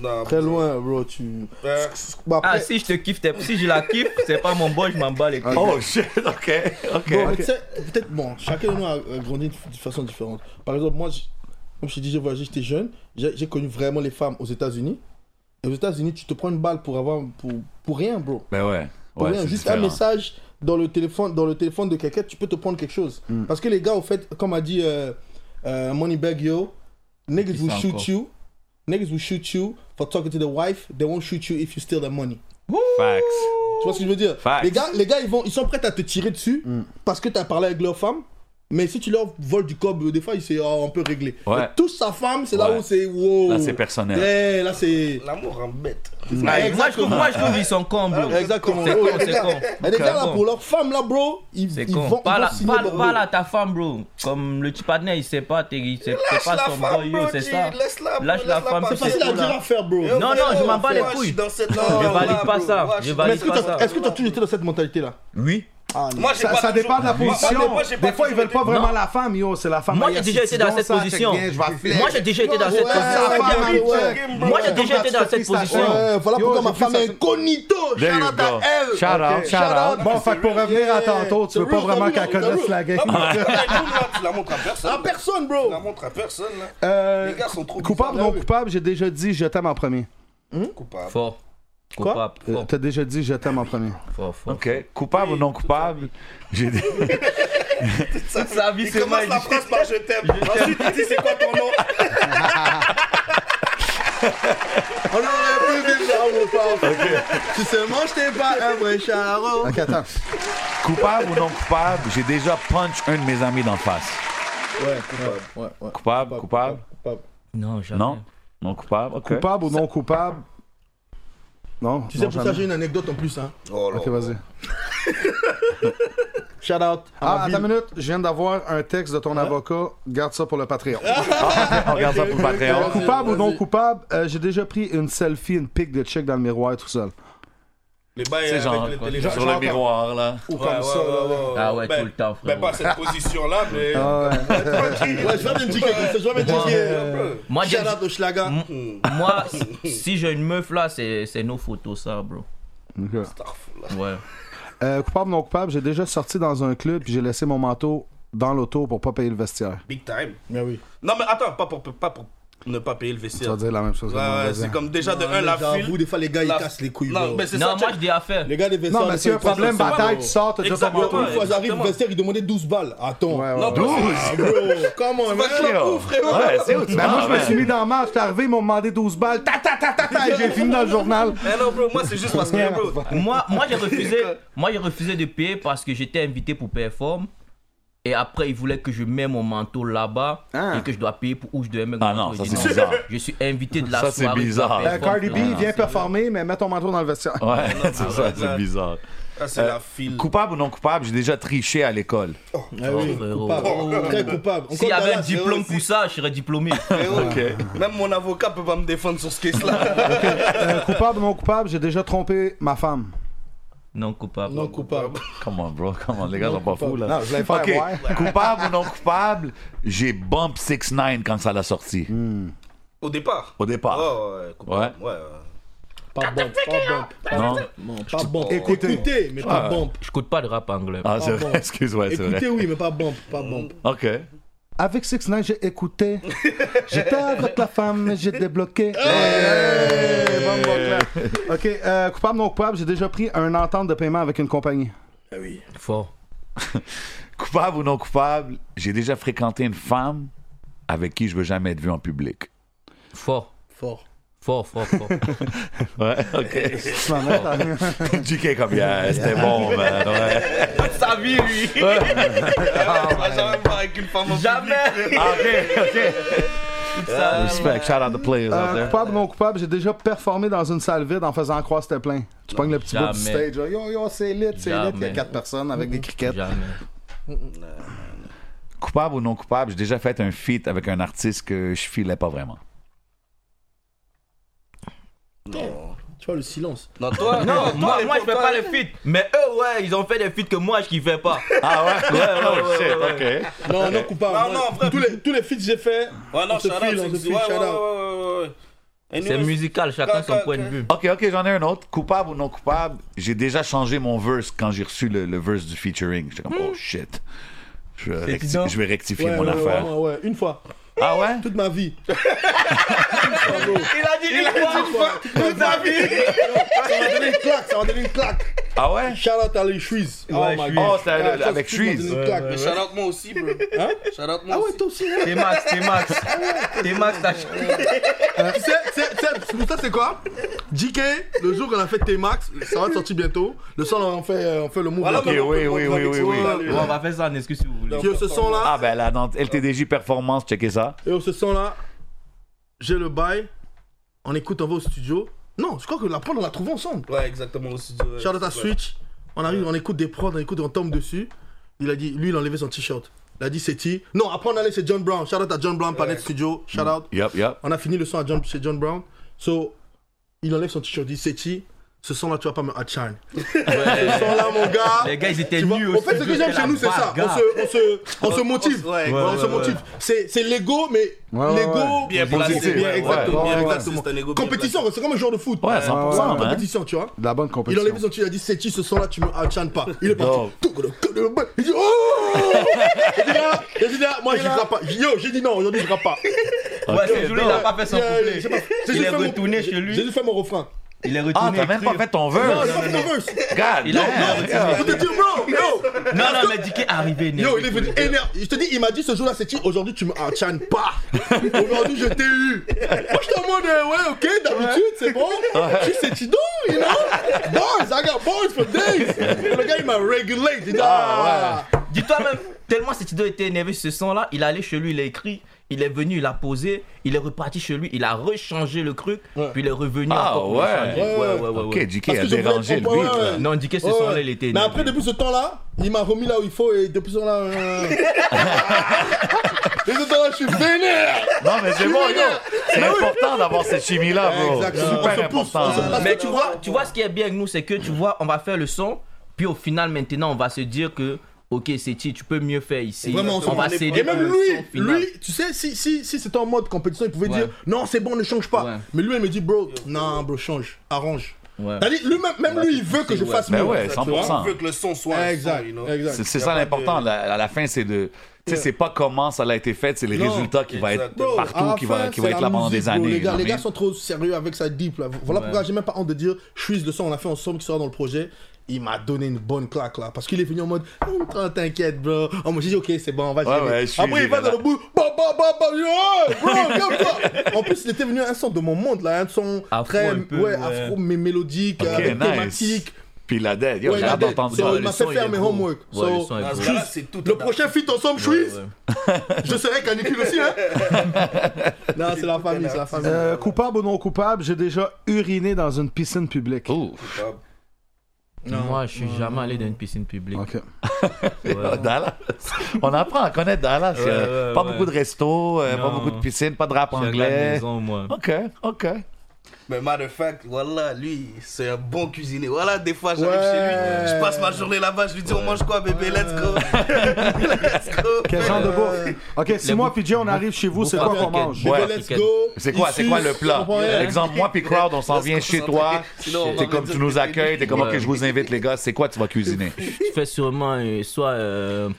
Speaker 4: Non,
Speaker 7: Très loin, bro. Tu.
Speaker 4: euh,
Speaker 7: Bah,
Speaker 6: Ah,
Speaker 7: après,
Speaker 6: si je te kiffe, t'es- si je la kiffe, c'est pas mon boy, je m'en bats les couilles.
Speaker 3: Oh shit, ok, ok.
Speaker 7: bon, mais tu sais, peut-être, bon, chacun de nous a a grandi de de façon différente. Par exemple, moi, j'- comme je t'ai dit, j'ai voyagé, j'étais jeune. J'ai j'ai connu vraiment les femmes aux États-Unis. Et aux États-Unis, tu te prends une balle pour avoir. pour, pour rien, bro.
Speaker 3: Ben ouais.
Speaker 7: Pour
Speaker 3: Ouais,
Speaker 7: rien.
Speaker 3: c'est
Speaker 7: Juste
Speaker 3: différent.
Speaker 7: un message dans le téléphone, dans le téléphone de quelqu'un, tu peux te prendre quelque chose.
Speaker 3: Mm.
Speaker 7: Parce que les gars, au fait, comme a dit euh, euh, Moneybag Yo, niggas will shoot you, Niggas will shoot you for talking to the wife. They won't shoot you if you steal their money.
Speaker 3: Facts.
Speaker 7: Tu vois ce que je veux dire
Speaker 3: Facts.
Speaker 7: Les gars, les gars ils, vont, ils sont prêts à te tirer dessus parce que tu as parlé avec leur femme. Mais si tu leur voles du cob, euh, des fois, ils se- oh, on peut régler.
Speaker 3: Ouais.
Speaker 7: Mais touche sa femme, c'est là
Speaker 3: Ouais.
Speaker 7: où c'est wow.
Speaker 3: Là, c'est personnel.
Speaker 7: Ouais, là, c'est.
Speaker 4: L'amour embête.
Speaker 7: Ouais,
Speaker 6: Eh, moi, je trouve, moi, je trouve qu'ils sont cons, bro.
Speaker 7: Exactement.
Speaker 6: C'est
Speaker 7: Oh,
Speaker 6: con,
Speaker 7: les
Speaker 6: c'est
Speaker 7: gars-
Speaker 6: con.
Speaker 7: Mais les gars, là,
Speaker 6: Bon.
Speaker 7: pour leur femme, là, bro, ils,
Speaker 6: C'est
Speaker 7: ils
Speaker 6: con.
Speaker 7: vont, ils
Speaker 6: Parle,
Speaker 7: vont signer
Speaker 6: parle-
Speaker 7: leur-
Speaker 6: parle à ta femme, bro. Comme le petit partenaire, il sait pas, t'es- il sait c'est pas son boy, yo, c'est ça.
Speaker 4: Laisse-la, bro,
Speaker 6: Lâche la
Speaker 4: laisse-la
Speaker 6: femme,
Speaker 4: partir.
Speaker 7: C'est facile à
Speaker 6: Là.
Speaker 7: dire à faire, bro.
Speaker 4: Yo,
Speaker 6: Non, non,
Speaker 4: frérot,
Speaker 6: je m'en bats les
Speaker 4: moi, je suis
Speaker 6: couilles.
Speaker 4: dans cette
Speaker 6: Je
Speaker 4: langue-là,
Speaker 6: valide pas
Speaker 4: bro.
Speaker 6: ça,
Speaker 4: Moi,
Speaker 6: je
Speaker 4: suis-
Speaker 7: Mais
Speaker 6: valide
Speaker 7: est-ce que
Speaker 6: pas ça.
Speaker 7: t'as- est-ce que tu as toujours été dans cette mentalité-là
Speaker 3: Oui.
Speaker 7: Ah, non.
Speaker 4: Moi, j'ai
Speaker 2: Ça,
Speaker 4: pas
Speaker 2: ça dépend de la
Speaker 4: toujours- moi,
Speaker 2: position.
Speaker 4: moi, moi, j'ai pas
Speaker 2: des fois, ils
Speaker 4: toujours
Speaker 2: veulent pas
Speaker 4: été-
Speaker 2: vraiment
Speaker 6: Non.
Speaker 2: la femme, yo. C'est la femme.
Speaker 6: Moi,
Speaker 2: Ah,
Speaker 6: j'ai
Speaker 2: yes,
Speaker 6: déjà
Speaker 2: si
Speaker 6: été
Speaker 2: tu
Speaker 6: dans
Speaker 2: donnes
Speaker 6: cette
Speaker 2: ça, check
Speaker 6: position.
Speaker 2: bien, je vais flairer.
Speaker 6: Moi, j'ai déjà été dans cette
Speaker 7: Ouais,
Speaker 6: position.
Speaker 2: Ça va,
Speaker 7: ouais,
Speaker 2: Marie,
Speaker 7: ouais.
Speaker 2: ouais.
Speaker 6: Moi, j'ai
Speaker 2: Comme
Speaker 6: déjà
Speaker 2: ta
Speaker 6: été dans cette
Speaker 2: station.
Speaker 6: position.
Speaker 7: Ouais, voilà
Speaker 2: Yo,
Speaker 7: pourquoi
Speaker 2: j'ai
Speaker 7: ma
Speaker 2: fait
Speaker 7: femme
Speaker 2: ça,
Speaker 7: est
Speaker 2: ça-
Speaker 7: incognito.
Speaker 3: There
Speaker 7: Shout
Speaker 3: you
Speaker 7: out à
Speaker 3: go.
Speaker 7: elle.
Speaker 13: Shout out, shout out.
Speaker 2: Bon, fait que pour revenir à
Speaker 7: Yeah.
Speaker 2: tantôt, tu veux
Speaker 7: The
Speaker 2: pas
Speaker 7: real,
Speaker 2: vraiment
Speaker 7: the
Speaker 2: qu'elle
Speaker 7: real, the
Speaker 2: connaisse
Speaker 7: real.
Speaker 2: la gang.
Speaker 4: Non, mais tu la joues, là, tu la montres à personne.
Speaker 7: À personne, bro.
Speaker 4: Tu la montres à personne. là.
Speaker 2: Euh,
Speaker 4: Les gars sont trop
Speaker 2: Coupable,
Speaker 4: bizarres.
Speaker 2: non coupable, j'ai déjà dit je t'aime en premier.
Speaker 4: Coupable.
Speaker 6: Fort.
Speaker 2: Quoi?
Speaker 6: Coupable.
Speaker 2: Euh,
Speaker 6: Fort,
Speaker 2: T'as déjà dit je t'aime en premier.
Speaker 6: fort, fort.
Speaker 3: OK. Coupable ou non coupable? J'ai dit...
Speaker 6: Sa vie,
Speaker 4: Il commence la phrase par je t'aime. Ensuite, il dit c'est quoi ton nom
Speaker 7: On en a plus déjà, mon pauvre. Tu sais, moi, je t'ai pas un vrai charron.
Speaker 2: Ok, attends.
Speaker 3: Coupable ou non coupable, j'ai déjà punch un de mes amis d'en face.
Speaker 7: Ouais, coupable. Ouais, ouais.
Speaker 3: Coupable, coupable?
Speaker 7: coupable.
Speaker 6: Non, jamais.
Speaker 3: Non? Non coupable? OK.
Speaker 2: Coupable ou non coupable Non.
Speaker 7: Tu sais,
Speaker 2: non,
Speaker 7: pour ça,
Speaker 2: jamais.
Speaker 7: j'ai une anecdote en plus. Hein.
Speaker 4: Oh là.
Speaker 2: Ok, vas-y.
Speaker 7: Shout out.
Speaker 2: Ah,
Speaker 7: à
Speaker 2: attends une minute, je viens d'avoir un texte de ton avocat, garde ça pour le Patreon.
Speaker 3: On regarde ça pour le Patreon.
Speaker 7: Vas-y,
Speaker 2: Coupable ou non
Speaker 7: vas-y.
Speaker 2: coupable, euh, j'ai déjà pris une selfie, une pic de chick dans le miroir tout seul.
Speaker 4: Les bails
Speaker 3: C'est
Speaker 4: avec
Speaker 3: genre
Speaker 4: le
Speaker 3: quoi,
Speaker 4: téléphone.
Speaker 3: sur le miroir, là.
Speaker 2: Ou
Speaker 4: Ouais, ouais, ouais, ouais,
Speaker 6: Ah ouais,
Speaker 4: Ben,
Speaker 6: tout le temps,
Speaker 4: Ben,
Speaker 6: frérot.
Speaker 4: pas à cette position-là, mais.
Speaker 2: Ah
Speaker 4: Tranquille.
Speaker 7: Ouais, je vais bien me dire comme ça. Je vais bien
Speaker 6: Moi,
Speaker 7: me dire.
Speaker 6: Moi, j'ai-
Speaker 7: Shout out au Schlager.
Speaker 4: Mm.
Speaker 7: Mm.
Speaker 6: moi, si- si j'ai une meuf là, c'est c'est nos photos, ça, bro.
Speaker 2: Ok.
Speaker 6: Ouais.
Speaker 2: Euh, coupable ou non coupable, j'ai déjà sorti dans un club puis j'ai laissé mon manteau dans l'auto pour pas payer le vestiaire.
Speaker 4: Big time.
Speaker 7: Mais oui.
Speaker 4: Non, mais attends, pas pour, pas pour ne pas payer le
Speaker 2: Tu vas
Speaker 4: vestiaire.
Speaker 2: dire la même chose que
Speaker 4: Ouais,
Speaker 2: mon
Speaker 4: ouais,
Speaker 2: voisin.
Speaker 4: c'est comme déjà de
Speaker 7: Non,
Speaker 4: un, la
Speaker 7: mais J'avoue,
Speaker 4: file.
Speaker 7: des fois, Ah, les gars, ils
Speaker 4: la-
Speaker 7: cassent les couilles.
Speaker 4: Non,
Speaker 7: bro.
Speaker 4: mais c'est
Speaker 6: Non,
Speaker 4: ça.
Speaker 6: moi,
Speaker 4: check.
Speaker 6: je dis affaire.
Speaker 7: Les gars, les vestiaires.
Speaker 2: Non, mais
Speaker 7: ils
Speaker 2: s'il y a un
Speaker 7: font une
Speaker 2: problème,
Speaker 7: fois, c'est
Speaker 2: bataille,
Speaker 7: pas
Speaker 2: tu
Speaker 7: bon.
Speaker 2: sors, t'as déjà ton
Speaker 4: Exactement.
Speaker 2: manteau.
Speaker 7: Une fois, j'arrive,
Speaker 4: Exactement.
Speaker 7: le vestiaire, ils demandaient 12 balles. Attends.
Speaker 2: Ouais, ouais,
Speaker 4: Non,
Speaker 2: ouais.
Speaker 4: parce que-
Speaker 7: Ah, bro, comment,
Speaker 4: Parce que-
Speaker 7: man?
Speaker 3: Ouais, c'est où tu
Speaker 2: Ben, moi,
Speaker 3: vas,
Speaker 2: je me
Speaker 3: man?
Speaker 2: suis mis dans le match, j'étais arrivé, ils m'ont demandé 12 balles, ta ta ta ta ta, et j'ai fini dans le journal.
Speaker 4: Eh non, bro, moi, c'est juste parce que, bro.
Speaker 6: Moi, moi j'ai refusé. moi, j'ai refusé de payer parce que j'étais invité pour perform. Et après, ils voulaient que je mette mon manteau là-bas
Speaker 2: Ah.
Speaker 6: et que je dois payer pour où je devais mettre
Speaker 3: Ah
Speaker 6: mon
Speaker 3: non,
Speaker 6: manteau.
Speaker 3: ça,
Speaker 6: J'ai dit
Speaker 3: c'est bizarre.
Speaker 6: Je suis invité de la
Speaker 3: Ça, c'est
Speaker 6: soirée.
Speaker 3: bizarre.
Speaker 6: pour la
Speaker 2: Euh,
Speaker 6: perform.
Speaker 2: Cardi
Speaker 6: Non,
Speaker 2: B,
Speaker 6: non,
Speaker 2: viens
Speaker 6: c'est-
Speaker 2: performer, mais mets ton manteau dans le vestiaire.
Speaker 3: Ouais, c'est ça, c'est
Speaker 4: ouais.
Speaker 3: bizarre.
Speaker 4: Ah, c'est la file.
Speaker 3: Coupable ou non coupable, j'ai déjà triché à l'école.
Speaker 7: Ah oui,
Speaker 6: frérot.
Speaker 7: coupable. Très coupable.
Speaker 6: S'il y
Speaker 7: Encore
Speaker 6: avait un
Speaker 7: Dallas,
Speaker 6: diplôme
Speaker 7: frérot,
Speaker 6: pour ça, je serais diplômé.
Speaker 4: Ok. Même mon avocat peut pas me défendre sur ce case-là.
Speaker 2: Euh, coupable ou non coupable, j'ai déjà trompé ma femme.
Speaker 6: non coupable.
Speaker 7: Non coupable.
Speaker 3: Comment, bro? Comment, les gars sont pas fous, là?
Speaker 2: Non, je l'ai fait
Speaker 3: Ok,
Speaker 2: ouais.
Speaker 3: coupable ou non coupable, j'ai bump 6 9 quand ça l'a sorti,
Speaker 4: Au départ.
Speaker 3: au départ.
Speaker 4: Oh, ouais, coupable. Ouais. ouais.
Speaker 7: Pas bon, pas
Speaker 3: Non?
Speaker 7: bon. Non, pas bon.
Speaker 2: Écoutez. Ah,
Speaker 7: Écoutez, mais pas bon.
Speaker 6: Je coûte pas de rap anglais.
Speaker 3: Ah, c'est
Speaker 7: Ah,
Speaker 3: vrai,
Speaker 7: bon.
Speaker 3: excuse, ouais, c'est vrai.
Speaker 7: Écoutez, oui, mais pas bon, pas bon.
Speaker 3: OK.
Speaker 2: Avec Six Nine, j'ai écouté. J'étais avec la femme, mais j'ai débloqué. Hey, bon, bon, clair. Ok, euh, coupable non coupable, j'ai déjà pris un entente de paiement avec une compagnie.
Speaker 6: Fort.
Speaker 3: Coupable ou non coupable, j'ai déjà fréquenté une femme avec qui je veux jamais être vu en public.
Speaker 6: Fort.
Speaker 7: Fort.
Speaker 6: Fort, fort, fort.
Speaker 3: Ouais, OK.
Speaker 2: Tu m'en mets dans-
Speaker 3: JK comme, yeah, c'était bon, man. Ouais.
Speaker 6: Sa vie, lui.
Speaker 4: Ah, ouais, ouais, jamais pas avec une femme en
Speaker 6: Jamais.
Speaker 3: Ah, OK, OK. Ah, Respect, shout out the players out
Speaker 2: Euh,
Speaker 3: there.
Speaker 2: coupable non coupable, j'ai déjà performé dans une salle vide en faisant croire que c'était plein. Tu pognes le petit bout du
Speaker 6: jamais.
Speaker 2: stage. là, Yo, yo, c'est lit, c'est lit. Il y a
Speaker 6: Jamais.
Speaker 2: quatre personnes avec des criquettes.
Speaker 6: Jamais.
Speaker 3: Coupable ou non coupable, j'ai déjà fait un feat avec un artiste que je filais pas vraiment.
Speaker 7: Tu vois le silence.
Speaker 4: Non, toi,
Speaker 6: Non, moi,
Speaker 4: les
Speaker 6: moi je fais
Speaker 4: pourparlers-
Speaker 6: pas les feats. Mais eux, ouais, ils ont fait des feats que moi, je kiffais pas.
Speaker 3: Ah
Speaker 6: bah,
Speaker 3: ouais?
Speaker 6: ouais,
Speaker 3: oh
Speaker 6: ouais,
Speaker 3: shit,
Speaker 6: ouais,
Speaker 3: ok.
Speaker 7: Non, non, coupable.
Speaker 4: Non,
Speaker 7: Moi,
Speaker 4: non, en vrai.
Speaker 7: Tous les, tous les feats que j'ai fait,
Speaker 4: Ouais, non,
Speaker 7: on se
Speaker 4: shout-out,
Speaker 7: file,
Speaker 4: c'est-
Speaker 7: on se
Speaker 4: c'est-
Speaker 7: file,
Speaker 4: ouais,
Speaker 7: shout
Speaker 4: ouais,
Speaker 7: out.
Speaker 4: ouais, ouais, ouais. Et
Speaker 6: C'est
Speaker 4: nous,
Speaker 6: musical, chacun son point de vue.
Speaker 3: Ok, ok, j'en ai un autre. Coupable ou non coupable, j'ai déjà changé mon verse quand j'ai reçu le, le verse du featuring. J'étais comme, oh shit. Je vais, recti-
Speaker 7: Hmm. évident.
Speaker 3: je vais rectifier
Speaker 7: Ouais,
Speaker 3: mon
Speaker 7: ouais,
Speaker 3: affaire.
Speaker 7: ouais, ouais, ouais. Une fois,
Speaker 3: Ah ouais?
Speaker 7: toute ma vie.
Speaker 6: Il a dit une fois.
Speaker 7: Toute ma vie. Ça m'a donné une claque, ça m'a donné une claque.
Speaker 3: Ah ouais?
Speaker 7: Shout-out à les Shreeze.
Speaker 3: Ah, ouais, Shreeze. Oh, c'était le- avec Shreeze. Ouais,
Speaker 4: Mais shout out moi aussi, bro.
Speaker 7: Hein?
Speaker 4: Shout out moi
Speaker 7: Ah ouais,
Speaker 4: aussi.
Speaker 7: toi aussi.
Speaker 6: T'es max, t'es max. T'es max, t'as
Speaker 7: Tu sais, tu sais, tu sais, c'est pour ça, c'est quoi JK, le jour qu'on a fait T-Max, ça va te sortir bientôt. Le soir, on fait, euh, on fait le move.
Speaker 4: Voilà,
Speaker 7: Ok,
Speaker 4: mais-
Speaker 3: oui, oui, oui, oui, oui.
Speaker 6: Ouais, On va faire ça en excuse si vous voulez.
Speaker 7: Qui, ce son là,
Speaker 3: Ah ben là, dans LTDJ Performance, checkez ça.
Speaker 7: et ce son là, j'ai le bail. On écoute, on va au studio. Non, je crois que la prod, on l'a trouvé ensemble.
Speaker 4: Ouais, exactement aussi.
Speaker 7: Shout out à
Speaker 4: suite
Speaker 7: Switch. On arrive, on écoute des prods, on écoute, on tombe dessus. Il a dit, lui, il a enlevé son t-shirt. Il a dit, c'est T. Non, après, on allait, c'est John Brown. Shout out à John Brown, Planet Studio. Shout out.
Speaker 3: Yup, yup.
Speaker 7: On a fini le son à John, chez John Brown. So, il enlève son t-shirt, il dit, c'est T. Ce son là, tu vas pas me hatchine. Ce son là, mon gars.
Speaker 6: Les gars, ils étaient
Speaker 7: Tu vois,
Speaker 6: nus
Speaker 7: en
Speaker 6: aussi.
Speaker 7: fait, ce que j'aime chez nous, c'est ça. On se, on se, on se motive.
Speaker 4: ouais,
Speaker 7: On
Speaker 4: ouais,
Speaker 7: se motive. C'est, c'est l'ego, mais l'ego
Speaker 4: Bien placé,
Speaker 3: Positif.
Speaker 4: bien,
Speaker 3: Ouais,
Speaker 4: exactement, bien
Speaker 2: ouais,
Speaker 4: placé, c'est un égo bien
Speaker 7: compétition. C'est comme un joueur de foot.
Speaker 3: Ouais, 100%, man.
Speaker 7: Compétition, tu vois.
Speaker 2: De la bonne
Speaker 7: Il
Speaker 2: compétition.
Speaker 7: enlève son tuyau, il a dit Sechi, ce son là tu me enchaînes pas. Il est parti.
Speaker 3: Dope.
Speaker 7: Tout, le- tout le- Il dit Oh Il dit là, il dit là, moi je rappe pas. Yo, j'ai dit non, aujourd'hui je rappe pas.
Speaker 6: Ouais, ce jour-là, il a pas fait son
Speaker 7: Yeah,
Speaker 6: couplet.
Speaker 7: j'ai pas-
Speaker 6: Il
Speaker 7: j'ai juste
Speaker 6: est
Speaker 7: fait mon-
Speaker 6: retourné chez lui.
Speaker 7: J'ai juste fait mon refrain.
Speaker 6: Il est
Speaker 3: Ah,
Speaker 6: retourné.
Speaker 3: t'as même pas
Speaker 6: écrire.
Speaker 3: fait ton
Speaker 7: Non, j'ai
Speaker 3: verse.
Speaker 7: pas fait mon verse.
Speaker 3: God
Speaker 6: Il a-
Speaker 3: damn.
Speaker 7: Je te dis, bro, yo
Speaker 6: Non, non, mais Dicky est arrivé.
Speaker 7: Yo,
Speaker 6: énervé,
Speaker 7: il est
Speaker 6: tout
Speaker 7: venu
Speaker 6: le temps.
Speaker 7: énervé. Je te dis, il m'a dit ce jour-là, c'est aujourd'hui tu me enchaînes pas. Aujourd'hui je t'ai eu. Moi je t'en mode, euh, ouais, ok, d'habitude c'est bon. Tu sais, tu you know. Boys, I got boys for days. Le gars il m'a régulé. Il dit, ah,
Speaker 6: Dis-toi même, tellement cet idiot était énervé sur ce son-là, il est allé chez lui, il a écrit, il est venu, il a posé, il est reparti chez lui, il a rechangé le truc, puis il est revenu
Speaker 3: Ah
Speaker 6: encore pour
Speaker 3: ouais.
Speaker 6: rechanger.
Speaker 7: Ouais,
Speaker 6: ouais, ouais, ouais.
Speaker 3: Ok, JK
Speaker 7: Parce
Speaker 3: a
Speaker 7: que je voulais
Speaker 3: dérangé le
Speaker 7: être
Speaker 3: beat.
Speaker 7: complet,
Speaker 3: là.
Speaker 7: ouais.
Speaker 6: Non, Dicky, ce
Speaker 7: Ouais,
Speaker 6: son-là,
Speaker 7: ouais.
Speaker 6: il était
Speaker 7: Mais
Speaker 6: énervé.
Speaker 7: après, depuis ce temps-là, il m'a remis là où il faut et depuis ce temps-là. euh, depuis ce temps-là, je suis vénère!
Speaker 3: Non, mais c'est bon, yo. C'est important d'avoir cette chimie-là, bro.
Speaker 7: Exact. On se
Speaker 3: Super
Speaker 7: pousse, on
Speaker 3: important.
Speaker 7: se
Speaker 3: ça.
Speaker 7: passe
Speaker 6: Mais tu vois, tu vois ce qui est bien avec nous, c'est que tu vois, on va faire le son, puis au final, maintenant, on va se dire que, ok, Seti, tu peux mieux faire ici.
Speaker 7: Vraiment, on s'en
Speaker 6: on va
Speaker 7: fout.
Speaker 6: céder.
Speaker 7: Et même
Speaker 6: pour le
Speaker 7: lui,
Speaker 6: son final.
Speaker 7: lui, tu sais, si, si, si c'était en mode compétition, il pouvait
Speaker 6: Ouais.
Speaker 7: dire non, c'est bon, ne change pas.
Speaker 6: Ouais.
Speaker 7: Mais lui, il me dit, bro, non, bro, change, arrange.
Speaker 6: Ouais.
Speaker 7: T'as dit, lui, même, même lui, il veut que je fasse
Speaker 3: Mais
Speaker 7: mieux.
Speaker 3: Ben ouais,
Speaker 7: Tu vois
Speaker 3: 100%.
Speaker 4: On veut que le son soit un son,
Speaker 7: Exact,
Speaker 4: you know.
Speaker 3: C'est
Speaker 7: exact.
Speaker 3: c'est ça l'important. la- À la fin, c'est de. Tu sais, c'est pas comment ça a été fait, c'est les
Speaker 7: Non.
Speaker 3: résultats qui va être
Speaker 7: Bro, à
Speaker 3: partout,
Speaker 7: la
Speaker 3: qui
Speaker 7: fin,
Speaker 3: va, qui
Speaker 7: c'est
Speaker 3: va être
Speaker 7: la
Speaker 3: là pendant
Speaker 7: musique,
Speaker 3: des
Speaker 7: bro.
Speaker 3: années.
Speaker 7: Les
Speaker 3: you know
Speaker 7: gars,
Speaker 3: what
Speaker 7: les
Speaker 3: I
Speaker 7: gars
Speaker 3: mean?
Speaker 7: sont trop sérieux avec sa deep. Là. Voilà pourquoi j'ai même pas honte de dire, je suis le son, on a fait ensemble qui sera dans le projet. Il m'a donné une bonne claque là. Parce qu'il est venu en mode, Hum, oh, t'inquiète, bro. Oh, moi j'ai dit, ok, c'est bon, on va
Speaker 3: Ouais,
Speaker 7: gérer.
Speaker 3: ouais, je suis-
Speaker 7: Après, il va
Speaker 3: j'ai-
Speaker 7: dans le bout, bah, bah, bah, bah, yo, hey, bro, calme-toi. En plus, il était venu à un son de mon monde là, un son
Speaker 6: Afro
Speaker 7: très
Speaker 6: un peu, ouais.
Speaker 7: ouais, afro, mais mélodique,
Speaker 3: Ok,
Speaker 7: avec
Speaker 3: nice.
Speaker 7: thématique.
Speaker 3: Puis la dead. Yo,
Speaker 7: Ouais,
Speaker 3: j'ai
Speaker 7: il a
Speaker 3: hâte
Speaker 7: des-
Speaker 3: d'entendre
Speaker 7: so,
Speaker 3: ça.
Speaker 7: il m'a
Speaker 6: le
Speaker 7: fait
Speaker 6: son,
Speaker 7: faire
Speaker 6: il
Speaker 7: mes
Speaker 6: est gros.
Speaker 7: homework.
Speaker 6: Ouais,
Speaker 7: So,
Speaker 6: le son est
Speaker 4: À ce
Speaker 6: gros.
Speaker 4: gars-là, c'est tout
Speaker 7: le
Speaker 4: adapté.
Speaker 7: prochain feat ensemble, Chouise, je serai canicule aussi, hein. non, c'est la famille, c'est la famille.
Speaker 2: Euh, coupable ou non coupable, j'ai déjà uriné dans une piscine publique.
Speaker 6: Oh.
Speaker 3: Ouf.
Speaker 6: Moi, je suis jamais allé dans une piscine publique.
Speaker 2: Ok.
Speaker 6: Ouais.
Speaker 3: Dallas. On apprend à connaître Dallas.
Speaker 6: Ouais,
Speaker 3: euh,
Speaker 6: ouais,
Speaker 3: pas
Speaker 6: ouais.
Speaker 3: beaucoup de restos, euh, pas
Speaker 6: Non.
Speaker 3: beaucoup de piscines, pas de rap
Speaker 6: Je suis à la
Speaker 3: anglais.
Speaker 6: maison, moi.
Speaker 3: Ok, ok.
Speaker 4: Mais matter of fact, voilà, lui, c'est un bon cuisinier. Voilà, des fois, j'arrive
Speaker 7: Ouais.
Speaker 4: chez lui, je passe ma journée là-bas, je lui dis, on mange quoi, bébé, let's go. let's go.
Speaker 2: Quel genre de bouffe? Ok, si
Speaker 6: Les
Speaker 2: moi
Speaker 6: Euh, bouffe-
Speaker 2: puis Jay, on arrive chez vous, c'est
Speaker 6: bouffe
Speaker 2: quoi qu'on
Speaker 6: africaine.
Speaker 2: mange?
Speaker 3: Ouais.
Speaker 7: Bébé, let's go.
Speaker 3: C'est quoi, c'est quoi le plat? Par exemple, moi puis Crowd, on s'en
Speaker 4: Let's
Speaker 3: vient
Speaker 4: go,
Speaker 3: chez
Speaker 4: on
Speaker 3: toi.
Speaker 4: s'en- Sinon, on
Speaker 3: T'es
Speaker 4: va
Speaker 3: comme
Speaker 4: dire
Speaker 3: tu
Speaker 4: que
Speaker 3: nous
Speaker 4: t'es
Speaker 3: accueilles, t'es comme
Speaker 6: Ouais.
Speaker 3: ok, je vous invite les gars. C'est quoi tu vas cuisiner?
Speaker 6: Tu fais sûrement euh, soit euh,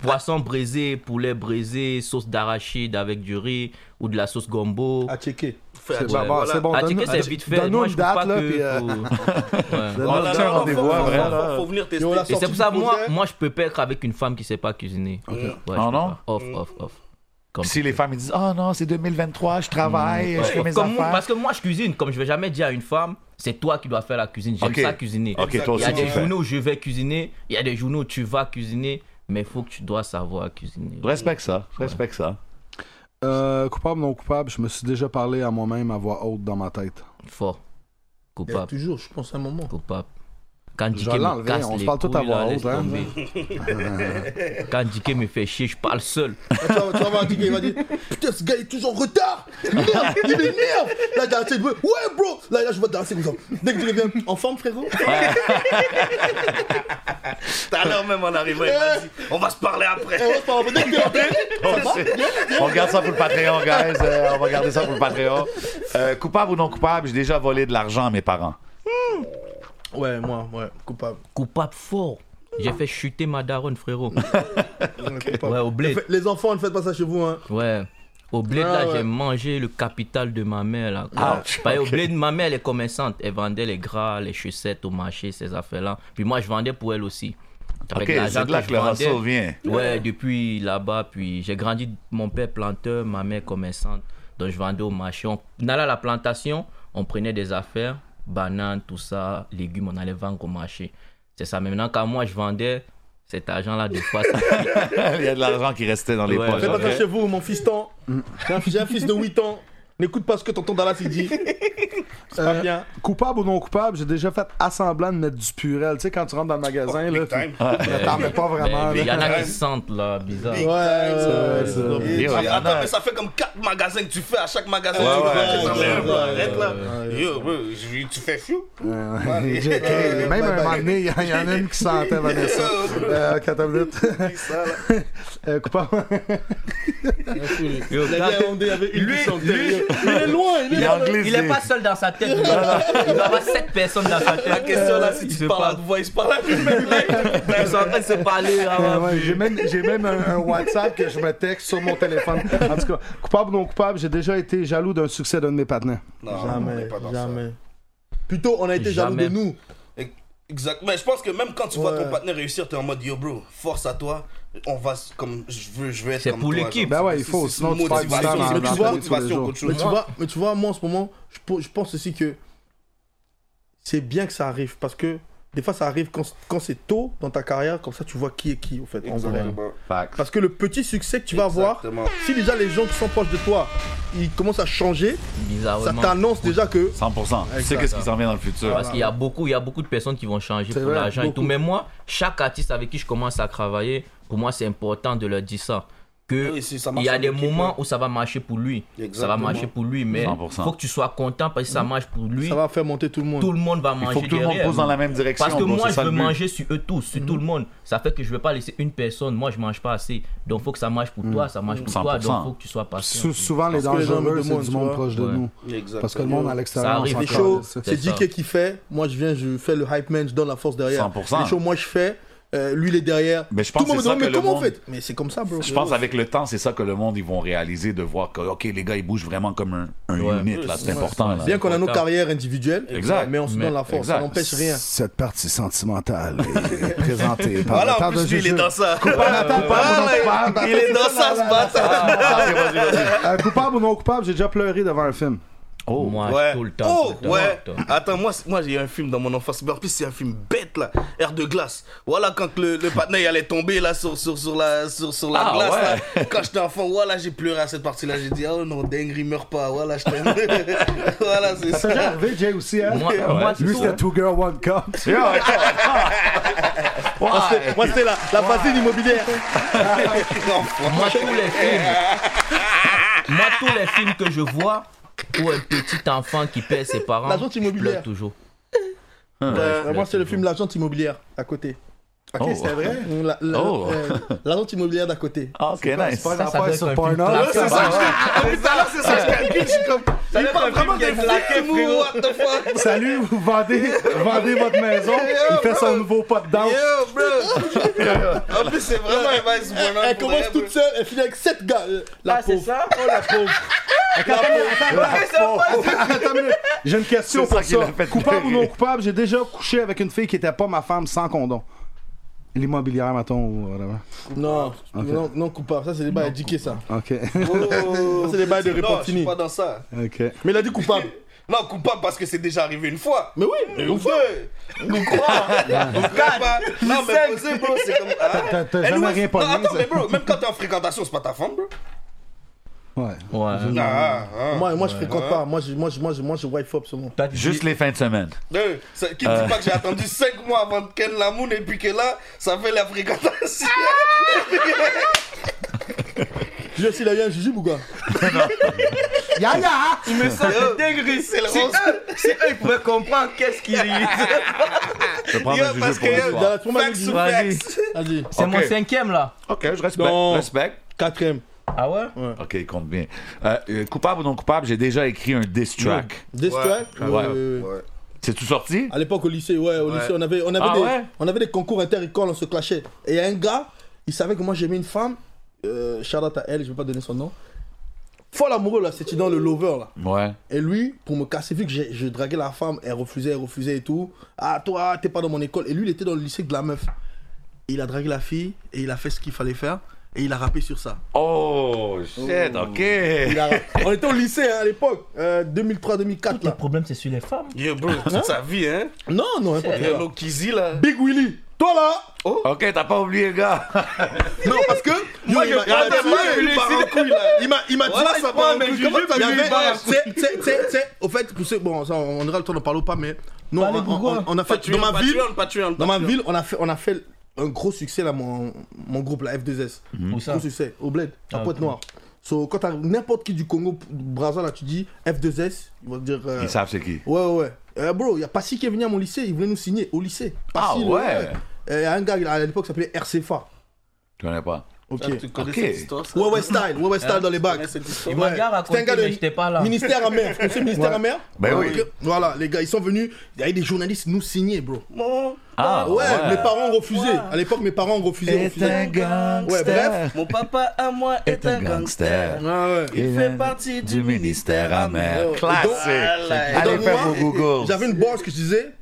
Speaker 6: poisson braisé, poulet braisé, sauce d'arachide avec du riz ou de la sauce gombo.
Speaker 7: À checker.
Speaker 4: Fais
Speaker 2: C'est
Speaker 4: attention,
Speaker 2: bon,
Speaker 4: voilà.
Speaker 2: c'est bon.
Speaker 6: Ah, tu
Speaker 2: donne-
Speaker 6: sais, c'est vite fait.
Speaker 2: Donne-nous
Speaker 6: Moi,
Speaker 2: une
Speaker 6: je pense
Speaker 2: date,
Speaker 6: pas
Speaker 2: là,
Speaker 6: que.
Speaker 2: puis... euh,
Speaker 6: faut- Ouais.
Speaker 2: donne-nous
Speaker 4: Oh
Speaker 2: une
Speaker 4: là
Speaker 2: date.
Speaker 4: là,
Speaker 3: rendez-vous,
Speaker 4: faut-
Speaker 3: après,
Speaker 4: faut-
Speaker 3: là.
Speaker 4: faut- Faut venir tester.
Speaker 7: Et on la
Speaker 6: Et c'est
Speaker 7: sortie
Speaker 6: pour ça,
Speaker 7: du
Speaker 6: moi,
Speaker 7: projet.
Speaker 6: moi, je peux pas être avec une femme qui sait pas cuisiner. Ouais, je
Speaker 3: Ah
Speaker 6: peux
Speaker 3: non?
Speaker 6: pas. Off, off, off. Comme,
Speaker 3: Si les femmes ils disent Ah non, c'est 2023, je travaille, je fais mes
Speaker 6: Mm. Comme moi,
Speaker 3: affaires.
Speaker 6: parce que moi, je cuisine. Comme je vais jamais dire à une femme, c'est toi qui dois faire la cuisine. J'aime
Speaker 3: Ok.
Speaker 6: ça cuisiner.
Speaker 3: Ok, toi
Speaker 6: il y a
Speaker 3: aussi, tu
Speaker 6: des
Speaker 3: fais.
Speaker 6: journaux où je vais cuisiner, il y a des journaux où tu vas cuisiner, mais il faut que tu dois savoir cuisiner.
Speaker 3: Respecte ça, respecte ça.
Speaker 2: Euh, coupable non coupable, je me suis déjà parlé à moi-même à voix haute dans ma tête.
Speaker 6: Fort.
Speaker 7: Il y a
Speaker 6: Coupable.
Speaker 7: toujours, je pense, un moment.
Speaker 6: Coupable. Quand
Speaker 2: Je
Speaker 6: Diké
Speaker 2: vais
Speaker 6: me
Speaker 2: l'enlever,
Speaker 6: casse
Speaker 2: on se
Speaker 6: les
Speaker 2: parle tout à
Speaker 6: couilles,
Speaker 2: voix
Speaker 6: là,
Speaker 2: haute,
Speaker 6: laisse
Speaker 2: hein.
Speaker 6: tomber. Quand Diké me fait chier, je parle seul.
Speaker 7: Ah, Tu vas tu vas voir un ticket, il va dire Putain, ce gars est toujours en retard Merde, il m'énerve Là, j'ai arrêté de Ouais, bro Là, là je vois danser comme ça. Dès que tu reviens en forme, frérot
Speaker 4: Tout à l'heure même en arrivant, il m'a dit, on va se parler après.
Speaker 7: Eh, ouais, c'est pas grave. Dès que tu rentré, ça va
Speaker 3: Oh, On garde ça pour le Patreon, guys. Euh, on va garder ça pour le Patreon. Euh, coupable ou non coupable, j'ai déjà volé de l'argent à mes parents.
Speaker 7: Ouais, moi, ouais, coupable.
Speaker 6: Coupable fort. J'ai fait chuter ma daronne, frérot.
Speaker 7: Ouais, coupable.
Speaker 6: Ouais, au bled.
Speaker 7: Les enfants, ne faites pas ça chez vous, hein.
Speaker 6: Ouais. Au bled,
Speaker 7: Ah
Speaker 6: là,
Speaker 7: ouais.
Speaker 6: j'ai mangé le capital de ma mère, là.
Speaker 3: Ah,
Speaker 6: quoi.
Speaker 7: Ouch,
Speaker 6: Parce que
Speaker 7: ok.
Speaker 6: Au bled, ma mère, elle est commerçante. Elle vendait les gras, les chaussettes au marché, ces affaires-là. Puis moi, je vendais pour elle aussi.
Speaker 3: Ok,
Speaker 6: l'argent
Speaker 3: c'est de là que le
Speaker 6: vendais.
Speaker 3: hustle vient.
Speaker 6: Ouais, depuis là-bas, puis j'ai grandi, mon père planteur, ma mère commerçante. Donc, je vendais au marché. On allait à la plantation, on prenait des affaires, bananes, tout ça, légumes, on allait vendre au marché. C'est ça. Mais Maintenant, quand moi, je vendais, cet argent-là, des fois, ça...
Speaker 3: Il y a de l'argent qui restait dans les
Speaker 6: Ouais,
Speaker 3: poches.
Speaker 7: Faites attention
Speaker 3: Ok.
Speaker 7: chez vous, mon fiston. J'ai un, j'ai un fils de 8 ans. N'écoute pas ce que t'entends dans la CD. C'est
Speaker 4: Euh,
Speaker 7: pas bien.
Speaker 2: Coupable ou non coupable, j'ai déjà fait assemblant de mettre du purel. Tu sais, quand tu rentres dans le
Speaker 7: Oh,
Speaker 2: magasin, là, tu
Speaker 6: Ouais.
Speaker 2: t'en mets pas vraiment.
Speaker 6: Mais Il y en
Speaker 2: là.
Speaker 6: a qui sentent, là, bizarre.
Speaker 4: Big time, ça. Et
Speaker 3: Yo,
Speaker 4: tu-
Speaker 3: y en
Speaker 4: attends,
Speaker 3: a-
Speaker 4: mais ça fait comme 4 magasins que tu fais à chaque magasin.
Speaker 3: Ouais,
Speaker 4: tu
Speaker 3: ouais,
Speaker 4: fais-
Speaker 3: ouais,
Speaker 4: t'en
Speaker 3: ouais,
Speaker 4: mets un,
Speaker 3: ouais,
Speaker 4: bah, arrête là. Yo, bro, je- tu fais fou.
Speaker 2: Ouais, j'ai- ok, Même à un moment donné, il y en- il y en a une qui sentait Vanessa. Euh, ok, attends une minute. Euh, coupable.
Speaker 6: Yo,
Speaker 7: Il a
Speaker 6: quand-
Speaker 7: bien ondé avec une
Speaker 6: Lui-
Speaker 7: puissante.
Speaker 6: lui-
Speaker 7: Il est loin, il
Speaker 3: Il
Speaker 7: est
Speaker 3: est
Speaker 7: loin.
Speaker 3: anglais.
Speaker 6: Il est
Speaker 3: c'est-
Speaker 6: pas seul dans sa tête. Il va il va avoir sept personnes dans sa tête.
Speaker 4: La question là, si
Speaker 6: Il
Speaker 4: tu
Speaker 6: se
Speaker 4: parles à voix, ils se parlent à lui-même. Ben,
Speaker 6: Ils sont en train de se parler. là, ouais.
Speaker 2: Ouais, ouais, j'ai même, j'ai même un, un WhatsApp que je me texte sur mon téléphone. En tout cas, coupable ou non coupable, j'ai déjà été jaloux d'un succès d'un de mes partenaires.
Speaker 4: Non, on est
Speaker 7: Jamais,
Speaker 4: pas dans ça.
Speaker 7: jamais. Plutôt, on a été jaloux de
Speaker 6: Jamais.
Speaker 7: nous.
Speaker 4: Exact. Mais je pense que même quand tu vois
Speaker 7: Ouais.
Speaker 4: ton partenaire réussir, t'es en mode yo bro, force à toi. On va s- comme je veux, je veux être
Speaker 6: C'est
Speaker 4: comme
Speaker 6: pour
Speaker 4: toi,
Speaker 6: l'équipe.
Speaker 4: genre.
Speaker 2: Ben ouais, il
Speaker 4: C'est-
Speaker 2: faut,
Speaker 4: c'est- c'est
Speaker 2: sinon tu perds du
Speaker 4: motivation,
Speaker 2: temps dans
Speaker 4: c'est
Speaker 7: la
Speaker 4: plus
Speaker 7: bataille
Speaker 4: motivation
Speaker 2: tous les
Speaker 4: qu'autre chose.
Speaker 7: Mais tu, vois, mais tu vois, moi en ce moment, je, po- je pense aussi que c'est bien que ça arrive parce que des fois ça arrive quand, quand c'est tôt dans ta carrière, comme ça tu vois qui est qui en fait. en vrai.
Speaker 4: Exactement.
Speaker 3: Facts.
Speaker 7: Parce que le petit succès que tu vas avoir,
Speaker 4: Exactement.
Speaker 7: si déjà les gens qui sont proches de toi, ils commencent à changer, ça
Speaker 6: Bizarrement.
Speaker 7: t'annonce déjà que
Speaker 3: 100%. Tu sais
Speaker 7: Exact.
Speaker 3: qu'est-ce qui s'en vient dans le futur.
Speaker 6: Parce qu'il y a beaucoup, il y a beaucoup de personnes qui vont changer
Speaker 2: C'est
Speaker 6: pour
Speaker 2: vrai,
Speaker 6: l'argent et
Speaker 2: beaucoup.
Speaker 6: tout. Mais moi, chaque artiste avec qui je commence à travailler, pour moi, c'est important de leur dire ça. Que
Speaker 4: Oui, si ça
Speaker 6: il
Speaker 4: marche
Speaker 6: y a
Speaker 4: en
Speaker 6: des
Speaker 4: équipe,
Speaker 6: moments où ça va marcher pour lui. Ça va
Speaker 4: Exactement.
Speaker 6: marcher pour lui, mais
Speaker 3: 100%.
Speaker 6: faut que tu sois content parce que ça marche pour lui.
Speaker 7: ça va faire monter tout le monde.
Speaker 6: Tout le monde va
Speaker 3: Il
Speaker 6: manger
Speaker 3: faut que tout le monde
Speaker 6: derrière.
Speaker 3: pousse dans la même direction.
Speaker 6: Parce que
Speaker 3: bro,
Speaker 6: moi,
Speaker 3: c'est
Speaker 6: je
Speaker 3: ça
Speaker 6: veux
Speaker 3: le but.
Speaker 6: manger sur eux tous, sur tout le monde. Ça fait que je veux pas laisser une personne. Moi, je mange pas assez. Donc, faut que ça marche pour toi, ça marche pour toi.
Speaker 3: 100%.
Speaker 6: Donc, faut que tu sois patient.
Speaker 2: Sou- souvent, les
Speaker 7: Parce que les gens me
Speaker 2: dangereux, c'est
Speaker 7: demandent,
Speaker 2: du
Speaker 7: tu
Speaker 2: monde
Speaker 7: vois.
Speaker 2: proche de
Speaker 6: Ouais.
Speaker 2: nous.
Speaker 4: Exactement.
Speaker 2: Parce que le monde à l'extérieur,
Speaker 6: Ça
Speaker 2: on
Speaker 6: arrive,
Speaker 2: s'en
Speaker 6: les
Speaker 7: Les
Speaker 2: calisse.
Speaker 7: shows,
Speaker 6: c'est
Speaker 7: c'est
Speaker 6: ça.
Speaker 7: DK qui fait, moi je viens, je fais le hype man, je donne la force derrière.
Speaker 3: 100%.
Speaker 7: Les shows, moi je fais, euh, lui il est derrière.
Speaker 3: Mais je
Speaker 7: tout
Speaker 3: pense
Speaker 7: le monde
Speaker 3: que
Speaker 7: me
Speaker 3: c'est ça
Speaker 7: demande, mais
Speaker 3: que le
Speaker 7: comment on
Speaker 3: monde-
Speaker 7: fait Mais c'est comme ça, bro.
Speaker 3: Je pense avec le temps, c'est ça que le monde ils vont réaliser de voir que ok les gars ils bougent vraiment comme un, un
Speaker 6: Ouais.
Speaker 3: unit là, c'est important là.
Speaker 7: Bien qu'on a nos
Speaker 6: Important.
Speaker 7: carrières individuelles,
Speaker 3: Exact.
Speaker 7: mais on se
Speaker 6: Mais-
Speaker 7: donne la force, ça
Speaker 3: exact.
Speaker 7: n'empêche rien.
Speaker 2: Cette partie sentimentale est présentée par
Speaker 4: Voilà, en
Speaker 2: le
Speaker 4: plus, lui, il est dans ça.
Speaker 2: coupable,
Speaker 4: Il est dans ça, ce bâtard.
Speaker 2: Euh, coupable ou non coupable, j'ai déjà pleuré devant un film.
Speaker 3: Oh,
Speaker 6: Moi,
Speaker 4: Ouais.
Speaker 6: tout le temps.
Speaker 4: Oh,
Speaker 6: tout le temps,
Speaker 4: ouais.
Speaker 6: tout le temps.
Speaker 4: Attends, moi, c'est- moi j'ai eu un film dans mon enfance. Mais en plus, c'est un film bête, là. Air de glace. Voilà, quand le, le partenaire il allait tomber, là, sur, sur, sur la, sur, sur la
Speaker 3: Ah,
Speaker 4: glace,
Speaker 3: ouais.
Speaker 4: là. Quand j'étais enfant, voilà, j'ai pleuré à cette partie-là. J'ai dit, oh non, dingue, il meurt pas. Voilà, je t'aime. voilà, c'est
Speaker 2: Ça t'est déjà
Speaker 4: ça.
Speaker 2: arrivé, Jay, aussi, hein?
Speaker 6: Moi, moi, tout-
Speaker 2: Lui, c'était Two Girl, One Cup.
Speaker 3: Yo,
Speaker 7: Moi, c'est- Moi, c'était la, la fascine immobilière.
Speaker 6: moi, tous les films. moi, tous les films que je vois où un petit enfant qui perd ses parents,
Speaker 7: L'agent
Speaker 6: je
Speaker 7: immobilier.
Speaker 6: pleure toujours.
Speaker 7: Euh, moi, c'est le film L'agent immobilière d'à côté.
Speaker 3: Oh.
Speaker 7: La- la-
Speaker 3: Oh.
Speaker 7: euh, L'agent immobilière d'à côté.
Speaker 3: Ah, ok nice.
Speaker 2: Pas
Speaker 6: Ça, ça doit
Speaker 2: d'affaire
Speaker 6: être
Speaker 2: sur
Speaker 6: un film
Speaker 2: Pornhub.
Speaker 6: classe.
Speaker 2: C'est ça,
Speaker 4: c'est ça, je calcule. Je suis comme. Il parle vraiment des flaques, frérot. What the fuck?
Speaker 2: Salut, vous vendez, vendez votre maison. Il fait son nouveau pas de danse.
Speaker 4: Yo, bro. en plus, c'est vraiment un vice bonhomme.
Speaker 7: Elle
Speaker 4: pour
Speaker 7: commence
Speaker 4: vrai,
Speaker 7: toute seule, elle finit avec 7 gars. Euh,
Speaker 4: Ah,
Speaker 7: La pauvre. Oh, la pauvre.
Speaker 2: Attends une minute. J'ai une question
Speaker 3: C'est ça
Speaker 2: pour
Speaker 3: qui
Speaker 2: ça.
Speaker 3: l'a fait
Speaker 2: Coupable ou
Speaker 3: pleurer.
Speaker 2: non coupable, j'ai déjà couché avec une fille qui était pas ma femme sans condom. L'immobilière, mettons, ou whatever.
Speaker 7: Non, non, non, coupable. Ça, c'est des bails à diquer, ça.
Speaker 2: OK.
Speaker 4: Oh.
Speaker 7: Ça, c'est des bails de
Speaker 4: Non, je suis
Speaker 7: Reportini.
Speaker 4: pas dans ça.
Speaker 2: OK.
Speaker 7: Mais il a dit coupable.
Speaker 4: Non, coupable parce que c'est déjà arrivé une fois.
Speaker 7: Mais hein. oui,
Speaker 4: Mais
Speaker 7: une
Speaker 4: on
Speaker 7: fois.
Speaker 4: peut. On croit. On croit pas. Non, mais posez, bro, c'est comme. hein.
Speaker 2: T'as- t'as
Speaker 4: Eh,
Speaker 2: jamais
Speaker 4: nous,
Speaker 2: rien
Speaker 4: non,
Speaker 2: pogné,
Speaker 4: Attends,
Speaker 2: ça.
Speaker 4: mais bro, même quand t'es en fréquentation, c'est pas ta femme, bro.
Speaker 2: Ouais.
Speaker 6: Ouais.
Speaker 4: Ah, ah.
Speaker 7: Moi, moi je fréquente pas. Moi, je, moi, je, moi, je, moi, je wife up seulement.
Speaker 6: Toi, tu
Speaker 3: Juste
Speaker 6: dis-
Speaker 3: les fins de semaine.
Speaker 4: Euh, ça- qui dit pas que j'ai attendu 5 mois avant de Ken Lamoun et puis que là, ça fait la fréquentation.
Speaker 7: Je sais, il a eu un jujube ou quoi
Speaker 2: Yaya!
Speaker 4: C'est le rose.
Speaker 6: ils pourraient comprendre qu'est-ce qu'il dit.
Speaker 3: Je vais prendre
Speaker 4: Yo,
Speaker 3: un
Speaker 4: parce
Speaker 3: jujube pour
Speaker 4: que, yo,
Speaker 3: le soir.
Speaker 7: première
Speaker 4: Facts
Speaker 7: vidéo.
Speaker 4: ou
Speaker 6: Vas-y.
Speaker 4: facts.
Speaker 7: Vas-y.
Speaker 6: C'est
Speaker 3: Ok.
Speaker 6: mon cinquième là.
Speaker 3: Ok, je respecte.
Speaker 7: Non.
Speaker 3: Respect.
Speaker 7: Quatrième.
Speaker 6: Ah ouais?
Speaker 3: Ok, il compte bien. Euh, euh, coupable ou non coupable, j'ai déjà écrit un diss track.
Speaker 7: Destroy.
Speaker 3: Ouais.
Speaker 7: Euh,
Speaker 3: C'est tout sorti?
Speaker 7: À l'époque au lycée, ouais, au lycée, on avait, on avait,
Speaker 3: Ah
Speaker 7: des,
Speaker 3: ouais
Speaker 7: on avait des concours inter-écoles, on se clashait. Et il y a un gars, il savait que moi j'aimais une femme, euh, shout out à elle, je vais pas donner son nom. Folle amoureux, là, c'était dans le lover, là.
Speaker 3: Ouais.
Speaker 7: Et lui, pour me casser, vu que j'ai- je draguais la femme, elle refusait, elle refusait et tout. Ah, toi, t'es pas dans mon école. Et lui, il était dans le lycée de la meuf. Il a dragué la fille et il a fait ce qu'il fallait faire et il a rappé sur ça.
Speaker 3: Oh, shit, ok.
Speaker 7: Il a- On était au lycée hein, à l'époque, 2003-2004. Le
Speaker 6: problème, c'est sur les femmes.
Speaker 4: Yeah, bro, toute sa vie, hein.
Speaker 7: Non, non, n'importe
Speaker 4: Yeah,
Speaker 7: quoi.
Speaker 4: no Kizzy, là.
Speaker 7: Big Willy, toi là
Speaker 3: Ok, t'as pas oublié le gars.
Speaker 7: Non, parce que.
Speaker 4: Yo,
Speaker 7: Moi,
Speaker 4: il
Speaker 7: je
Speaker 4: m'a- il m'a
Speaker 7: regardais
Speaker 4: dit,
Speaker 7: moi,
Speaker 4: il
Speaker 7: il
Speaker 4: lui
Speaker 7: part
Speaker 4: dit-
Speaker 7: en couille, là. Il m'a il m'a dit
Speaker 4: Voilà,
Speaker 7: là, ça
Speaker 4: c'est
Speaker 7: part
Speaker 4: pas
Speaker 7: en
Speaker 4: un
Speaker 7: couille.
Speaker 4: mec
Speaker 7: Comment
Speaker 4: jugé,
Speaker 7: t'as
Speaker 4: mais
Speaker 7: vu
Speaker 4: il
Speaker 7: les
Speaker 4: part en
Speaker 7: barres C'est- c'est- c'est- c'est- Au fait, pour ceux- bon, ça, on aura le temps d'en parler ou pas, mais. Non,
Speaker 4: Parlez
Speaker 7: on-
Speaker 4: pourquoi
Speaker 7: on- on a fait.
Speaker 4: Patreon,
Speaker 7: Dans ma ville,
Speaker 4: Patreon, Patreon,
Speaker 7: dans ma
Speaker 4: Patreon.
Speaker 7: ville, on a fait, on a fait un gros succès là, mon, mon groupe, la F2S.
Speaker 6: Où ça
Speaker 7: Gros succès, au Bled, à
Speaker 6: Ah,
Speaker 7: Pointe
Speaker 6: ok.
Speaker 7: Noire. So, quand t'arrives n'importe qui du Congo, Brazza, là, tu dis F2S, ils vont te dire. euh,
Speaker 3: Ils savent c'est qui.
Speaker 7: Ouais, ouais, ouais. Euh, bro, il y a Passy qui est venu à mon lycée, il voulait nous signer au lycée.
Speaker 3: Ah,
Speaker 7: Passy, le-
Speaker 3: ouais.
Speaker 7: Euh, Il y a un gars à l'époque qui s'appelait RCFA.
Speaker 3: Tu connais pas.
Speaker 7: Ok.
Speaker 4: Ah, tu connais
Speaker 3: Ok.
Speaker 4: cette histoire, ça
Speaker 7: Ouais, ouais, style, ouais, ouais, style
Speaker 6: Hein
Speaker 7: dans les bacs.
Speaker 4: Ouais, cette histoire.
Speaker 6: Il m'a
Speaker 7: Ouais.
Speaker 6: déjà
Speaker 7: C'était un
Speaker 6: raconté,
Speaker 7: gars de
Speaker 6: mais j'étais pas là.
Speaker 7: Ministère amer, vous savez, ministère amer
Speaker 3: Ben oui.
Speaker 7: Ok. Voilà, les gars, ils sont venus, il y avait des journalistes nous signer, bro.
Speaker 4: Mon,
Speaker 3: Ah,
Speaker 7: ouais, mes parents ont refusé. À l'époque, mes parents ont refusé.
Speaker 3: est un
Speaker 7: refusé.
Speaker 3: gangster.
Speaker 7: Ouais, bref.
Speaker 4: mon papa à moi est un gangster.
Speaker 7: Ah ouais.
Speaker 4: Il fait partie du ministère amer.
Speaker 3: Classique.
Speaker 4: Voilà.
Speaker 7: Et
Speaker 3: Allez
Speaker 7: donc,
Speaker 3: faire
Speaker 7: moi,
Speaker 3: vos googles.
Speaker 7: J'avais une bourse que je disais.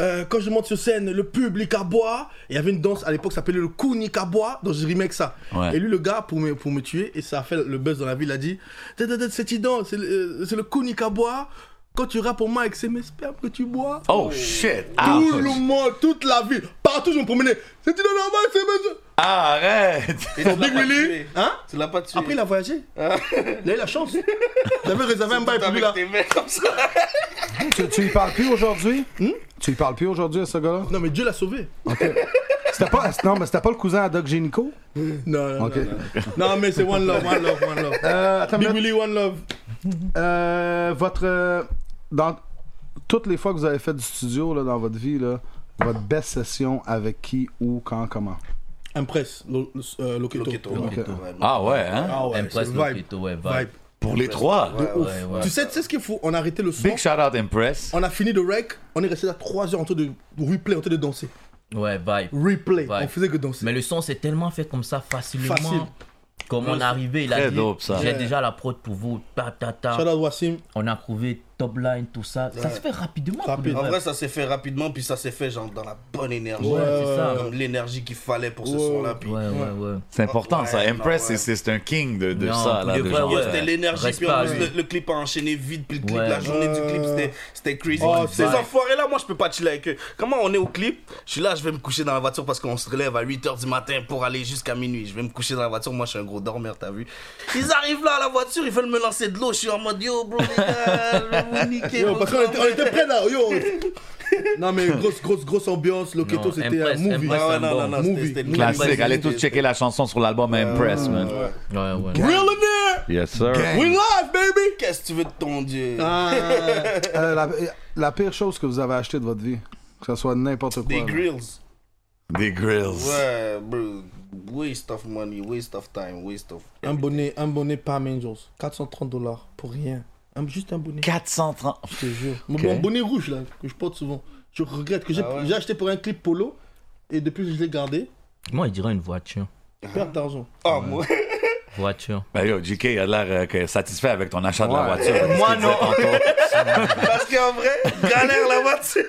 Speaker 7: euh, quand je monte sur scène, le public aboie. Et Il y avait une danse à l'époque qui s'appelait le Kounik aboie, donc je remake ça.
Speaker 3: Ouais.
Speaker 7: Et lui, le gars, pour me, pour me tuer, et ça a fait le buzz dans la ville, a dit Tête, tête, tête, C'est une danse, c'est le, euh, c'est le Kounik aboie. Quand tu rappes au mic, c'est mes spermes que tu bois.
Speaker 3: Oh, shit.
Speaker 7: Tout
Speaker 3: Ouch.
Speaker 7: le monde, toute la ville, partout, je me promenais. C'est une danse normale, c'est mes.
Speaker 3: ah, Arrête.
Speaker 4: Ton
Speaker 7: Big Willy Hein
Speaker 4: Tu l'as pas tué. Ah.
Speaker 7: Après, il a voyagé. Il a eu la chance. J'avais réservé un bail pour lui
Speaker 4: avec
Speaker 7: là.
Speaker 4: tes mains comme ça.
Speaker 2: Tu, tu lui parles plus aujourd'hui?
Speaker 3: Hmm?
Speaker 2: Tu lui parles plus aujourd'hui à ce gars-là?
Speaker 7: Non, mais Dieu l'a sauvé.
Speaker 2: C'était pas, non, mais c'était pas le cousin à Doc Génico?
Speaker 7: Non, non,
Speaker 2: Ok.
Speaker 7: non, non. Non, mais c'est One Love, One Love, One Love.
Speaker 2: Euh, attends une
Speaker 7: Big
Speaker 2: minute.
Speaker 7: Willy, One Love.
Speaker 2: Euh, votre. euh, dans toutes les fois que vous avez fait du studio là, dans votre vie, là, votre best session avec qui, où, quand, comment
Speaker 7: Impress, lo, lo- euh, Loketo.
Speaker 4: Loketo,
Speaker 7: Ouais.
Speaker 4: Loketo, ouais.
Speaker 3: Ah ouais, hein?
Speaker 7: Ah ouais,
Speaker 6: Impress,
Speaker 7: c'est vibe.
Speaker 6: Loketo, ouais, vibe.
Speaker 7: Vibe.
Speaker 3: Pour les trois.
Speaker 6: Ouais, ouais.
Speaker 7: Tu sais, tu sais ce qu'il faut On a arrêté le son,
Speaker 3: Big shout out Impress.
Speaker 7: on a fini de rec, on est resté là 3 heures en train de replay, en train de danser.
Speaker 6: Ouais, vibe.
Speaker 7: Replay,
Speaker 6: Vibe.
Speaker 7: on faisait que danser.
Speaker 6: Mais le son s'est tellement fait comme ça facilement.
Speaker 7: Facile.
Speaker 6: Comme on est arrivé, il a
Speaker 3: Très
Speaker 6: dit
Speaker 3: dope, ça.
Speaker 6: J'ai
Speaker 7: Ouais.
Speaker 6: déjà la prod pour vous. Ta, ta, ta.
Speaker 7: Shout out Wassim,
Speaker 6: On a trouvé top line, tout ça. Ça se fait rapidement. pour
Speaker 7: Rapide.
Speaker 6: le
Speaker 4: En
Speaker 6: vibe.
Speaker 4: vrai, ça s'est fait rapidement, puis ça s'est fait genre dans la bonne énergie.
Speaker 6: Ouais, c'est ça.
Speaker 4: Comme l'énergie qu'il fallait pour ce son-là. Puis
Speaker 6: Ouais, ouais, ouais.
Speaker 3: C'est important, ça.
Speaker 4: Ouais,
Speaker 3: Impress,
Speaker 4: ouais.
Speaker 3: c'est c'est un king de, de
Speaker 6: Non,
Speaker 3: ça,
Speaker 6: pour
Speaker 3: là,
Speaker 6: de
Speaker 3: de
Speaker 6: vrai,
Speaker 3: genre. euh,
Speaker 4: Yo,
Speaker 6: ouais.
Speaker 4: c'était l'énergie, puis
Speaker 6: Respect
Speaker 4: en
Speaker 6: à
Speaker 4: plus,
Speaker 6: lui.
Speaker 4: le, le clip a enchaîné vite, puis le clip,
Speaker 6: Ouais.
Speaker 4: la journée du clip, c'était- c'était crazy.
Speaker 7: Oh,
Speaker 4: Ces
Speaker 7: ouais.
Speaker 4: enfoirés-là, moi, je peux pas chiller avec eux. Comment on est au clip Je suis là, je vais me coucher dans la voiture parce qu'on se relève à 8h du matin pour aller jusqu'à minuit. Je vais me coucher dans la voiture, moi, je suis un gros dormeur, t'as vu Ils arrivent là à la voiture, ils veulent me lancer de l'eau. Je suis en mode, yo, bro, les gars, vous niquez.
Speaker 6: Ah.
Speaker 7: Yo,
Speaker 4: vos
Speaker 7: parce qu'on était, on était prêts là, yo. non mais grosse, grosse, grosse ambiance. Loketo,
Speaker 6: Non,
Speaker 7: c'était un
Speaker 6: Impress,
Speaker 7: movie.
Speaker 6: Impress,
Speaker 4: Ah ouais, non, non, non, c'était-
Speaker 7: Movie.
Speaker 4: c'était une
Speaker 3: Classique.
Speaker 4: Impress,
Speaker 3: Allez tous checker la chanson sur l'album
Speaker 4: Euh,
Speaker 3: Impress, man.
Speaker 6: Ouais, ouais.
Speaker 7: Real in there,
Speaker 3: Yes, sir.
Speaker 7: we live, baby.
Speaker 4: Qu'est-ce que tu veux de ton Dieu
Speaker 2: Euh, la, la pire chose que vous avez achetée de votre vie, que ce soit n'importe quoi.
Speaker 4: Des
Speaker 2: là.
Speaker 4: grills.
Speaker 3: Des grills.
Speaker 4: Ouais, bro. Waste of money, waste of time, waste of.
Speaker 7: Un bonnet, un bonnet Palm Angels, 430 dollars pour rien. Un- juste un bonnet.
Speaker 3: 430.
Speaker 7: Je te jure. Mon mon bonnet rouge là, que je porte souvent. Je regrette que j'ai
Speaker 6: Ah
Speaker 7: j'ai acheté pour un clip polo et depuis je l'ai gardé.
Speaker 6: Moi, il dirait une voiture.
Speaker 7: Perte d'argent.
Speaker 4: Ah, moi.
Speaker 6: Voiture.
Speaker 3: Ben yo, JK a l'air euh, que satisfait avec ton achat de la
Speaker 2: Ouais.
Speaker 3: voiture.
Speaker 6: Moi, non.
Speaker 4: Parce qu'en vrai, galère la voiture.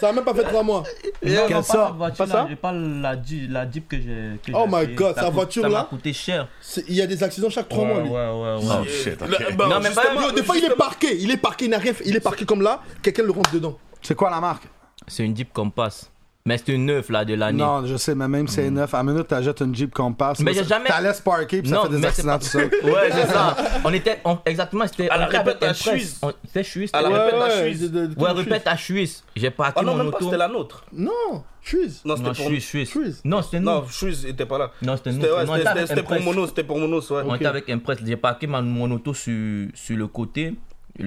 Speaker 7: Ça a même pas fait trois mois.
Speaker 6: Non,
Speaker 2: Quelle
Speaker 6: non,
Speaker 2: sorte
Speaker 6: pas cette voiture
Speaker 2: Pas ça
Speaker 6: là, j'ai pas la, Jeep- la Jeep que j'ai. que
Speaker 7: Oh
Speaker 6: j'ai
Speaker 7: my
Speaker 6: acheté. Ça
Speaker 7: God, sa
Speaker 6: coûte-
Speaker 7: voiture,
Speaker 6: Ça
Speaker 7: là
Speaker 6: m'a coûté cher.
Speaker 7: C'est- Il y a des accidents chaque trois mois lui.
Speaker 6: ouais,
Speaker 3: Oh shit, ok.
Speaker 4: Le- bon,
Speaker 6: Non, mais pas-
Speaker 4: justement,
Speaker 7: Yo, des fois il est parqué, il est parqué, il n'a rien fait. Il est parqué comme là, quelqu'un le rentre dedans.
Speaker 2: C'est quoi la marque
Speaker 6: C'est une Jeep Compass. Mais c'est une neuf là de l'année.
Speaker 2: Non, je sais, mais même si c'est neuf, à minute, t'achètes une Jeep Compass.
Speaker 6: Mais
Speaker 2: là,
Speaker 6: j'ai jamais-
Speaker 2: T'as laissé parker, puis ça
Speaker 6: Non,
Speaker 2: fait des
Speaker 6: mais
Speaker 2: accidents tout
Speaker 6: c'est
Speaker 2: seul.
Speaker 6: Ouais, c'est ça. On était on- exactement, c'était.
Speaker 4: À la
Speaker 6: on était avec
Speaker 4: répète à
Speaker 6: Impress.
Speaker 4: Suisse.
Speaker 6: On- C'était Suisse.
Speaker 4: À Ah, la
Speaker 6: ouais.
Speaker 4: répète à
Speaker 7: ouais,
Speaker 4: Suisse.
Speaker 7: de- de- de-
Speaker 6: Ouais,
Speaker 7: de-
Speaker 6: répète à Suisse. J'ai parqué
Speaker 4: Ah non,
Speaker 6: mon
Speaker 4: même pas,
Speaker 6: auto.
Speaker 4: c'était la nôtre.
Speaker 7: Non, Suisse.
Speaker 6: Non,
Speaker 4: Non, c'était pour
Speaker 6: Suisse, Suisse.
Speaker 7: Suisse.
Speaker 6: Non, c'était nous.
Speaker 4: Non, Suisse était pas là.
Speaker 6: Non, c'était nous.
Speaker 4: C'était ouais,
Speaker 6: Non, on était
Speaker 4: c'était-
Speaker 6: avec
Speaker 4: c'était pour
Speaker 6: Impress.
Speaker 4: Monos, c'était pour Monos, ouais.
Speaker 6: On était avec Impress. J'ai parqué ma- mon auto sur, sur le côté,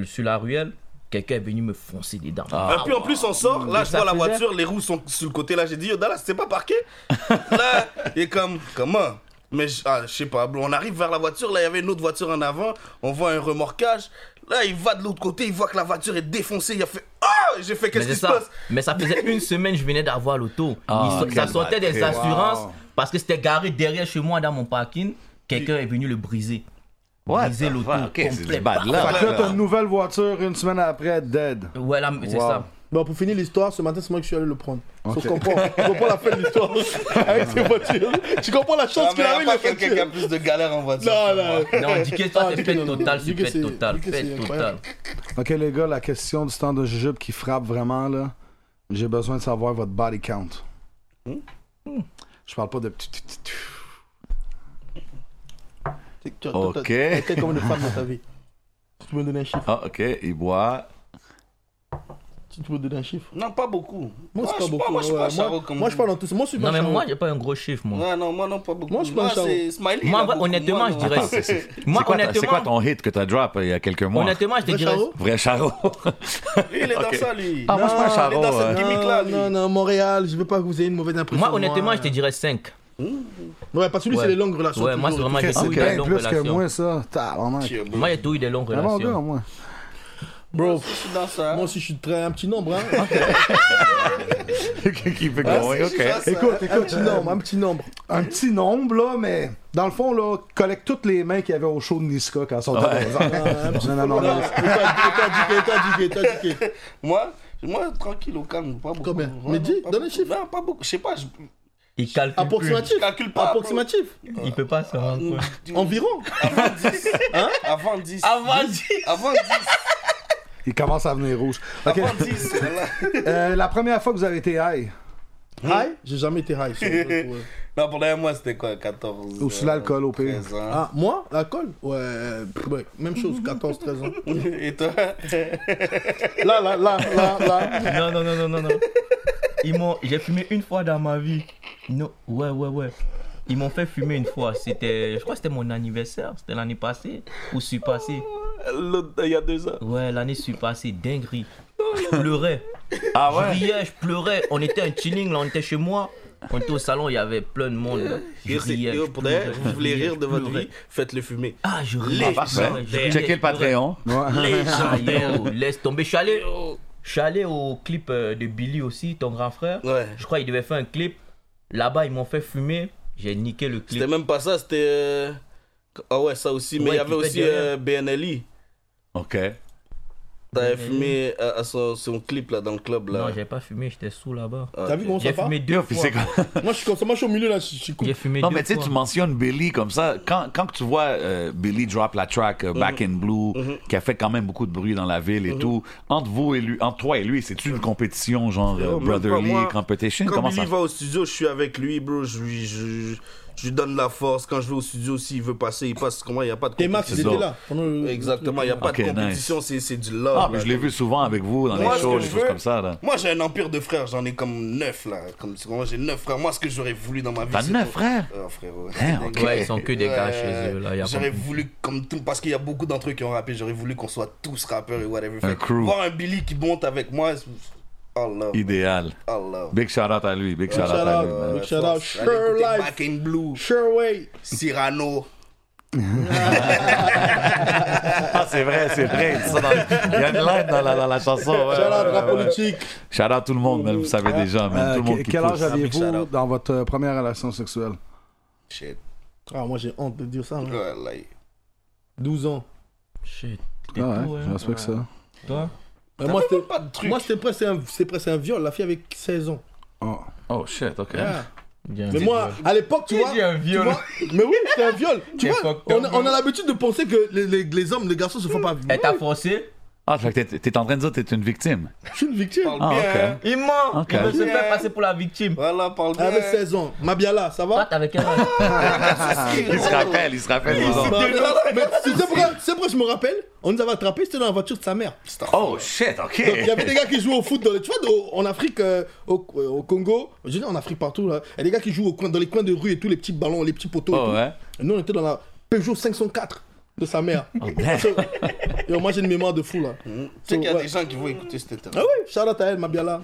Speaker 6: sur la ruelle. Quelqu'un est venu me foncer des dents.
Speaker 4: Et puis en plus on sort, là je
Speaker 6: Ça
Speaker 4: vois la
Speaker 6: faisait-
Speaker 4: voiture, les roues sont sur le côté là, j'ai dit yo Dallas c'est pas parqué Là, et comme, comment Mais je ah, je sais pas, bro, on arrive vers la voiture, là il y avait une autre voiture en avant, on voit un remorquage, là il va de l'autre côté, il voit que la voiture est défoncée, il a fait Ah J'ai fait
Speaker 6: Mais
Speaker 4: qu'est-ce qui
Speaker 6: c'est
Speaker 4: se
Speaker 6: ça.
Speaker 4: passe
Speaker 6: Mais ça faisait une semaine je venais d'avoir l'auto.
Speaker 3: Ah,
Speaker 6: Ils sont- ça
Speaker 3: quel
Speaker 6: sortait
Speaker 4: bah,
Speaker 6: des
Speaker 3: bâtard.
Speaker 6: assurances parce que c'était garé derrière chez moi dans mon parking. Quelqu'un est venu le briser.
Speaker 3: What
Speaker 6: briser
Speaker 3: the
Speaker 6: l'auto
Speaker 3: fuck? Ok, c'est du bad
Speaker 6: complètement.
Speaker 3: luck.
Speaker 2: Fait que là, t'as une nouvelle voiture une semaine après, dead.
Speaker 6: Ouais, là, c'est
Speaker 2: Wow.
Speaker 6: ça.
Speaker 7: Bon, pour finir l'histoire, ce matin, c'est moi que je suis allé le prendre.
Speaker 2: Ok.
Speaker 7: Tu comprends, tu comprends la fin de l'histoire avec ses voitures. Tu comprends la chance
Speaker 4: Ah, mais
Speaker 7: qu'il
Speaker 4: y a
Speaker 7: avait,
Speaker 4: pas
Speaker 7: la
Speaker 4: quelqu'un qui a plus de galère en voiture.
Speaker 7: Non,
Speaker 4: que
Speaker 7: non.
Speaker 4: moi.
Speaker 6: Non, dis que toi,
Speaker 7: Ah,
Speaker 6: t'es
Speaker 7: dis
Speaker 6: pète
Speaker 7: que non.
Speaker 6: totale,
Speaker 7: Dis
Speaker 6: tu
Speaker 7: que
Speaker 6: pètes
Speaker 7: c'est-
Speaker 6: totale,
Speaker 7: dis que c'est
Speaker 6: pète
Speaker 7: incroyable.
Speaker 6: totale.
Speaker 2: Ok, les gars, la question du temps de jujube qui frappe vraiment, là, j'ai besoin de savoir votre body count. Je parle pas de. petit- petit- petit- petit.
Speaker 7: Tu- tu-
Speaker 3: Ok.
Speaker 7: t'as- t'as- T'as combien de femmes dans ta vie Si tu peux me donner un chiffre,
Speaker 3: Ah, ok, il boit.
Speaker 7: si tu peux me donner un chiffre.
Speaker 4: Non, pas beaucoup.
Speaker 7: Moi, c'est
Speaker 4: Ah, je
Speaker 7: pas
Speaker 4: suis
Speaker 7: beaucoup.
Speaker 4: Moi, je suis
Speaker 7: ouais,
Speaker 4: pas
Speaker 7: Moi,
Speaker 4: Charo comme
Speaker 7: moi, je
Speaker 4: vous.
Speaker 7: parle en tout. Moi, je suis pas
Speaker 6: Non, mais
Speaker 7: Charo.
Speaker 6: moi, j'ai pas un gros chiffre, moi.
Speaker 4: Ouais, non, moi, non, pas beaucoup.
Speaker 7: Moi, je suis pas Charo.
Speaker 4: c'est Smiley.
Speaker 6: Moi,
Speaker 4: il a
Speaker 6: en vrai,
Speaker 4: beaucoup.
Speaker 6: honnêtement,
Speaker 4: Moi,
Speaker 6: je
Speaker 4: non.
Speaker 6: dirais-
Speaker 3: Attends, c'est- c'est-
Speaker 6: Moi,
Speaker 3: c'est quoi, ta-
Speaker 6: honnêtement-
Speaker 3: c'est quoi ton hit que t'as drop euh, il y a quelques mois?
Speaker 6: Honnêtement, je te
Speaker 7: Vrai
Speaker 6: dirais.
Speaker 7: Charo
Speaker 3: Vrai Charo.
Speaker 4: Lui, il est dans
Speaker 3: Ok.
Speaker 4: ça, lui.
Speaker 3: Ah, moi, je suis pas un
Speaker 4: il est dans
Speaker 3: Charo.
Speaker 4: cette
Speaker 3: hein.
Speaker 4: gimmick là, lui.
Speaker 7: Non, non, Montréal, je veux pas que vous ayez une mauvaise impression.
Speaker 6: Moi,
Speaker 7: de
Speaker 6: honnêtement, je te dirais 5.
Speaker 7: Ouais, parce que lui,
Speaker 6: Ouais.
Speaker 7: c'est les longues relations.
Speaker 6: Ouais, moi, c'est
Speaker 7: toujours.
Speaker 6: vraiment. J'ai
Speaker 2: C'est
Speaker 3: Ah
Speaker 6: tout eu
Speaker 3: ben,
Speaker 6: des
Speaker 2: bien
Speaker 6: longues
Speaker 2: plus que
Speaker 6: relations.
Speaker 2: moi, ça. T'as vraiment.
Speaker 4: Chier, bro.
Speaker 6: Moi, j'ai tout eu des longues
Speaker 2: Un bon gars,
Speaker 6: relations.
Speaker 2: moi.
Speaker 7: Bro,
Speaker 4: Je suis dans ça.
Speaker 7: moi aussi, je suis très un petit nombre, hein.
Speaker 3: Keep
Speaker 4: Ah,
Speaker 3: it going, ok.
Speaker 2: Écoute,
Speaker 7: Un
Speaker 2: écoute,
Speaker 7: petit nombre, un petit nombre.
Speaker 2: un petit nombre, là, mais dans le fond, là, collecte toutes les mains qu'il y avait au show de Niska quand ils sont
Speaker 7: Un petit
Speaker 2: Non, non, non,
Speaker 7: nombre.
Speaker 2: non.
Speaker 7: Et Toi, et toi, Dicky, et toi, Dicky, et toi, Dicky.
Speaker 4: Moi, moi, tranquille, au calme, pas beaucoup.
Speaker 7: Combien
Speaker 4: Ouais,
Speaker 7: Mais
Speaker 4: non,
Speaker 7: dis,
Speaker 4: pas
Speaker 7: donne un
Speaker 4: beaucoup.
Speaker 7: chiffre.
Speaker 4: Non, pas beaucoup. Je sais pas, je-
Speaker 6: Il
Speaker 2: Ah,
Speaker 6: calcule.
Speaker 7: Approximatif.
Speaker 4: Je calcule pas, bro.
Speaker 7: Approximatif.
Speaker 6: Il peut pas se rendre compte.
Speaker 4: du-
Speaker 7: Environ.
Speaker 4: Avant 10. Avant 10.
Speaker 6: Avant 10.
Speaker 4: Avant 10.
Speaker 2: Il commence à venir rouge. Ok.
Speaker 4: Avant 10. voilà.
Speaker 2: Euh, la première fois que vous avez été high,
Speaker 7: High J'ai jamais été high. sur le truc, ouais.
Speaker 4: Non, pour dernier mois, c'était quoi 14.
Speaker 2: Ou
Speaker 3: Euh,
Speaker 2: sous l'alcool, au pire.
Speaker 4: 13 ans.
Speaker 7: Ah, moi L'alcool Ouais, pff, ouais, même chose, 14, 13 ans.
Speaker 4: Et toi
Speaker 7: Là, là, là, là,
Speaker 6: Non,
Speaker 7: là.
Speaker 6: non, non, non, non, non. Ils m'ont. J'ai fumé une fois dans ma vie. Non. Ouais, ouais, ouais. Ils m'ont fait fumer une fois. C'était. Je crois que c'était mon anniversaire. C'était l'année passée. Ou surpassée.
Speaker 4: L'autre, il y a deux ans.
Speaker 6: Ouais, l'année surpassée. Dinguerie.
Speaker 4: Oh,
Speaker 6: Je pleurais.
Speaker 3: Ah
Speaker 6: Je
Speaker 3: ouais?
Speaker 6: riais, je pleurais. On était un chilling, là, on était chez moi. On était au salon, il y avait plein de monde. là. Je
Speaker 4: Yo, c'est-
Speaker 6: riais.
Speaker 4: yo,
Speaker 6: je
Speaker 4: pour d'ailleurs,
Speaker 6: pleurais,
Speaker 4: vous
Speaker 6: je
Speaker 4: voulez
Speaker 6: riais,
Speaker 4: rire
Speaker 6: je
Speaker 4: de votre
Speaker 6: pleurais.
Speaker 4: vie, faites-le fumer.
Speaker 6: Ah, je
Speaker 4: Les
Speaker 6: riais. je pleurais, je riais,
Speaker 3: Checker le
Speaker 6: je pleurais.
Speaker 3: Patreon.
Speaker 6: Ah, yo, laisse tomber. Je suis allé, je suis allé au clip euh, de Billy aussi, ton grand frère.
Speaker 4: Ouais.
Speaker 6: Je crois qu'il devait faire un clip. Là-bas, ils m'ont fait fumer. J'ai niqué le clip.
Speaker 4: C'était même pas ça, c'était. euh, Ah ouais, ça aussi, mais il
Speaker 6: Ouais,
Speaker 4: y avait
Speaker 6: qui pète
Speaker 4: aussi
Speaker 6: derrière.
Speaker 4: euh, BNLI.
Speaker 3: Ok.
Speaker 4: T'avais
Speaker 6: BNLE.
Speaker 4: fumé euh, à, à son, son clip là dans le club là.
Speaker 6: Non, j'ai pas fumé, j'étais sous là-bas.
Speaker 4: Ah,
Speaker 7: T'as vu
Speaker 4: ok.
Speaker 7: comment
Speaker 6: J'ai
Speaker 7: ça va
Speaker 6: fumé deux
Speaker 3: Yo, puis
Speaker 6: fois.
Speaker 3: c'est quoi?
Speaker 7: Moi, je suis comme ça, moi, je suis au milieu, là, je je suis cool.
Speaker 6: J'ai fumé
Speaker 3: Non,
Speaker 6: deux
Speaker 3: mais tu sais,
Speaker 6: fois.
Speaker 3: tu mentionnes Billy comme ça. Quand, quand que tu vois euh, Billy drop la track euh, Back in Blue, qui a fait quand même beaucoup de bruit dans la ville et tout, entre vous et lui, entre toi et lui, c'est-tu une compétition genre euh,
Speaker 4: Oh, même pas,
Speaker 3: brotherly
Speaker 4: moi,
Speaker 3: competition?
Speaker 4: Quand
Speaker 3: Comment
Speaker 4: Billy
Speaker 3: ça?
Speaker 4: va au studio, je suis avec lui, bro. Je lui, je, je lui donne la force. Quand je vais au studio, s'il veut passer, il passe. Comment il n'y a pas de
Speaker 7: Tes matchs, ils
Speaker 3: C'est
Speaker 7: étaient
Speaker 3: ça.
Speaker 7: là. pendant euh, le-
Speaker 4: Exactement, il n'y a pas
Speaker 3: Ok,
Speaker 4: de compétition, c'est- c'est du love.
Speaker 3: Ah,
Speaker 4: là.
Speaker 3: mais je l'ai vu souvent avec vous dans
Speaker 4: Moi,
Speaker 3: les
Speaker 4: ce
Speaker 3: shows,
Speaker 4: que
Speaker 3: des
Speaker 4: je
Speaker 3: choses
Speaker 4: veux-
Speaker 3: comme ça. là.
Speaker 4: Moi, j'ai un empire de frères, j'en ai comme neuf là. Comme, moi, j'ai neuf frères. Moi, ce que j'aurais voulu dans ma vie.
Speaker 3: T'as
Speaker 4: c'est
Speaker 3: neuf
Speaker 4: pour-
Speaker 3: frères
Speaker 4: Ah, frérot.
Speaker 3: Hein,
Speaker 4: C'est
Speaker 3: ok.
Speaker 4: dingue.
Speaker 6: Ouais, ils sont que des gars
Speaker 4: Ouais,
Speaker 6: chez eux. Là, y a
Speaker 4: J'aurais
Speaker 6: pas-
Speaker 4: voulu comme tout, parce qu'il y a beaucoup d'entre eux qui ont rappé, j'aurais voulu qu'on soit tous rappeurs et whatever.
Speaker 3: Un
Speaker 4: Fait que
Speaker 3: crew.
Speaker 4: Voir un Billy qui monte avec moi, c'est- oh love,
Speaker 3: Idéal.
Speaker 4: oh love.
Speaker 3: Big shout out à lui, big shout out
Speaker 7: shout
Speaker 3: à
Speaker 7: out.
Speaker 3: lui. man.
Speaker 7: Big
Speaker 4: Ouais,
Speaker 7: shout out,
Speaker 4: force. Allez
Speaker 7: Sure
Speaker 4: écouter
Speaker 7: Life.
Speaker 4: Back in Blue,
Speaker 7: Sherway.
Speaker 4: Cyrano.
Speaker 3: Ah, c'est vrai, c'est vrai. il dit ça dans le- Il y a une ligne dans la, dans la chanson. ouais,
Speaker 7: Shout out,
Speaker 3: ouais,
Speaker 7: rap
Speaker 3: ouais, ouais.
Speaker 7: politique.
Speaker 3: Shout out tout le monde, man, vous savez déjà, man,
Speaker 2: Euh,
Speaker 3: tout le monde
Speaker 2: que-
Speaker 3: qui
Speaker 2: quel
Speaker 3: pousse.
Speaker 2: âge
Speaker 4: Big
Speaker 2: aviez-vous
Speaker 4: shout-out.
Speaker 2: dans votre euh, première relation sexuelle
Speaker 4: Shit.
Speaker 7: Ah, moi, j'ai honte de dire ça. hein.
Speaker 4: Ouais, like.
Speaker 7: 12 ans.
Speaker 6: Shit.
Speaker 2: Ah
Speaker 6: t'es
Speaker 2: ouais,
Speaker 6: tout, hein. ouais.
Speaker 2: je respecte ça.
Speaker 6: Toi
Speaker 7: Mais Moi, c'était-
Speaker 4: Pas de truc.
Speaker 7: moi, c'était presque, un- c'est presque un viol. La fille avait 16 ans.
Speaker 2: Oh.
Speaker 3: Oh shit, ok.
Speaker 7: Ah.
Speaker 6: Bien.
Speaker 7: Mais moi, à l'époque, tu
Speaker 6: Qui
Speaker 7: vois.
Speaker 6: dit un
Speaker 7: tu
Speaker 6: viol
Speaker 7: vois- Mais oui, c'est un viol. Tu
Speaker 6: T'es
Speaker 7: vois,
Speaker 6: fucked
Speaker 7: on
Speaker 6: up,
Speaker 7: a,
Speaker 6: bro.
Speaker 7: on a l'habitude de penser que les, les- les hommes, les garçons se font pas violer.
Speaker 6: Elle t'a forcé
Speaker 3: Ah, fait que t'es- t'es en train de dire que t'es une victime.
Speaker 7: Je suis une victime.
Speaker 4: Parle
Speaker 3: Ah,
Speaker 4: bien.
Speaker 3: ok.
Speaker 4: hein.
Speaker 6: Il ment
Speaker 3: Ok.
Speaker 6: Il veut se faire passer pour la victime.
Speaker 4: Voilà, parle bien.
Speaker 7: Elle avait 16 ans. Mabiala, ça
Speaker 6: Toi,
Speaker 7: va
Speaker 6: t'avais quel âge
Speaker 3: Il se rappelle, Ah, il se rappelle.
Speaker 7: Bah,
Speaker 3: pardon.
Speaker 7: Mais tu sais pourquoi, tu sais pourquoi je me rappelle On nous avait attrapés, c'était dans la voiture de sa mère.
Speaker 3: Oh shit, ok.
Speaker 7: Donc, il y avait des gars qui jouaient au foot, dans les- tu vois, au- en Afrique, euh, au, euh, au Congo, je dis en Afrique partout, là, il y a des gars qui jouent au coin, dans les coins de rue et tous les petits ballons, les petits poteaux. et
Speaker 3: Oh,
Speaker 7: tout.
Speaker 3: ouais.
Speaker 7: Et nous, on était dans la Peugeot 504 de sa mère.
Speaker 6: Oh,
Speaker 3: merde.
Speaker 7: So, yo, moi, j'ai une mémoire de fou, là.
Speaker 4: Tu sais qu'il y a
Speaker 7: So, ouais.
Speaker 4: des gens qui vont écouter cette interview.
Speaker 7: Ah oui, shout out à elle, Mabiala.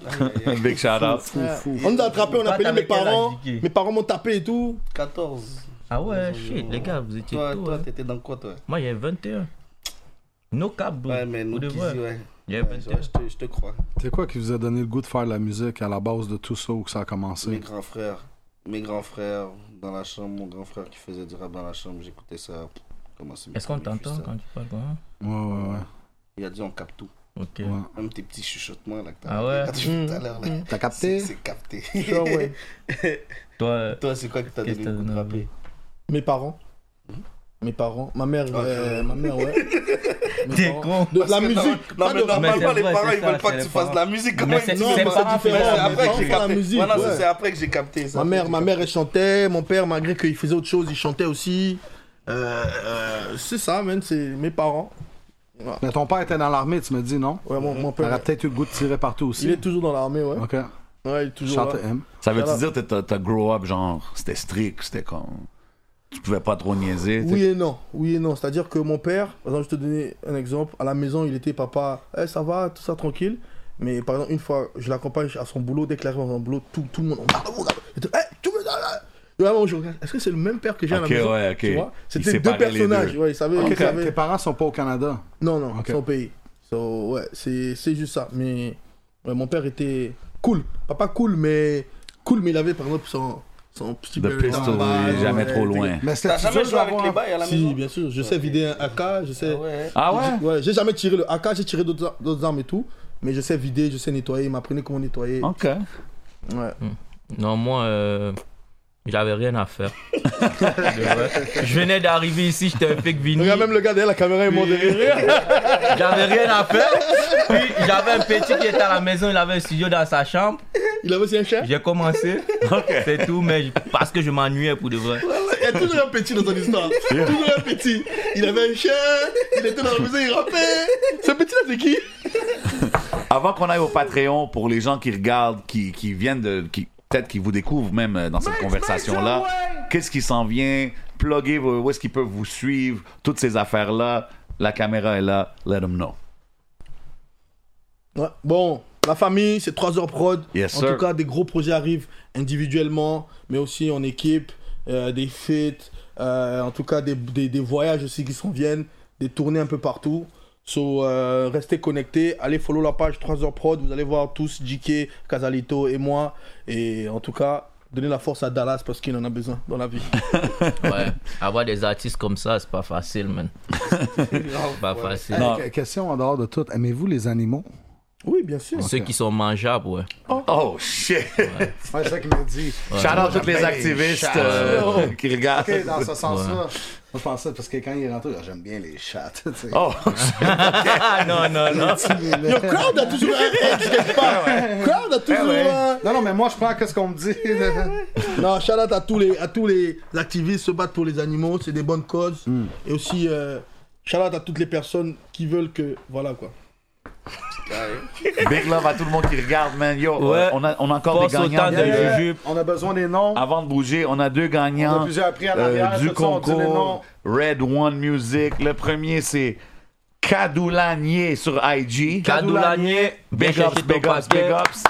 Speaker 3: Big shout out.
Speaker 7: Ouais. On nous a attrapés, on a
Speaker 6: Ah, Toi,
Speaker 7: appelé
Speaker 6: t'avais quel
Speaker 7: mes parents.
Speaker 6: âge, Dicky
Speaker 7: Mes parents m'ont tapé et tout.
Speaker 4: 14.
Speaker 6: Ah ouais, shit, les gars, vous étiez
Speaker 4: Toi,
Speaker 6: tout.
Speaker 4: toi,
Speaker 6: hein.
Speaker 4: t'étais dans quoi, toi
Speaker 6: Moi, j'ai 21. No cap, bro.
Speaker 4: Ouais, mais nous,
Speaker 6: Pour de
Speaker 4: Kizzy,
Speaker 6: vrai.
Speaker 4: ouais.
Speaker 6: J'ai
Speaker 4: Ouais, je
Speaker 6: 21.
Speaker 4: je te- je te crois.
Speaker 2: C'est quoi qui vous a donné le goût de faire de la musique à la base de tout ça où que ça a
Speaker 4: Mes
Speaker 2: commencé
Speaker 4: grands frères. Mes grands frères dans la chambre, mon grand frère qui faisait du rap dans la chambre, j'écoutais ça. Comment c'est
Speaker 6: Est-ce qu'on
Speaker 4: micro,
Speaker 6: t'entend
Speaker 4: juste ça?
Speaker 6: quand tu parles quoi
Speaker 2: Ouais, ouais, ouais.
Speaker 4: Il a dit on capte tout.
Speaker 6: Ok.
Speaker 4: Même tes petits chuchotements là que t'as
Speaker 6: Ah ouais?
Speaker 4: quand tu fais tout à l'heure là.
Speaker 2: T'as capté?
Speaker 4: C'est- C'est capté.
Speaker 7: Ah ouais.
Speaker 6: Toi, euh,
Speaker 4: Toi, c'est quoi que t'as
Speaker 6: qu'est-ce que
Speaker 4: donné
Speaker 6: t'as
Speaker 4: le coup de
Speaker 6: donné à
Speaker 4: rapper
Speaker 7: Mes parents. Mes parents. Ma mère, euh, ma mère, ouais. Mes
Speaker 6: T'es
Speaker 7: parents.
Speaker 6: con.
Speaker 7: De, la
Speaker 4: Parce que
Speaker 7: musique.
Speaker 4: Non,
Speaker 7: pas
Speaker 4: mais
Speaker 7: de rap.
Speaker 4: normalement,
Speaker 6: Mais c'est
Speaker 4: les
Speaker 6: vrai,
Speaker 4: parents,
Speaker 6: c'est
Speaker 4: ils
Speaker 6: ça,
Speaker 4: veulent pas
Speaker 6: chez
Speaker 4: que
Speaker 6: les
Speaker 4: tu fasses de la musique. Comment
Speaker 6: Mais
Speaker 4: ils
Speaker 6: c'est-
Speaker 4: disent
Speaker 7: Non,
Speaker 6: c'est pas
Speaker 7: mais c'est
Speaker 4: Mais
Speaker 7: différent.
Speaker 6: différent.
Speaker 7: mais
Speaker 4: c'est après
Speaker 7: non,
Speaker 4: que j'ai
Speaker 7: c'est la
Speaker 4: capté.
Speaker 7: musique,
Speaker 4: Ouais, non,
Speaker 7: ouais.
Speaker 4: c'est- c'est après que j'ai capté. ça.
Speaker 7: Ma mère, ma mère, elle chantait. Mon père, malgré qu'il faisait autre chose, il chantait aussi. Euh, euh, c'est ça, man. C'est mes parents.
Speaker 2: Mais ton père était dans l'armée, tu me dis, non?
Speaker 7: Ouais, mon, mon
Speaker 2: T'aurais
Speaker 7: père.
Speaker 2: peut-être eu le goût de tirer partout
Speaker 7: Il
Speaker 2: aussi.
Speaker 7: est toujours dans l'armée, ouais.
Speaker 2: Ok.
Speaker 7: Ouais, il est toujours
Speaker 2: Chante
Speaker 7: là.
Speaker 2: M.
Speaker 3: Ça veut-tu
Speaker 7: Voilà.
Speaker 3: dire que t'as- t'as grow up, genre, c'était strict, c'était comme. Tu pouvais pas trop niaiser. t'sais.
Speaker 7: Oui et non, oui et non. C'est-à-dire que mon père, par exemple, je te donnais un exemple, à la maison, il était papa, eh, ça va, tout ça tranquille. Mais par exemple, une fois, je l'accompagne à son boulot, dès qu'il arrive à son boulot, tout, tout le monde, on regarde, on regarde. Il dit, Eh, tu me donnes là Et vraiment, ah. je regarde, est-ce que c'est le même père que j'ai
Speaker 3: Ok,
Speaker 7: à la maison
Speaker 3: ouais, ok.
Speaker 7: Tu vois
Speaker 3: Il
Speaker 7: C'était deux
Speaker 3: séparait les
Speaker 7: personnages,
Speaker 3: deux.
Speaker 7: ouais, il savait,
Speaker 2: Ok,
Speaker 7: il savait.
Speaker 2: Tes parents sont pas au Canada.
Speaker 7: Non, non,
Speaker 2: Ok.
Speaker 7: ils sont payés. So, ouais, c'est c'est juste ça. Mais ouais, mon père était cool. Papa cool, mais cool, mais il avait par exemple son, son petit
Speaker 3: De
Speaker 7: béret
Speaker 3: pistol,
Speaker 7: en bas,
Speaker 3: jamais
Speaker 7: ouais,
Speaker 3: trop
Speaker 7: des-
Speaker 3: loin.
Speaker 2: Mais
Speaker 4: T'as
Speaker 2: c'était
Speaker 4: jamais joué avec les bails à la
Speaker 7: Si,
Speaker 4: maison
Speaker 7: bien sûr. Je sais vider un AK, je sais.
Speaker 4: Ouais.
Speaker 3: Ah
Speaker 7: J'ai- Ah Ouais, j'ai jamais tiré le AK, j'ai tiré d'autres ar- d'autres armes et tout. Mais je sais vider, je sais nettoyer, il m'apprenait comment nettoyer.
Speaker 3: Ok.
Speaker 7: Ouais.
Speaker 6: Non, moi, euh, j'avais rien à faire. De vrai. Je venais d'arriver ici, j'étais un fake vini.
Speaker 7: Regarde même le gars derrière la caméra, il m'a de rire.
Speaker 6: J'avais rien à faire. Puis j'avais un petit qui était à la maison, il avait un studio dans sa chambre.
Speaker 7: Il avait aussi un chien.
Speaker 6: J'ai commencé, c'est tout, mais je- parce que je m'ennuyais pour de vrai.
Speaker 7: Ah Il y a toujours un petit dans son histoire. Toujours un petit. Il avait un chien, il était dans la maison, il rappait. Ce petit-là, c'est qui
Speaker 3: Avant qu'on aille au Patreon, pour les gens qui regardent, qui, qui viennent de. Qui, Peut-être qu'ils vous découvrent même euh, dans cette conversation-là. Qu'est-ce qui s'en vient? Pluguez vos- où est-ce qu'ils peuvent vous suivre? Toutes ces affaires-là. La caméra est là. Let them know.
Speaker 7: Ouais. Bon, la famille, c'est 3 heures prod.
Speaker 3: Yes,
Speaker 7: en
Speaker 3: sir.
Speaker 7: tout cas, des gros projets arrivent individuellement, mais aussi en équipe, euh, des fêtes, euh, en tout cas des, des- des voyages aussi qui s'en viennent, des tournées un peu partout. So, euh, restez connectés, allez follow la page 3 heures prod, vous allez voir tous JK, Casalito et moi. Et en tout cas, donnez la force à Dallas parce qu'il en a besoin dans la vie.
Speaker 6: Ouais. Avoir des artistes comme ça, c'est pas facile, man. C'est pas facile.
Speaker 3: Non.
Speaker 2: Qu- Question en dehors de tout. Aimez-vous les animaux?
Speaker 7: Oui, bien sûr.
Speaker 6: Ceux qui sont mangeables, ouais.
Speaker 3: Oh shit!
Speaker 2: Ouais, c'est ça qu'il m'a dit.
Speaker 3: Shout out toutes les activistes euh, qui regardent.
Speaker 2: Ok, dans ce sens-là. Moi, je pensais, parce que quand il est rentré, j'aime bien les chats. tu sais.
Speaker 3: Oh!
Speaker 6: Ah non, non, non.
Speaker 7: Le crowd a toujours un edge quelque part. Crowd a toujours un-
Speaker 2: Non, non, mais moi, je prends qu'est-ce qu'on me dit.
Speaker 7: Non, shout out à tous les, à tous les activistes se battent pour les animaux, c'est des bonnes causes. Et aussi, euh, shout out à toutes les personnes qui veulent que. Voilà quoi.
Speaker 3: Big love à tout le monde qui regarde, man. Yo,
Speaker 6: Ouais.
Speaker 3: euh, on, a, on a encore
Speaker 6: Force
Speaker 3: des
Speaker 6: au
Speaker 3: gagnants.
Speaker 6: temps
Speaker 3: de-
Speaker 6: de Juju.
Speaker 2: On a besoin des noms.
Speaker 3: Avant de bouger, on a deux
Speaker 2: On
Speaker 3: gagnants
Speaker 2: a plusieurs prix en arrière,
Speaker 3: Ah. Euh, du
Speaker 2: tout ça, on dit les
Speaker 3: concours Red One Music. Le premier, c'est Cadoulanier sur IG.
Speaker 6: Cadoulanier,
Speaker 3: Big ups, big ups, big ups.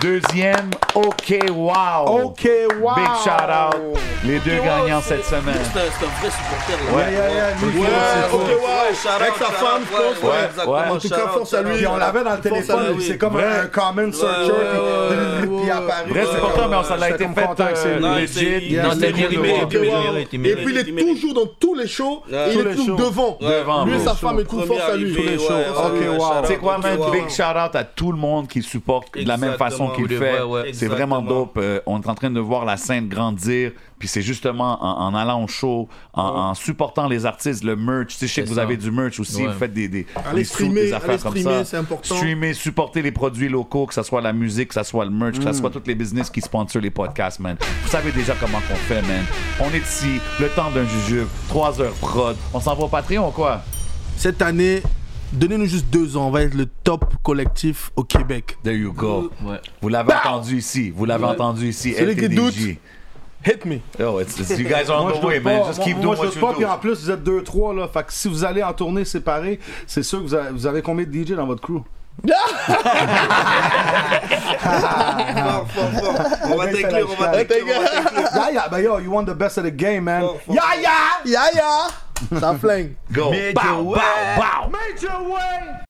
Speaker 3: Deuxième, OK Wow.
Speaker 2: OK, wow!
Speaker 3: Big shout out. Les deux gagnants cette semaine.
Speaker 4: C'est un c'est un vrai supporter là.
Speaker 2: Yeah,
Speaker 3: Ouais.
Speaker 2: yeah, yeah, lui,
Speaker 4: Ouais,
Speaker 2: c'est-
Speaker 4: ok, ouais, shout out,
Speaker 7: Avec sa
Speaker 4: shout out,
Speaker 7: femme,
Speaker 4: ouais,
Speaker 7: je pense,
Speaker 4: ouais,
Speaker 7: ouais.
Speaker 4: exactement,
Speaker 3: Ouais.
Speaker 7: En tout
Speaker 4: shout
Speaker 7: cas,
Speaker 4: out,
Speaker 7: force à
Speaker 4: shout
Speaker 7: lui.
Speaker 2: Puis
Speaker 4: out.
Speaker 2: on l'avait dans le téléphone,
Speaker 4: oui.
Speaker 2: c'est comme
Speaker 3: Vrai.
Speaker 2: un, un comment searcher,
Speaker 4: ouais,
Speaker 2: puis- puis il apparaît.
Speaker 3: Vrai, c'est pas toi, mais on s'en a
Speaker 2: j'étais
Speaker 3: été
Speaker 2: comme
Speaker 3: fait
Speaker 2: content que c'est
Speaker 3: euh,
Speaker 2: lui.
Speaker 4: Non,
Speaker 3: legit.
Speaker 4: c'est-
Speaker 6: Non, c'est
Speaker 7: Il
Speaker 6: mérité, mérité,
Speaker 7: mérite, il mérite.
Speaker 6: mérité, mérité.
Speaker 7: Et puis il est
Speaker 4: Il mérite.
Speaker 7: toujours dans tous les shows,
Speaker 4: Ouais.
Speaker 7: il
Speaker 4: Tous
Speaker 7: est
Speaker 2: les
Speaker 7: toujours
Speaker 2: shows.
Speaker 7: devant.
Speaker 3: Devant,
Speaker 7: Lui et
Speaker 3: bro.
Speaker 7: sa femme et tout,
Speaker 4: Premier
Speaker 7: force à lui.
Speaker 4: arrivé, ouais, ouais,
Speaker 2: Ok,
Speaker 4: Ah, ouais,
Speaker 2: wow.
Speaker 4: shout out,
Speaker 3: C'est quoi,
Speaker 4: ok,
Speaker 3: man?
Speaker 4: wow.
Speaker 3: Big shout out à tout le monde qui supporte de la même
Speaker 4: Exactement.
Speaker 3: façon qu'il
Speaker 4: Pour
Speaker 6: de
Speaker 3: fait.
Speaker 6: vrai, ouais.
Speaker 3: C'est vraiment
Speaker 4: Exactement.
Speaker 3: dope. Euh, on est en train de voir la scène grandir. Puis c'est justement en, en allant au show, en,
Speaker 4: Mm-hmm.
Speaker 3: en supportant les artistes, le merch. Tu sais, je sais que
Speaker 6: C'est
Speaker 3: vous
Speaker 6: ça.
Speaker 3: avez du merch aussi.
Speaker 6: Ouais.
Speaker 3: Vous faites des, des,
Speaker 7: Allez
Speaker 3: des sous,
Speaker 7: streamer,
Speaker 3: des affaires
Speaker 7: allez
Speaker 3: comme
Speaker 7: streamer,
Speaker 3: ça.
Speaker 7: c'est important.
Speaker 3: Streamer, supporter les produits locaux, que ce soit la musique, que ce soit le merch,
Speaker 4: Mm.
Speaker 3: que ce soit tous les business qui sponsorent les podcasts, man. Vous savez déjà comment qu'on fait, man. On est ici, le temps d'un jujube, 3 heures prod. On s'en va au Patreon, quoi?
Speaker 7: Cette année, donnez-nous juste deux ans, on va être le top collectif au Québec.
Speaker 3: There you go.
Speaker 6: Ouais.
Speaker 3: Vous l'avez
Speaker 2: Bah!
Speaker 3: entendu ici. Vous l'avez entendu ici.
Speaker 7: Celui qui
Speaker 3: LTDJ.
Speaker 7: Hit me.
Speaker 3: Yo, Oh, it's, it's- you guys are on
Speaker 2: Moi, je
Speaker 3: the way,
Speaker 2: doute pas.
Speaker 3: man. Just
Speaker 2: Moi,
Speaker 3: keep
Speaker 2: moi,
Speaker 3: doing
Speaker 2: je
Speaker 3: what
Speaker 2: doute
Speaker 3: you
Speaker 2: pas.
Speaker 3: do.
Speaker 2: Puis en plus, vous êtes 2-3, là. Fait que si vous allez en tournée séparée, c'est sûr que vous avez, vous avez combien de DJ dans votre crew?
Speaker 4: Fort, fort, fort. On va t'inclure, on va t'inclure, on va t'inclure.
Speaker 2: yeah, yeah, but yo, you won the best of the game, man.
Speaker 4: Fort, fort.
Speaker 7: Ya ya! Ya ya! Ça flingue.
Speaker 3: Go. Bow, bow, bow.